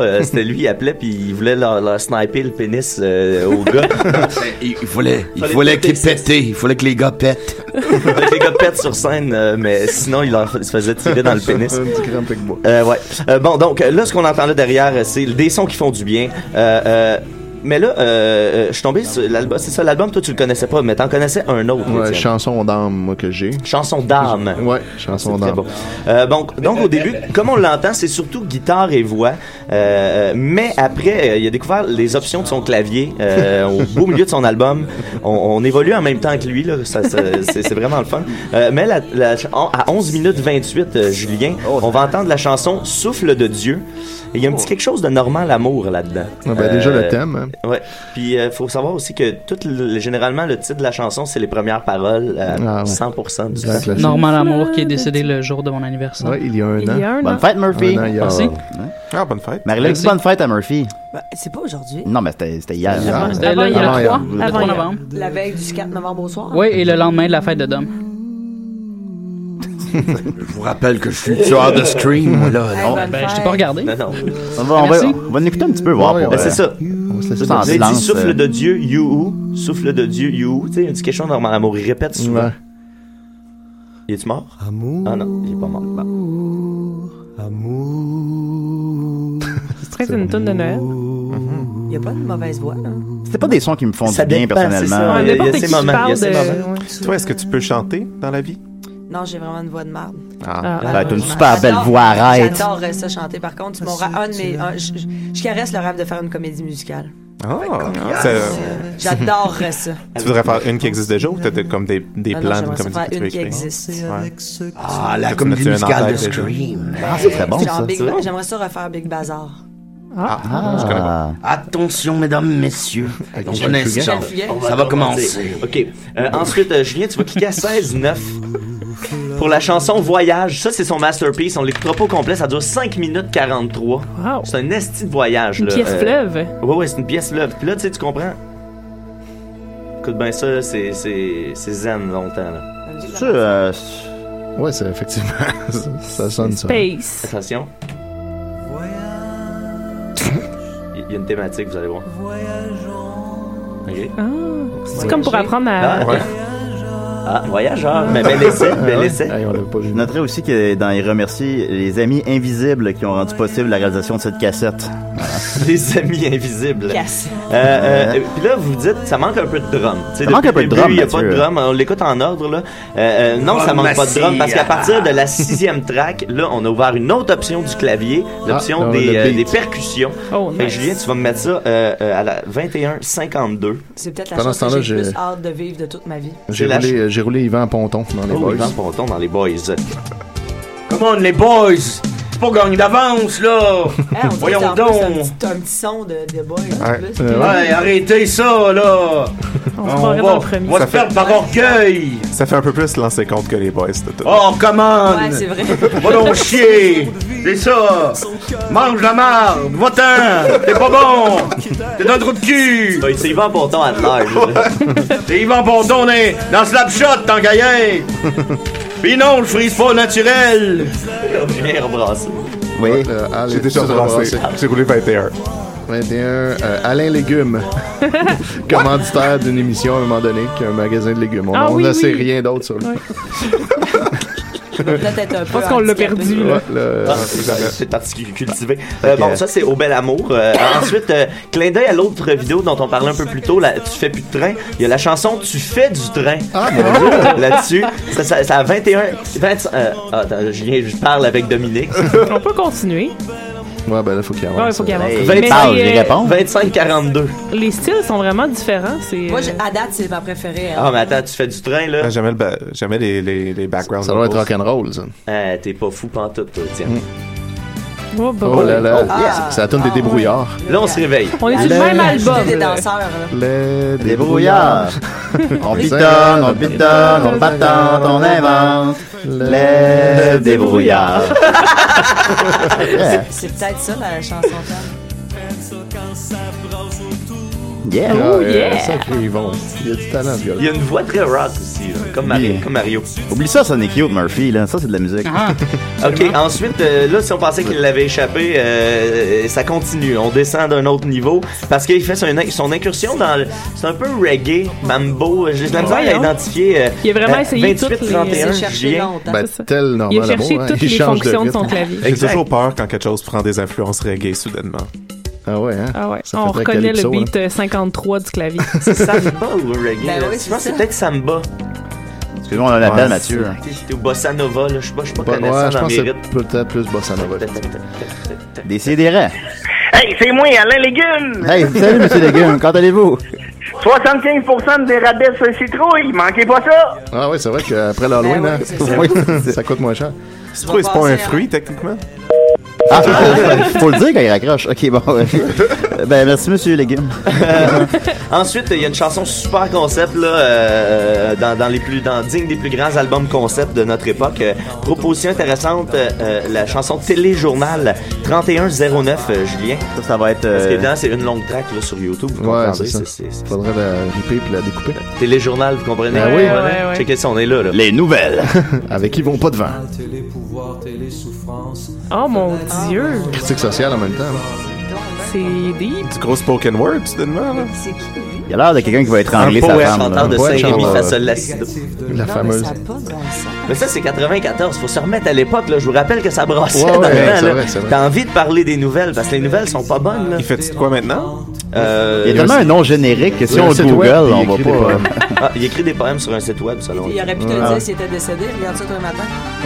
[SPEAKER 12] Euh, c'était lui, il appelait, puis il voulait leur, leur sniper le pénis euh, au gars.
[SPEAKER 13] Ben, il voulait, il fallait qu'il pète, il fallait que les gars pètent.
[SPEAKER 12] Fait que les gars pètent sur scène, euh, mais sinon, ils leur- ils se faisaient tirer dans le pénis.
[SPEAKER 4] Un petit grand pic-bois.
[SPEAKER 12] Euh, ouais. Euh, bon, donc euh, là, ce qu'on entend là derrière, euh, c'est des sons qui font du bien. Euh, euh, mais là, euh, euh, je suis tombé sur l'album. C'est ça, l'album, toi, tu le connaissais pas, mais t'en connaissais un autre.
[SPEAKER 4] Ouais,
[SPEAKER 12] Étienne.
[SPEAKER 4] chanson d'âme, moi, que j'ai.
[SPEAKER 12] Chanson d'âme.
[SPEAKER 4] Ouais, chanson
[SPEAKER 12] Très
[SPEAKER 4] d'âme.
[SPEAKER 12] bon. Euh, donc, donc, au début, comme on l'entend, c'est surtout guitare et voix. Euh, euh, mais après, euh, il a découvert les options de son clavier euh, au beau milieu de son album. On, on évolue en même temps que lui. là. Ça- ça- c'est c'est vraiment le fun. Euh, mais la- la ch- on- à 11 minutes 28, euh, Julien, on va entendre la chanson Souffle de Dieu. Et Il y a un petit quelque chose de Normand Lamour là-dedans.
[SPEAKER 8] Euh,
[SPEAKER 12] Euh,
[SPEAKER 4] Ah ben, déjà le thème, hein.
[SPEAKER 12] Ouais. Puis euh, faut savoir aussi que tout le- généralement le titre de la chanson c'est les premières paroles euh, à
[SPEAKER 2] Ah,
[SPEAKER 12] 100% du temps.
[SPEAKER 9] Normal Amour qui est décédé le jour de mon anniversaire.
[SPEAKER 12] Ouais, il y a un Il y a an. un
[SPEAKER 2] Bonne
[SPEAKER 12] an.
[SPEAKER 2] fête, Murphy.
[SPEAKER 12] Un an, il y a-
[SPEAKER 9] Merci.
[SPEAKER 11] Ah, bonne fête.
[SPEAKER 2] Marilyn,
[SPEAKER 9] Merci.
[SPEAKER 2] bonne fête à Murphy.
[SPEAKER 6] Ben, c'est pas aujourd'hui.
[SPEAKER 2] Non, mais c'était c'était hier.
[SPEAKER 9] C'était Avant- hier. avant hier. Avant hier. Le 3 novembre.
[SPEAKER 6] La veille du 4 novembre au soir.
[SPEAKER 9] Oui, et le lendemain de la fête de Dom.
[SPEAKER 13] Je vous rappelle que je suis tueur de stream, moi,
[SPEAKER 5] Ah,
[SPEAKER 13] là.
[SPEAKER 6] Hey, bonne
[SPEAKER 9] Ben, je t'ai
[SPEAKER 6] fête.
[SPEAKER 9] pas regardé.
[SPEAKER 2] On va, on va,
[SPEAKER 9] Merci.
[SPEAKER 2] on va l'écouter un petit peu, voir.
[SPEAKER 12] Ouais,
[SPEAKER 2] pour,
[SPEAKER 12] ouais.
[SPEAKER 2] euh,
[SPEAKER 12] Ben, c'est ça.
[SPEAKER 2] on se laisse
[SPEAKER 12] C'est
[SPEAKER 2] ça en
[SPEAKER 12] ça. Il dit
[SPEAKER 2] silence, euh.
[SPEAKER 12] souffle de Dieu, you Souffle de Dieu, you Tu sais, une petite question normal amour. Il répète souvent. Il est mort? Amour. Ah non, il est pas mort.
[SPEAKER 3] C'est très une toune de Noël.
[SPEAKER 6] Il n'y a pas de mauvaise voix. hein.
[SPEAKER 2] C'était pas des sons qui me font
[SPEAKER 6] Ça
[SPEAKER 2] du bien,
[SPEAKER 6] dépend, c'est
[SPEAKER 2] personnellement.
[SPEAKER 6] ça. Il y a- il y a N'importe ces qui moments, parle il y a ces de- moments.
[SPEAKER 11] Toi, est-ce que tu peux chanter dans la vie?
[SPEAKER 6] Non, j'ai vraiment une voix de marde.
[SPEAKER 11] Ah.
[SPEAKER 2] Ah, ben, t'as une super belle voix, arrête.
[SPEAKER 6] J'adore ça chanter. Par contre, c'est mon ra- un de mes- un- je, je- je caresse le rêve de faire une comédie musicale.
[SPEAKER 11] Ah,
[SPEAKER 6] yes.
[SPEAKER 11] c'est-
[SPEAKER 6] J'adorerais ça.
[SPEAKER 11] Tu voudrais faire une qui existe déjà ou t'as des- comme des, des
[SPEAKER 6] Ah non,
[SPEAKER 11] plans de
[SPEAKER 6] j'aimerais ça
[SPEAKER 11] comédie
[SPEAKER 6] faire
[SPEAKER 11] que tu veux
[SPEAKER 6] une qui
[SPEAKER 11] écrire?
[SPEAKER 6] existe.
[SPEAKER 11] Ouais.
[SPEAKER 13] Ah, la
[SPEAKER 11] T'as-tu
[SPEAKER 13] comédie
[SPEAKER 11] une en
[SPEAKER 13] musicale
[SPEAKER 11] tête
[SPEAKER 13] de
[SPEAKER 11] déjà?
[SPEAKER 13] Scream.
[SPEAKER 2] Ah, c'est très bon,
[SPEAKER 6] Genre
[SPEAKER 2] ça.
[SPEAKER 6] Big
[SPEAKER 2] C'est
[SPEAKER 6] Ba-
[SPEAKER 2] vrai?
[SPEAKER 6] J'aimerais ça refaire Big Bazar.
[SPEAKER 2] Ah,
[SPEAKER 13] je connais pas. Attention, mesdames, messieurs.
[SPEAKER 12] Donc,
[SPEAKER 13] Dans un
[SPEAKER 12] Michel
[SPEAKER 13] instant,
[SPEAKER 12] Fugain.
[SPEAKER 13] ça va commencer.
[SPEAKER 12] OK. Euh, ensuite, euh, Julien, tu vas cliquer à 16-9 pour la chanson Voyage. Ça, c'est son masterpiece. On l'écoutera pas au complet. Ça dure 5 minutes 43. C'est un esti de voyage.
[SPEAKER 3] Une
[SPEAKER 12] là.
[SPEAKER 3] pièce
[SPEAKER 12] Euh,
[SPEAKER 3] fleuve.
[SPEAKER 12] Ouais, ouais, c'est une pièce fleuve. Puis là, tu sais, tu comprends. Écoute, ben ça, c'est c'est- c'est zen longtemps. Là.
[SPEAKER 2] Ça, euh,
[SPEAKER 4] Ouais, c'est effectivement. ça- ça sonne ça.
[SPEAKER 3] Space.
[SPEAKER 12] Attention. Il y a une thématique, vous allez voir. OK.
[SPEAKER 3] Ah. C'est comme pour apprendre
[SPEAKER 12] Ah,
[SPEAKER 3] à.
[SPEAKER 12] ouais. Ah, voyageur. Mais bel essai, bel essai.
[SPEAKER 2] Je noterai aussi que dans les remercie les amis invisibles qui ont rendu possible la réalisation de cette cassette.
[SPEAKER 12] Les amis invisibles.
[SPEAKER 6] Yes.
[SPEAKER 12] Euh, euh, Puis là, vous vous dites, ça manque un peu de drum. Tu sais,
[SPEAKER 2] Ça manque
[SPEAKER 12] depuis
[SPEAKER 2] un peu
[SPEAKER 12] le
[SPEAKER 2] de
[SPEAKER 12] début,
[SPEAKER 2] drum,
[SPEAKER 12] Il n'y a pas de
[SPEAKER 2] Mathieu.
[SPEAKER 12] drum. On l'écoute en ordre, là. Euh, euh, non, ça manque pas de drum parce qu'à partir de la sixième track, là, on a ouvert une autre option du clavier, l'option
[SPEAKER 4] Ah, le-
[SPEAKER 12] des,
[SPEAKER 4] le
[SPEAKER 12] euh,
[SPEAKER 4] beat.
[SPEAKER 12] des percussions.
[SPEAKER 3] Oh,
[SPEAKER 12] Fait que,
[SPEAKER 3] nice.
[SPEAKER 12] Julien, tu vas me mettre ça euh, euh, à la 21-52.
[SPEAKER 6] C'est peut-être la
[SPEAKER 4] Pendant
[SPEAKER 6] chose
[SPEAKER 4] ce temps-là,
[SPEAKER 6] que j'ai
[SPEAKER 4] j'ai-
[SPEAKER 6] le plus hâte de vivre de toute ma vie.
[SPEAKER 4] J'ai
[SPEAKER 12] la
[SPEAKER 4] roulé, j'ai roulé Yvan Ponton dans les
[SPEAKER 12] Oh,
[SPEAKER 4] boys.
[SPEAKER 12] Yvan Ponton dans les boys.
[SPEAKER 13] Come on, les boys. C'est pas gagné d'avance, là.
[SPEAKER 6] Hein, on dirait que
[SPEAKER 13] Voyons
[SPEAKER 6] c'est en plus Un
[SPEAKER 13] donc.
[SPEAKER 6] petit, un petit son de, de boy.
[SPEAKER 13] Ouais,
[SPEAKER 6] en plus.
[SPEAKER 2] Euh,
[SPEAKER 13] Ouais, arrêtez ça, là. On
[SPEAKER 6] croirait
[SPEAKER 13] va-
[SPEAKER 6] dans le premier.
[SPEAKER 13] On va
[SPEAKER 11] Ça
[SPEAKER 13] se
[SPEAKER 11] fait-
[SPEAKER 13] perdre par orgueil.
[SPEAKER 11] Ça fait un peu plus lancer compte que les boys, c'est tout.
[SPEAKER 13] Oh, commande!
[SPEAKER 11] Ouais, c'est vrai.
[SPEAKER 13] Va donc chier! C'est ça! Mange la marde! Va-t'en! T'es pas bon! T'es dans le trou de cul!
[SPEAKER 12] C'est Yvan Ponton à l'âge.
[SPEAKER 13] T'es Yvan Ponton né dans Slapshot, t'en gaillais! Pis non, le freeze pas au naturel!
[SPEAKER 12] Bien rebrassé.
[SPEAKER 2] Oui,
[SPEAKER 13] euh,
[SPEAKER 4] Ah, j'ai
[SPEAKER 11] déjà brassé. J'ai roulé 21.
[SPEAKER 4] 21, euh, Alain Légumes, commanditaire d'une émission à un moment donné, qui est un magasin de légumes. On
[SPEAKER 3] Ah
[SPEAKER 4] on
[SPEAKER 3] oui,
[SPEAKER 4] ne
[SPEAKER 3] oui.
[SPEAKER 4] sait rien d'autre sur lui.
[SPEAKER 3] Ouais.
[SPEAKER 6] Peut-être un peu.
[SPEAKER 3] Je pense qu'on l'a perdu, là.
[SPEAKER 4] Ouais, le-
[SPEAKER 12] Ah, c'est- c'est parti cultivé. Euh, bon, ça, c'est au bel amour. Euh, ensuite, euh, clin d'œil à l'autre vidéo dont on parlait un peu plus tôt, là, Tu fais plus de train. Il y a la chanson Tu fais du train.
[SPEAKER 4] Ah,
[SPEAKER 12] Euh, Là-dessus. Ça, ça, ça a 21. 20, euh, attends, je, viens- je parle avec Dominique.
[SPEAKER 3] On peut continuer.
[SPEAKER 4] Ouais, ben là, faut qu'il avance.
[SPEAKER 3] Ouais, faut qu'il avance.
[SPEAKER 12] Hey,
[SPEAKER 3] Mais
[SPEAKER 12] 20,
[SPEAKER 3] parle, c'est, j'y euh, réponds.
[SPEAKER 12] 25-42.
[SPEAKER 3] Les styles sont vraiment différents. C'est. euh,
[SPEAKER 6] Moi, j'ai- à date, c'est ma préférée. hein.
[SPEAKER 12] Ah, mais attends, tu fais du train, là.
[SPEAKER 11] Jamais, le ba- jamais les, les, les backgrounds.
[SPEAKER 4] Ça doit être rock'n'roll, ça.
[SPEAKER 12] Euh, T'es pas fou pantoute, toi, tiens.
[SPEAKER 4] Mm.
[SPEAKER 3] Oh, bah,
[SPEAKER 4] Oh là là, Ah,
[SPEAKER 3] Ah.
[SPEAKER 4] c'est la tourne des débrouillards.
[SPEAKER 12] Là, on se réveille.
[SPEAKER 3] On est sur le même album.
[SPEAKER 6] Des danseurs, hein. là.
[SPEAKER 4] Les
[SPEAKER 2] débrouillards. on pitonne, on pitonne, on patente, on invente. Les débrouillards. Yeah.
[SPEAKER 6] C'est- C'est peut-être ça, la chanson.
[SPEAKER 2] Yeah.
[SPEAKER 4] Ah,
[SPEAKER 2] Oh, yeah.
[SPEAKER 4] euh, sacré Yvon. Il y a du talent, ce gars-là.
[SPEAKER 12] Il y a une voix très rock aussi, là, comme, Mario,
[SPEAKER 2] Oui.
[SPEAKER 12] comme Mario.
[SPEAKER 2] Oublie ça, Sonic Youth, Murphy, là. Ça, c'est de la musique.
[SPEAKER 12] Ah. Ok, ensuite, euh, là, si on pensait qu'il l'avait échappé, euh, ça continue. On descend d'un autre niveau parce qu'il fait son, son incursion dans. le- C'est un peu reggae, mambo. J'ai de la misère à
[SPEAKER 3] Voyons.
[SPEAKER 12] identifier. euh,
[SPEAKER 3] Il a vraiment
[SPEAKER 12] euh,
[SPEAKER 3] essayé
[SPEAKER 12] 28,
[SPEAKER 3] toutes les-
[SPEAKER 12] 31,
[SPEAKER 3] Il s'est cherché
[SPEAKER 12] juillet.
[SPEAKER 3] longtemps.
[SPEAKER 4] Ben,
[SPEAKER 3] C'est ça.
[SPEAKER 4] tel normal.
[SPEAKER 3] Il a cherché
[SPEAKER 4] amour, hein,
[SPEAKER 3] toutes
[SPEAKER 4] il
[SPEAKER 3] les
[SPEAKER 4] change
[SPEAKER 3] fonctions de
[SPEAKER 4] rythme.
[SPEAKER 3] son clavier.
[SPEAKER 11] J'ai
[SPEAKER 3] Exact.
[SPEAKER 11] toujours peur quand quelque chose prend des influences reggae soudainement.
[SPEAKER 4] Ah ouais, hein?
[SPEAKER 3] Ah ouais,
[SPEAKER 11] Ça
[SPEAKER 3] on
[SPEAKER 11] fait très
[SPEAKER 3] reconnaît
[SPEAKER 11] calypso,
[SPEAKER 3] le beat euh, 53 du clavier.
[SPEAKER 12] C'est samba ou reggae?
[SPEAKER 6] Ben
[SPEAKER 12] là?
[SPEAKER 6] oui,
[SPEAKER 12] je
[SPEAKER 6] c'est
[SPEAKER 12] pense que c'est
[SPEAKER 6] ça.
[SPEAKER 12] peut-être samba.
[SPEAKER 2] Excuse-moi, on a un appel,
[SPEAKER 4] Ouais.
[SPEAKER 2] Mathieu.
[SPEAKER 12] C'était au bossa nova, là. Je suis pas, je suis pas
[SPEAKER 4] Bon,
[SPEAKER 12] connaissant
[SPEAKER 4] ouais, je
[SPEAKER 12] dans
[SPEAKER 4] pense que
[SPEAKER 12] mes rythmes.
[SPEAKER 4] c'est peut-être plus bossa nova.
[SPEAKER 2] Décidérez.
[SPEAKER 15] Hey, c'est moi, Alain Légumes!
[SPEAKER 2] Hey, salut, monsieur Légumes. Quand allez-vous?
[SPEAKER 15] 75% des rabais sur les citrouilles, manquez pas ça!
[SPEAKER 4] Ah ouais, c'est vrai qu'après l'Halloween,
[SPEAKER 15] Ben ouais,
[SPEAKER 4] hein,
[SPEAKER 15] c'est ça.
[SPEAKER 4] oui, ça coûte moins cher.
[SPEAKER 11] Citrouille, c'est pas un fruit, techniquement?
[SPEAKER 2] Ah, faut, faut le dire quand il raccroche. Ok, bon. ouais. ben, merci, monsieur Légume.
[SPEAKER 12] Euh, ensuite, il y a une chanson super concept là, euh, dans, dans les plus dans digne des plus grands albums concept de notre époque. Euh, proposition intéressante, euh, euh, la chanson Téléjournal 3109, euh, Julien.
[SPEAKER 2] Ça, va être.
[SPEAKER 12] Parce que dedans, c'est une longue track là, sur YouTube. Vous
[SPEAKER 4] Ouais,
[SPEAKER 12] comprendrez,
[SPEAKER 4] c'est ça.
[SPEAKER 12] c'est- c'est- c'est-
[SPEAKER 4] Faudrait la ripper puis la découper.
[SPEAKER 12] Téléjournal, vous comprenez?
[SPEAKER 4] Ben oui. Ouais, ouais.
[SPEAKER 12] Checkez ça, on est là. Les nouvelles.
[SPEAKER 4] Avec Yvon pas de vent.
[SPEAKER 3] Oh mon
[SPEAKER 6] Ah,
[SPEAKER 3] dieu!
[SPEAKER 4] Critique sociale en même temps. hein.
[SPEAKER 3] C'est deep.
[SPEAKER 4] Du gros spoken word, soudainement.
[SPEAKER 6] C'est qui?
[SPEAKER 2] Il a l'air de quelqu'un qui va étrangler
[SPEAKER 4] Un
[SPEAKER 2] sa
[SPEAKER 4] poète,
[SPEAKER 2] femme.
[SPEAKER 4] chanteur de
[SPEAKER 2] là.
[SPEAKER 4] Ouais,
[SPEAKER 12] Saint-Rémy
[SPEAKER 4] genre,
[SPEAKER 12] face à la
[SPEAKER 4] La
[SPEAKER 12] Non,
[SPEAKER 4] fameuse.
[SPEAKER 12] Mais ça, c'est 94. Faut se remettre à l'époque. là. Je vous rappelle que ça brassait.
[SPEAKER 4] Ouais, ouais,
[SPEAKER 12] dans le temps,
[SPEAKER 4] c'est
[SPEAKER 12] là.
[SPEAKER 4] vrai, c'est vrai.
[SPEAKER 12] T'as envie de parler des nouvelles parce que les nouvelles sont pas bonnes. Là.
[SPEAKER 11] Il fait quoi maintenant?
[SPEAKER 12] Euh,
[SPEAKER 2] Il y a tellement un nom générique que si
[SPEAKER 12] Il y a
[SPEAKER 2] on
[SPEAKER 12] un site
[SPEAKER 2] Google,
[SPEAKER 12] web,
[SPEAKER 2] on
[SPEAKER 12] il
[SPEAKER 2] va
[SPEAKER 12] écrit des
[SPEAKER 2] pas. hein.
[SPEAKER 12] poèmes. Ah, il écrit des poèmes sur un site web, selon
[SPEAKER 6] Il
[SPEAKER 12] lui.
[SPEAKER 6] aurait pu te le dire s'il était décédé. Regarde ça toi matin.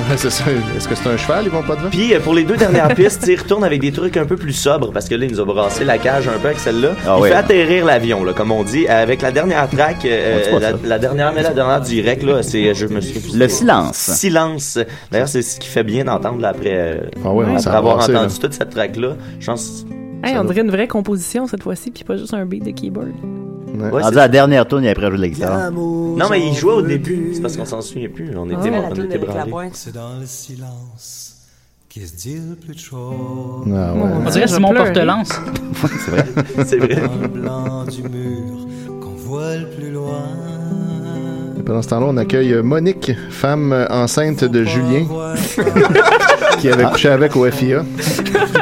[SPEAKER 4] Ouais, c'est ça. Est-ce que c'est un cheval, Yvon pas de vent?
[SPEAKER 12] Puis euh, pour les deux dernières pistes, il retourne avec des trucs un peu plus sobres parce que là, il nous a brassé la cage un peu avec celle-là.
[SPEAKER 2] Ah
[SPEAKER 12] il
[SPEAKER 2] ouais.
[SPEAKER 12] fait atterrir l'avion, là, comme on dit, avec la dernière track, euh,
[SPEAKER 2] On dit pas
[SPEAKER 12] la,
[SPEAKER 2] ça.
[SPEAKER 12] la dernière, mais la dernière direct, là, c'est, euh, je me suis
[SPEAKER 2] Le silence.
[SPEAKER 12] Silence. D'ailleurs, c'est ce qui fait bien d'entendre là, après, euh,
[SPEAKER 4] Ah ouais,
[SPEAKER 12] après
[SPEAKER 4] ça a
[SPEAKER 12] avoir
[SPEAKER 4] brassé,
[SPEAKER 12] entendu
[SPEAKER 4] là.
[SPEAKER 12] toute cette track-là. Je pense.
[SPEAKER 3] Hey,
[SPEAKER 12] ça
[SPEAKER 3] on
[SPEAKER 12] doit-
[SPEAKER 3] dirait une vraie composition cette fois-ci, puis pas juste un beat de keyboard.
[SPEAKER 12] Ouais,
[SPEAKER 2] Rendu
[SPEAKER 12] c'est-
[SPEAKER 2] à Ah, la dernière tourne, il a pris à jouer de la guitare.
[SPEAKER 12] Non, mais il jouait au début. C'est parce qu'on s'en souvient plus. On
[SPEAKER 9] Ah.
[SPEAKER 12] était,
[SPEAKER 6] Ah Ouais, la
[SPEAKER 12] on
[SPEAKER 6] toune
[SPEAKER 12] était
[SPEAKER 6] avec la
[SPEAKER 12] branlés.
[SPEAKER 14] C'est dans le silence qu'il se dit le plus de choses.
[SPEAKER 4] Ah ouais.
[SPEAKER 9] On dirait Simon Portelance.
[SPEAKER 4] C'est vrai.
[SPEAKER 12] C'est vrai.
[SPEAKER 14] Dans le blanc du mur qu'on voit le plus loin.
[SPEAKER 4] Et Pendant ce temps-là, on accueille euh, Monique, femme euh, enceinte de Julien, qui avait couché avec au FIA,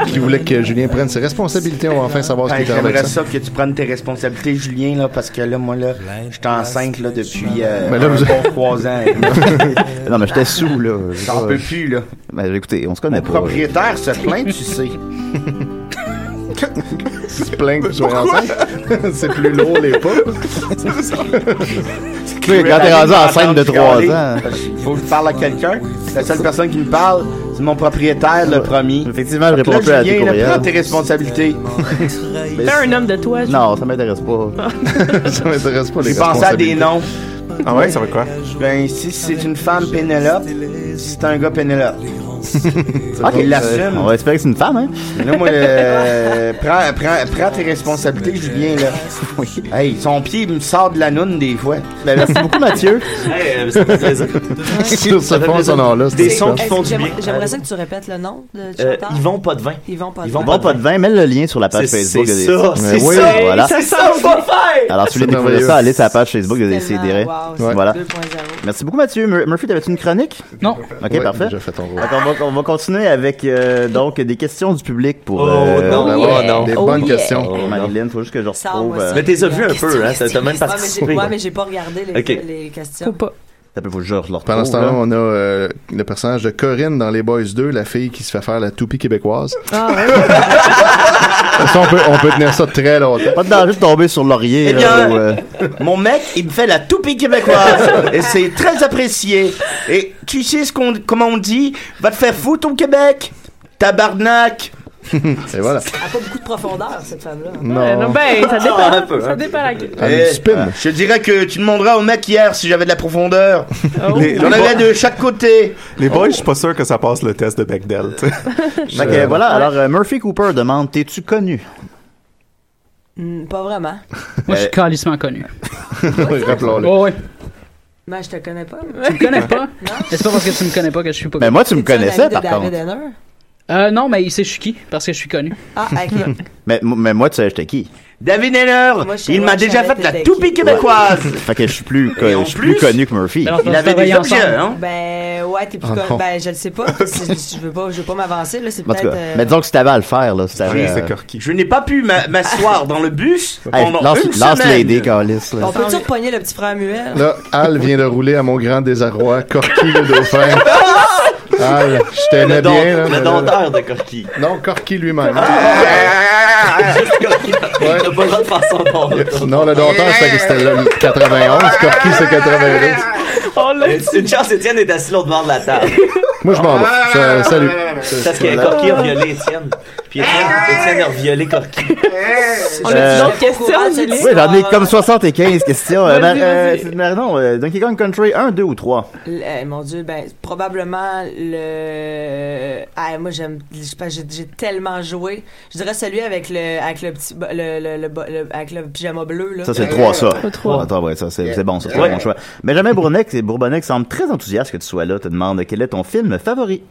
[SPEAKER 4] qui voulait que Julien prenne ses responsabilités. On va enfin savoir ce qui
[SPEAKER 5] Hey,
[SPEAKER 4] est en
[SPEAKER 5] J'aimerais
[SPEAKER 4] avec ça.
[SPEAKER 5] ça que tu prennes tes responsabilités, Julien, là, parce que là, moi, là, je suis enceinte là, depuis euh,
[SPEAKER 2] Ben là, vous-
[SPEAKER 5] un bon trois ans.
[SPEAKER 2] non, mais j'étais sous, là.
[SPEAKER 5] J'en peux plus, là.
[SPEAKER 2] Ben, écoutez, on se connaît
[SPEAKER 5] Mon
[SPEAKER 2] pas. là.
[SPEAKER 5] propriétaire se plaint, tu sais.
[SPEAKER 4] Tu te plains que tu sois enceinte? C'est plus lourd les pas.
[SPEAKER 2] Tu sais, quand t'es rendu enceinte de 3 ans.
[SPEAKER 5] Faut que je parle à quelqu'un. La seule personne qui me parle, c'est mon propriétaire, le premier.
[SPEAKER 2] Effectivement, je
[SPEAKER 5] Fait que
[SPEAKER 2] réponds plus
[SPEAKER 5] là,
[SPEAKER 2] à
[SPEAKER 5] Julien,
[SPEAKER 2] tes
[SPEAKER 5] là,
[SPEAKER 2] courriels.
[SPEAKER 5] Prends tes responsabilités.
[SPEAKER 3] T'es un homme de toi,
[SPEAKER 2] Non, ça m'intéresse pas.
[SPEAKER 4] ça m'intéresse pas,
[SPEAKER 5] J'ai pensé à des noms.
[SPEAKER 11] Ah ouais, ça va être quoi?
[SPEAKER 5] Ben, si c'est une femme Pénélope, si c'est un gars Pénélope.
[SPEAKER 2] Ok,
[SPEAKER 5] Il l'assume.
[SPEAKER 2] euh, On va espérer que c'est une femme, hein?
[SPEAKER 5] Mais là, moi, euh, prends, prends- prends tes responsabilités, Julien, là. Hey, son pied, il me sort de la noune des fois. Ben, merci beaucoup, Mathieu.
[SPEAKER 12] Hey, euh, ça fait plaisir.
[SPEAKER 4] Sur ce
[SPEAKER 12] Ça fait
[SPEAKER 4] fond
[SPEAKER 12] plaisir.
[SPEAKER 4] sonore-là, c'est
[SPEAKER 12] Des
[SPEAKER 4] ça.
[SPEAKER 12] sons qui font du bien.
[SPEAKER 6] J'aimerais j'aimerais ça que tu répètes le nom de
[SPEAKER 12] Euh,
[SPEAKER 6] chanteur.
[SPEAKER 12] ils vont pas de vin.
[SPEAKER 6] Ils vont pas
[SPEAKER 12] Ils
[SPEAKER 6] de
[SPEAKER 12] vont
[SPEAKER 6] vin.
[SPEAKER 2] Bon, pas de vin, mets le lien sur la page
[SPEAKER 12] C'est-
[SPEAKER 2] Facebook.
[SPEAKER 12] c'est
[SPEAKER 2] de-
[SPEAKER 12] ça,
[SPEAKER 2] Mais
[SPEAKER 12] c'est
[SPEAKER 2] oui,
[SPEAKER 12] ça,
[SPEAKER 2] voilà.
[SPEAKER 12] c'est ça, on va faire!
[SPEAKER 2] Alors, si vous voulez découvrir
[SPEAKER 4] merveilleux.
[SPEAKER 2] ça, allez sur la page Facebook de Décidéré.
[SPEAKER 6] wow, c'est
[SPEAKER 2] Voilà.
[SPEAKER 6] 2.0.
[SPEAKER 2] Merci beaucoup, Mathieu. Mur- Murphy, t'avais-tu une chronique?
[SPEAKER 9] Non.
[SPEAKER 2] Ok,
[SPEAKER 4] Ouais,
[SPEAKER 2] parfait.
[SPEAKER 4] J'ai fait ton rôle.
[SPEAKER 2] Donc, on, va, on va continuer avec euh, donc des questions du public pour. euh, ben
[SPEAKER 12] Oh, non,
[SPEAKER 2] on va
[SPEAKER 12] oh,
[SPEAKER 2] voir
[SPEAKER 12] non.
[SPEAKER 4] Des
[SPEAKER 12] Oh,
[SPEAKER 4] bonnes
[SPEAKER 12] yeah.
[SPEAKER 4] questions.
[SPEAKER 12] Oh, non.
[SPEAKER 2] Marilyn, faut juste que je
[SPEAKER 6] Ça, moi
[SPEAKER 2] retrouve.
[SPEAKER 6] aussi.
[SPEAKER 2] euh,
[SPEAKER 12] Mais t'es déjà vu un
[SPEAKER 6] Question,
[SPEAKER 12] peu, hein?
[SPEAKER 6] question,
[SPEAKER 12] T'as t'as même
[SPEAKER 6] question. Ouais,
[SPEAKER 12] participé.
[SPEAKER 6] mais j'ai- Ouais, mais j'ai pas regardé les,
[SPEAKER 12] Ok.
[SPEAKER 6] les questions.
[SPEAKER 2] T'as peu, faut que je leur retrouve.
[SPEAKER 4] Pendant ce
[SPEAKER 2] là.
[SPEAKER 4] temps-là, on a euh, le personnage de Corinne dans Les Boys 2, la fille qui se fait faire la toupie québécoise.
[SPEAKER 5] Ah,
[SPEAKER 4] ça, on peut, on peut tenir ça très longtemps.
[SPEAKER 2] Pas de danger de tomber sur Laurier.
[SPEAKER 5] Eh
[SPEAKER 2] là,
[SPEAKER 5] bien,
[SPEAKER 2] ou, euh,
[SPEAKER 5] Mon mec, il me fait la toupie québécoise. et c'est très apprécié. Et tu sais ce qu'on, comment on dit? Va te faire foutre au Québec. Tabarnak.
[SPEAKER 4] Et voilà.
[SPEAKER 6] Elle a pas beaucoup de profondeur, cette femme-là.
[SPEAKER 3] Euh, non, ben, ça dépend.
[SPEAKER 12] Ah, un peu,
[SPEAKER 5] hein.
[SPEAKER 3] ça
[SPEAKER 12] un
[SPEAKER 3] dépend laquelle.
[SPEAKER 4] Elle spin.
[SPEAKER 5] Eh, Je dirais que tu demanderas au mec hier si j'avais de la profondeur.
[SPEAKER 3] Oh.
[SPEAKER 11] Les-
[SPEAKER 5] J'en
[SPEAKER 11] les
[SPEAKER 5] avais
[SPEAKER 11] bo-
[SPEAKER 5] de chaque côté.
[SPEAKER 11] Les boys, je suis pas sûr que ça passe le test de Bechdel. tu sais.
[SPEAKER 2] Fait que, voilà, alors euh, Murphy Cooper demande T'es-tu connu
[SPEAKER 6] Hmm, pas vraiment.
[SPEAKER 9] Moi, je
[SPEAKER 5] Euh,
[SPEAKER 9] suis calissement connu.
[SPEAKER 4] Rappelons-le.
[SPEAKER 9] Ouais, ouais.
[SPEAKER 6] Mais je te connais pas.
[SPEAKER 9] Tu me connais pas? C'est pas parce que tu me connais pas que je suis pas
[SPEAKER 2] Ben,
[SPEAKER 9] connu.
[SPEAKER 2] moi, tu me
[SPEAKER 6] C'est un ami
[SPEAKER 2] connaissais,
[SPEAKER 6] de
[SPEAKER 2] par
[SPEAKER 6] David
[SPEAKER 2] contre.
[SPEAKER 6] Henner?
[SPEAKER 9] Euh, non, mais il sait je suis qui, parce que je suis connu.
[SPEAKER 6] Ah, ok.
[SPEAKER 2] Mais, mais moi, tu sais, j'étais qui
[SPEAKER 5] David Heller,
[SPEAKER 6] Moi, je sais
[SPEAKER 5] il
[SPEAKER 6] pas,
[SPEAKER 5] m'a
[SPEAKER 6] je
[SPEAKER 5] déjà
[SPEAKER 6] savais
[SPEAKER 5] fait la
[SPEAKER 6] t'étais
[SPEAKER 5] toupie
[SPEAKER 6] qui.
[SPEAKER 12] Ah,
[SPEAKER 5] québécoise.
[SPEAKER 2] Fait que je suis plus,
[SPEAKER 5] Et en
[SPEAKER 2] je suis plus
[SPEAKER 5] plus-
[SPEAKER 2] connu que Murphy.
[SPEAKER 9] Alors,
[SPEAKER 5] Il avait des
[SPEAKER 9] travaillé
[SPEAKER 5] objets,
[SPEAKER 9] ensemble.
[SPEAKER 5] hein?
[SPEAKER 6] Ben, ouais, t'es plus
[SPEAKER 2] Ah,
[SPEAKER 6] con-
[SPEAKER 2] non.
[SPEAKER 6] Ben, je le sais pas. si- si Je veux pas, je veux pas m'avancer, là. C'est
[SPEAKER 2] En tout
[SPEAKER 6] peut-être.
[SPEAKER 2] cas,
[SPEAKER 6] euh,
[SPEAKER 2] mais disons que si t'avais à le faire, là, si t'avais.
[SPEAKER 11] c'est
[SPEAKER 2] euh,
[SPEAKER 11] Corky.
[SPEAKER 5] Je n'ai pas pu m'a- m'asseoir dans le bus
[SPEAKER 2] hey,
[SPEAKER 5] pendant une
[SPEAKER 2] lance, lance
[SPEAKER 5] semaine.
[SPEAKER 2] les dés, Carlis. là.
[SPEAKER 6] On peut-tu repogner le petit frère Muel?
[SPEAKER 4] Là, Al vient de rouler à mon grand désarroi. Corky le dauphin. Al, je
[SPEAKER 12] Le,
[SPEAKER 4] t'aimais
[SPEAKER 12] don-
[SPEAKER 4] bien. là,
[SPEAKER 12] le
[SPEAKER 4] mais là-
[SPEAKER 12] dompteur de Corky. Ah!
[SPEAKER 4] Non, Corky lui-même.
[SPEAKER 12] Juste Corky.
[SPEAKER 4] Ouais.
[SPEAKER 12] T'as pas le droit de faire son don.
[SPEAKER 4] Non, le dompteur, c'était c'était le 91. Corky, c'est 92.
[SPEAKER 3] Oh, là,
[SPEAKER 12] Euh, Une chance, Étienne est assis l'autre bord de la table.
[SPEAKER 4] Moi, je m'en vais. Ça- Salut.
[SPEAKER 12] Parce que Corky a violé Étienne. Puis Étienne Étienne a violé Corky.
[SPEAKER 2] On a-tu Euh, d'autres
[SPEAKER 12] Ah,
[SPEAKER 6] questions, Julie?
[SPEAKER 2] Oui, j'en ai comme 75 questions. Euh,
[SPEAKER 6] Vas-y,
[SPEAKER 2] Mar- euh,
[SPEAKER 6] vas-y.
[SPEAKER 2] c'est- Marinon, euh, Donkey Kong Country 1, 2 ou 3?
[SPEAKER 6] Le- mon Dieu, ben, probablement le. Ah, moi, j'aime. je pense que J'ai j'ai tellement joué. Je dirais celui avec le, avec le petit. bo- Le, le, le bo- le- avec le pyjama bleu, là. euh,
[SPEAKER 2] Ça, c'est le 3, ça.
[SPEAKER 6] Le trois.
[SPEAKER 2] Attends, ouais, ça, c'est c'est bon, ça, c'est
[SPEAKER 6] Ouais.
[SPEAKER 2] un bon choix. Benjamin Bourbonnec, et Bourbonnec semble très enthousiaste que tu sois là. Te demande quel est ton film favori.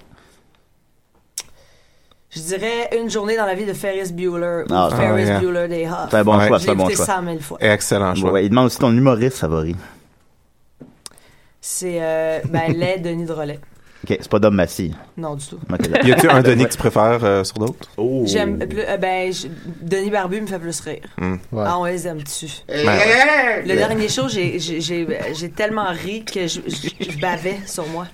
[SPEAKER 6] Je dirais une journée dans la vie de Ferris Bueller.
[SPEAKER 2] Ah,
[SPEAKER 6] ou
[SPEAKER 2] c'est
[SPEAKER 6] Ferris
[SPEAKER 2] vrai.
[SPEAKER 6] Bueller des Hoffs.
[SPEAKER 2] C'est un bon choix,
[SPEAKER 6] J'ai
[SPEAKER 2] c'est un bon
[SPEAKER 6] écouté
[SPEAKER 2] choix.
[SPEAKER 6] 100 000 fois.
[SPEAKER 2] Excellent choix. il demande aussi ton humoriste favori.
[SPEAKER 6] C'est euh, ben, l'aide Denis Drolet.
[SPEAKER 2] Ok, c'est pas Dom Massy.
[SPEAKER 6] Non, du tout.
[SPEAKER 2] Ok, d'accord.
[SPEAKER 11] Y a-tu un Denis que tu préfères euh, sur d'autres?
[SPEAKER 2] Oh.
[SPEAKER 6] J'aime plus- euh, ben, je- Denis Barbu me fait plus rire.
[SPEAKER 11] Hmm. Ouais.
[SPEAKER 6] Ah, on les aime tu.
[SPEAKER 12] Eh,
[SPEAKER 11] Ben ouais.
[SPEAKER 6] Le dernier show, j'ai- j'ai j'ai- j'ai tellement ri que je, je- je bavais sur moi.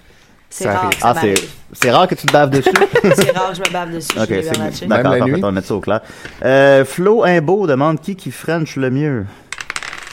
[SPEAKER 6] C'est
[SPEAKER 2] Ça
[SPEAKER 6] rare.
[SPEAKER 2] arrive.
[SPEAKER 6] que ça
[SPEAKER 2] Ah, c'est-
[SPEAKER 6] m'arrive.
[SPEAKER 2] c'est rare que tu te baves dessus?
[SPEAKER 6] C'est rare que je me bave dessus.
[SPEAKER 2] Ok,
[SPEAKER 6] Julie
[SPEAKER 2] c'est
[SPEAKER 6] Bernatchez.
[SPEAKER 2] d'accord, parfait, on va mettre ça au clair. Euh, Flo Imbeau demande qui qui French le mieux.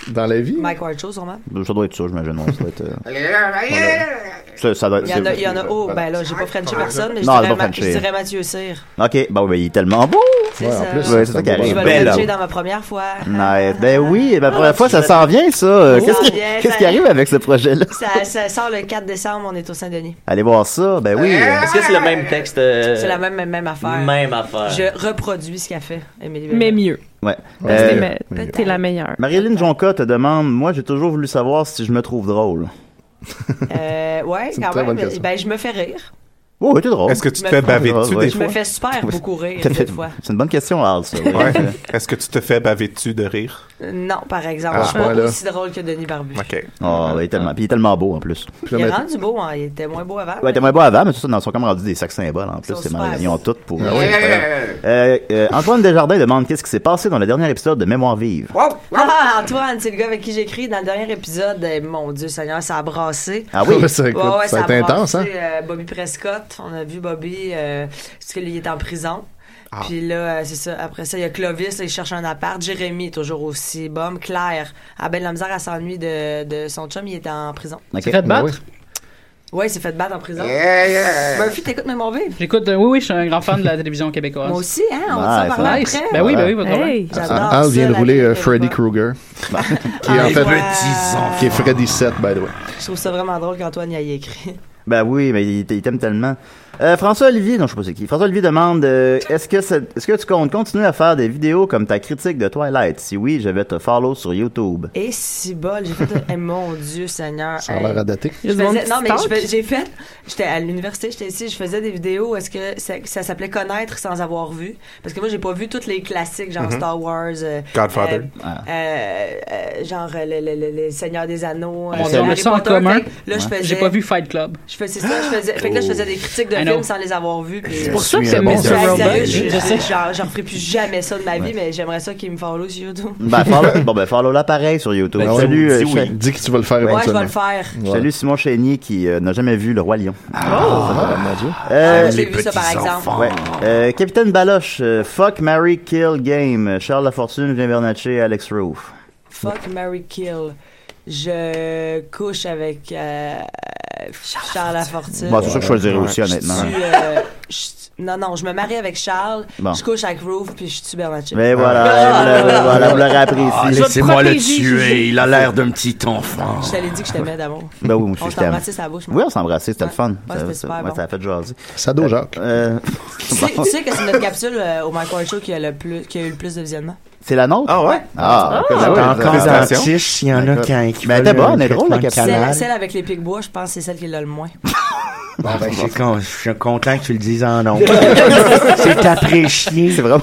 [SPEAKER 4] Dans la vie?
[SPEAKER 6] Mike Ward Show, sûrement.
[SPEAKER 2] Ça doit être ça, j'imagine. ouais, Ça doit être. euh,
[SPEAKER 12] Eh,
[SPEAKER 6] Il
[SPEAKER 2] ça, ça doit être.
[SPEAKER 6] y en a,
[SPEAKER 2] c'est-
[SPEAKER 6] il y en a oh, ben là, j'ai pas Frenché personne, mais je
[SPEAKER 2] Non, elle
[SPEAKER 6] dirais,
[SPEAKER 2] va
[SPEAKER 6] Ma-
[SPEAKER 2] Frencher.
[SPEAKER 6] je dirais Mathieu Cyr.
[SPEAKER 2] Ok, bah oui, il est tellement beau!
[SPEAKER 6] C'est ça.
[SPEAKER 2] Ouais, c'est ça qui
[SPEAKER 6] Je
[SPEAKER 2] arrive. Ben
[SPEAKER 6] vais le Frencher dans ma première fois.
[SPEAKER 2] Nice. Ben oui, ma première fois, ça s'en vient, ça. Euh,
[SPEAKER 6] Ça
[SPEAKER 2] Qu'est-ce
[SPEAKER 6] s'en
[SPEAKER 2] qui,
[SPEAKER 6] vient,
[SPEAKER 2] qu'est-ce
[SPEAKER 6] ça-
[SPEAKER 2] qui arrive avec ce projet-là?
[SPEAKER 6] Ça, ça sort le 4 décembre, on est au Saint-Denis.
[SPEAKER 2] Allez voir ça, ben oui.
[SPEAKER 6] Euh,
[SPEAKER 12] Est-ce que c'est le même texte? euh,
[SPEAKER 6] C'est la même, même, même affaire.
[SPEAKER 12] Même affaire.
[SPEAKER 6] Je reproduis ce qu'a fait Émilie
[SPEAKER 3] Mais mieux.
[SPEAKER 2] Ouais.
[SPEAKER 3] Parce
[SPEAKER 2] Euh,
[SPEAKER 3] que mais- T'es la meilleure.
[SPEAKER 2] Marilyn Jonca te demande, moi, j'ai toujours voulu savoir si je me trouve drôle.
[SPEAKER 6] Euh, ouais,
[SPEAKER 2] C'est une
[SPEAKER 6] quand
[SPEAKER 2] très
[SPEAKER 6] même.
[SPEAKER 2] bonne
[SPEAKER 6] mais-
[SPEAKER 2] question.
[SPEAKER 6] Ben, je me fais rire.
[SPEAKER 2] Oh, oui, t'es drôle.
[SPEAKER 11] Est-ce que tu te
[SPEAKER 6] Je
[SPEAKER 11] fais
[SPEAKER 6] me fais-
[SPEAKER 11] baver dessus
[SPEAKER 6] Je
[SPEAKER 11] des
[SPEAKER 6] me
[SPEAKER 11] fois?
[SPEAKER 6] fais super beaucoup rire
[SPEAKER 11] T'as fait-
[SPEAKER 6] des fois.
[SPEAKER 2] C'est une bonne question, Al, ça. oui.
[SPEAKER 11] Ouais. Est-ce que tu te fais baver dessus de rire?
[SPEAKER 6] Euh, Non, par exemple,
[SPEAKER 2] Ah,
[SPEAKER 6] je suis pas
[SPEAKER 2] voilà.
[SPEAKER 6] aussi drôle que Denis Barbu.
[SPEAKER 11] OK.
[SPEAKER 2] Oh, il est tellement, puis il est tellement beau, en plus.
[SPEAKER 6] Il est rendu beau, hein. Il était moins beau avant.
[SPEAKER 2] Ouais, t'es moins beau avant, mais tout ça, ils sont comme rendus des sacs symboles, en plus.
[SPEAKER 6] sont
[SPEAKER 2] C'est
[SPEAKER 6] super
[SPEAKER 2] malade. Ils ont tout pour.
[SPEAKER 6] Ah oui.
[SPEAKER 2] Ouais, c'est incroyable. Euh, euh, Antoine Desjardins demande qu'est-ce qui s'est passé dans le dernier épisode de Mémoire vive.
[SPEAKER 6] Ah, Antoine, c'est le gars avec qui j'écris dans le dernier épisode. Eh, mon Dieu Seigneur, ça a brassé.
[SPEAKER 2] Ah oui?
[SPEAKER 4] Ça, écoute, ça a été intense, hein?
[SPEAKER 6] euh, Bobby Prescott, on a vu Bobby, euh, parce que lui, il est en prison.
[SPEAKER 4] Ah.
[SPEAKER 6] Puis là, euh, c'est ça. Après ça, il y a Clovis, là, il cherche un appart. Jérémy, toujours aussi bombe. Claire, à Belle la misère, elle s'ennuie de, de son chum, il est en prison.
[SPEAKER 9] Il s'est fait
[SPEAKER 4] Ben
[SPEAKER 9] battre?
[SPEAKER 6] Ouais, il s'est fait battre en prison.
[SPEAKER 9] Yeah, yeah.
[SPEAKER 6] Murphy, t'écoutes même mon vie?
[SPEAKER 9] J'écoute, euh, oui, oui, je suis un grand fan de la télévision québécoise.
[SPEAKER 6] Moi aussi, hein, on s'en
[SPEAKER 9] Nice,
[SPEAKER 6] parlait
[SPEAKER 9] nice.
[SPEAKER 6] après.
[SPEAKER 9] Ben oui, ben oui, pas de
[SPEAKER 6] Hey,
[SPEAKER 9] problème.
[SPEAKER 6] j'adore
[SPEAKER 4] Ah, Al vient
[SPEAKER 6] ça,
[SPEAKER 4] de
[SPEAKER 6] la
[SPEAKER 4] rouler euh,
[SPEAKER 6] vieille
[SPEAKER 4] Freddy
[SPEAKER 6] époque.
[SPEAKER 4] Krueger. qui est
[SPEAKER 6] Ah,
[SPEAKER 4] en fait.
[SPEAKER 6] ouais.
[SPEAKER 4] Qui est Freddy 7, by the way.
[SPEAKER 6] Je trouve ça vraiment drôle qu'Antoine y ait écrit.
[SPEAKER 2] Ben oui, mais il, t- il t'aime tellement. Euh, François Olivier, non, je sais pas c'est qui. François Olivier demande euh, est-ce que ça- est-ce que tu comptes continuer à faire des vidéos comme ta critique de Twilight Si oui, je vais te follow sur YouTube.
[SPEAKER 6] Et si bol, j'ai fait. Eh mon Dieu, Seigneur.
[SPEAKER 2] Ça a
[SPEAKER 6] hey.
[SPEAKER 2] l'air à dater.
[SPEAKER 6] Je
[SPEAKER 2] Il y a du monde
[SPEAKER 6] faisais-
[SPEAKER 2] qui
[SPEAKER 6] non,
[SPEAKER 2] se
[SPEAKER 6] mais
[SPEAKER 2] tanque.
[SPEAKER 6] je fais- j'ai fait. J'étais à l'université, j'étais ici, je faisais des vidéos. Est-ce que ça, ça s'appelait Connaître sans avoir vu Parce que moi, j'ai pas vu tous les classiques, genre
[SPEAKER 2] Mm-hmm.
[SPEAKER 11] Mhm.
[SPEAKER 6] Star Wars. euh,
[SPEAKER 11] Godfather.
[SPEAKER 6] euh, euh, euh, genre euh, le, le- le- le Seigneur des Anneaux. euh,
[SPEAKER 9] On
[SPEAKER 6] Harry
[SPEAKER 9] a ça en
[SPEAKER 6] Potter.
[SPEAKER 9] commun.
[SPEAKER 6] Fait que Là, je faisais.
[SPEAKER 9] J'ai pas vu Fight Club.
[SPEAKER 6] Je faisais ça, je faisais. Fait que là, je faisais des critiques de
[SPEAKER 9] I
[SPEAKER 6] films
[SPEAKER 9] know.
[SPEAKER 6] sans les avoir vus. puis-
[SPEAKER 9] C'est pour ça que c'est Mr. Robot.
[SPEAKER 6] Sérieux, je-
[SPEAKER 9] Je sais.
[SPEAKER 6] J'en j'en ferai plus jamais ça de ma vie, mais j'aimerais ça qu'il me follow sur YouTube.
[SPEAKER 2] Ben, follow, bon, ben, follow l'appareil sur YouTube.
[SPEAKER 4] Ben,
[SPEAKER 2] Salut, euh,
[SPEAKER 4] dis oui.
[SPEAKER 2] Cha-
[SPEAKER 4] Dis que tu vas le faire
[SPEAKER 6] Ouais,
[SPEAKER 2] éventuellement.
[SPEAKER 6] je vais le faire.
[SPEAKER 2] Je salue Simon Chénier qui euh, n'a jamais vu Le Roi Lion.
[SPEAKER 4] Ah, mon Dieu.
[SPEAKER 6] Ah, j'ai vu ça, par exemple.
[SPEAKER 2] Euh, Ouais. Euh, Capitaine Baloche, euh, Fuck, Mary, Kill, Game, euh, Charles Lafortune, Julien Bernatchez, Alex Roof.
[SPEAKER 6] Fuck Mary Kill. Je couche avec euh, Charles Lafortune.
[SPEAKER 2] Bon, c'est sûr que je choisirais aussi, honnêtement.
[SPEAKER 6] Je tue, euh, je- non, non, je me marie avec Charles,
[SPEAKER 2] Bon.
[SPEAKER 6] je couche avec Roof, puis je tue Bernatchez.
[SPEAKER 2] Mais voilà,
[SPEAKER 6] Ah!
[SPEAKER 2] et voilà, voilà, vous l'aurez apprécié.
[SPEAKER 10] Ah,
[SPEAKER 6] Je vais te
[SPEAKER 10] Laissez-moi le
[SPEAKER 6] protéger, Gigi.
[SPEAKER 10] tuer, il a l'air d'un petit enfant.
[SPEAKER 6] Je t'avais dit que je t'aimais d'amour.
[SPEAKER 2] Ben oui, moi aussi,
[SPEAKER 6] On
[SPEAKER 2] je t'aime.
[SPEAKER 6] s'embrassait sur la bouche, moi.
[SPEAKER 2] Oui, on s'embrassait, c'était le fun.
[SPEAKER 6] Ouais, c'était super
[SPEAKER 2] ouais,
[SPEAKER 6] bon.
[SPEAKER 2] ça a fait jaser.
[SPEAKER 4] Sado Jacques.
[SPEAKER 2] Euh,
[SPEAKER 6] Tu sais, tu sais que c'est notre capsule euh, au Mike Ward Show qui a, le plus, qui a eu le plus de visionnement.
[SPEAKER 2] C'est la nôtre? Ah ouais? Ah,
[SPEAKER 5] Ah,
[SPEAKER 2] écoute,
[SPEAKER 5] ouais,
[SPEAKER 2] encore Ben,
[SPEAKER 5] encore
[SPEAKER 2] dans la
[SPEAKER 5] dans Tiche, il y en a
[SPEAKER 2] Écoute.
[SPEAKER 5] qui- qui
[SPEAKER 2] Ben, elle
[SPEAKER 5] veulent
[SPEAKER 2] était bonne,
[SPEAKER 5] le
[SPEAKER 2] elle est drôle, la
[SPEAKER 5] traitement
[SPEAKER 2] capsule.
[SPEAKER 6] Celle, celle avec les pics bois, je pense que c'est celle qui l'a le moins.
[SPEAKER 5] Bon, ben, c'est con- je suis content que tu le dises en nom. c'est apprécié. C'est
[SPEAKER 2] vraiment.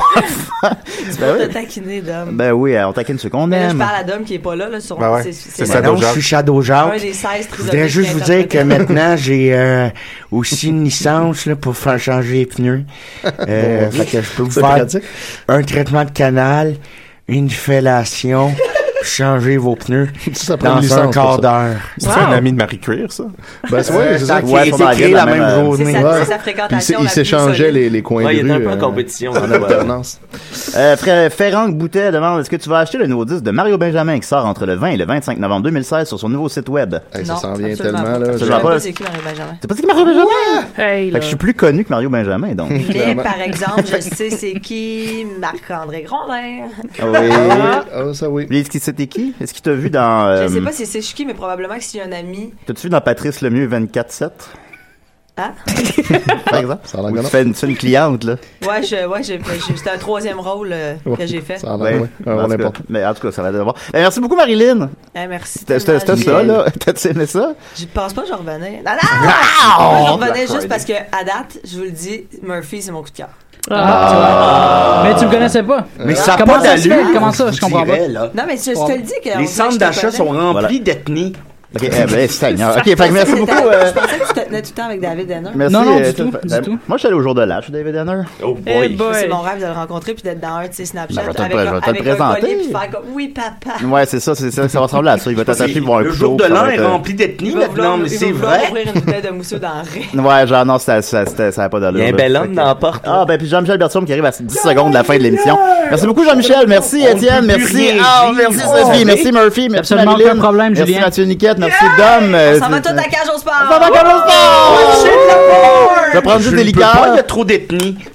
[SPEAKER 6] Ben oui. taquiner d'homme.
[SPEAKER 2] Ben oui, on taquine ceux qu'on
[SPEAKER 6] Mais là, je
[SPEAKER 2] aime.
[SPEAKER 6] parle à Dom qui est pas là, là sur
[SPEAKER 2] Ben ouais,
[SPEAKER 6] c'est- c'est-
[SPEAKER 2] c'est ça,
[SPEAKER 5] Non, je
[SPEAKER 2] Jacques.
[SPEAKER 5] suis Shadow
[SPEAKER 6] Un
[SPEAKER 5] Jacques.
[SPEAKER 6] des 16
[SPEAKER 5] Je voudrais
[SPEAKER 6] prisonniers
[SPEAKER 5] juste vous dire que maintenant, j'ai euh, aussi une licence là, pour faire changer les pneus. Euh,
[SPEAKER 4] Bon,
[SPEAKER 5] fait que je peux vous
[SPEAKER 4] c'est
[SPEAKER 5] faire
[SPEAKER 4] pratique.
[SPEAKER 5] un traitement de canal, une fellation,
[SPEAKER 13] Changez vos pneus
[SPEAKER 4] Ça prend une
[SPEAKER 13] dans un
[SPEAKER 4] licence pour
[SPEAKER 13] quart
[SPEAKER 4] ça.
[SPEAKER 13] d'heure.
[SPEAKER 4] C'est un Wow. ami de
[SPEAKER 11] Marie Cuire, ça?
[SPEAKER 4] Ben, c'est- ouais, c'est ça.
[SPEAKER 13] Qui a été créé la même
[SPEAKER 2] euh,
[SPEAKER 13] journée.
[SPEAKER 4] Ouais. Puis euh, il s- il s'échangeait les, les coins
[SPEAKER 12] Ouais,
[SPEAKER 4] de
[SPEAKER 12] il
[SPEAKER 4] rue.
[SPEAKER 12] était un peu en
[SPEAKER 4] euh,
[SPEAKER 12] compétition,
[SPEAKER 4] En
[SPEAKER 12] là, ouais.
[SPEAKER 4] alternance.
[SPEAKER 2] Euh, frère Ferranc Boutet demande est-ce que tu vas acheter le nouveau disque de Mario Benjamin qui sort entre le 20 et le 25 novembre 2016 sur son nouveau site web
[SPEAKER 4] Hey, ça Non, s'en vient absolument tellement, pas. là.
[SPEAKER 2] Ça
[SPEAKER 4] Je
[SPEAKER 2] s'en
[SPEAKER 4] savais
[SPEAKER 2] va.
[SPEAKER 4] pas
[SPEAKER 2] Fait
[SPEAKER 6] C'est qui Marie Benjamin?
[SPEAKER 2] T'as pas dit que Mario Benjamin?
[SPEAKER 3] Hey,
[SPEAKER 2] que
[SPEAKER 3] là.
[SPEAKER 2] je suis plus connu que Mario Benjamin donc.
[SPEAKER 6] Mais par exemple, je sais c'est qui Marc-André Grondin.
[SPEAKER 2] Ah oui.
[SPEAKER 6] Ah.
[SPEAKER 4] Ah, ça oui.
[SPEAKER 2] Mais est-ce qu'il c'était qui Est-ce qu'il t'a vu dans euh,
[SPEAKER 6] Je sais pas si c'est qui, mais probablement que s'il y a un ami.
[SPEAKER 2] T'as-tu vu dans Patrice Lemieux 24/7
[SPEAKER 6] Hein?
[SPEAKER 2] par exemple
[SPEAKER 4] Ah, a l'air
[SPEAKER 2] Ou
[SPEAKER 4] que
[SPEAKER 2] tu
[SPEAKER 4] non.
[SPEAKER 2] fais une, tu fais une cliente là
[SPEAKER 6] Ouais, je, ouais, j'ai- j'ai- c'était un troisième rôle euh, que j'ai fait.
[SPEAKER 2] Ouais. En tout cas, Mais en tout cas, ça va être bon. Eh, merci beaucoup, Marilyn.
[SPEAKER 6] Eh, merci.
[SPEAKER 2] C'était c'était- c'était
[SPEAKER 6] tellement,
[SPEAKER 2] ça,
[SPEAKER 6] Michel.
[SPEAKER 2] là. T'as aimé ça?
[SPEAKER 6] Je pense pas que je revenais. Non, non!
[SPEAKER 2] Ah!
[SPEAKER 6] Moi, je revenais
[SPEAKER 2] Black
[SPEAKER 6] juste
[SPEAKER 2] Friday.
[SPEAKER 6] parce que, à date, je vous le dis, Murphy, c'est mon coup de cœur.
[SPEAKER 9] Ah. Mais tu me connaissais pas.
[SPEAKER 13] Mais ça a
[SPEAKER 9] Comment
[SPEAKER 13] pas
[SPEAKER 9] ça se fait?
[SPEAKER 13] d'allure,
[SPEAKER 9] Comment ça?
[SPEAKER 13] vous
[SPEAKER 9] Je comprends
[SPEAKER 13] direz,
[SPEAKER 9] pas.
[SPEAKER 13] là.
[SPEAKER 6] Non, mais je, je te le dis que.
[SPEAKER 13] Les centres d'achat sont remplis
[SPEAKER 2] Voilà.
[SPEAKER 13] d'ethnie.
[SPEAKER 2] Ok, eh ben, Seigneur. Ok, fait que merci beaucoup. euh,
[SPEAKER 6] Je pensais que tu te tenais tout le temps avec David Denner.
[SPEAKER 2] merci, euh, tout- ben, Moi, je suis allé au jour de l'âge, David Danner. Oh
[SPEAKER 6] Eh boy. C'est mon rêve de le rencontrer puis d'être dans un de ses Snapchat
[SPEAKER 2] Ben, je vais te le
[SPEAKER 6] avec,
[SPEAKER 2] pré- je
[SPEAKER 6] un-
[SPEAKER 2] vais te le
[SPEAKER 6] avec un
[SPEAKER 2] présenter.
[SPEAKER 6] collier puis faire comme oui papa.
[SPEAKER 2] Ouais, c'est ça, c'est ça, ça va ressembler à ça. Il va t'attacher pour un
[SPEAKER 13] Le
[SPEAKER 2] couteau,
[SPEAKER 13] jour de
[SPEAKER 2] ça va
[SPEAKER 13] l'an
[SPEAKER 2] être,
[SPEAKER 13] est
[SPEAKER 2] euh,
[SPEAKER 13] rempli d'ethnie
[SPEAKER 6] Il va vouloir-
[SPEAKER 13] maintenant, mais
[SPEAKER 6] il va
[SPEAKER 13] c'est
[SPEAKER 6] vouloir
[SPEAKER 13] vrai.
[SPEAKER 6] ouvrir une bouteille de mousseux dans le riz.
[SPEAKER 2] Ouais, genre, non, ça, ça, c'était- ça, avait pas d'allure.
[SPEAKER 12] Il y a un
[SPEAKER 2] là.
[SPEAKER 12] bel
[SPEAKER 2] Fait
[SPEAKER 12] homme
[SPEAKER 2] que-
[SPEAKER 12] dans la porte,
[SPEAKER 2] Ah, ben, puis Jean-Michel Berthiaume qui arrive à 10 secondes de la fin de l'émission. Merci beaucoup, Jean-Michel. Merci,
[SPEAKER 12] On
[SPEAKER 2] Étienne.
[SPEAKER 12] ne peut plus
[SPEAKER 2] Merci,
[SPEAKER 12] rien
[SPEAKER 2] Ah,
[SPEAKER 12] dire.
[SPEAKER 2] merci,
[SPEAKER 12] Oh,
[SPEAKER 2] Sophie.
[SPEAKER 12] oui.
[SPEAKER 2] Merci, Murphy. Merci,
[SPEAKER 12] Absolument
[SPEAKER 2] Marilyn.
[SPEAKER 12] aucun problème,
[SPEAKER 2] Merci,
[SPEAKER 12] Julien.
[SPEAKER 2] Mathieu Niquette. Merci, Dom. Euh,
[SPEAKER 6] On s'en va
[SPEAKER 2] c'est-
[SPEAKER 6] toute la cage au sport.
[SPEAKER 2] On s'en va à la cage au sport.
[SPEAKER 6] Wouh!
[SPEAKER 2] Je vais prendre
[SPEAKER 13] Je
[SPEAKER 2] juste
[SPEAKER 13] ne
[SPEAKER 2] des
[SPEAKER 13] peux pas,
[SPEAKER 2] liqueurs.
[SPEAKER 13] Il y a trop d'ethnie.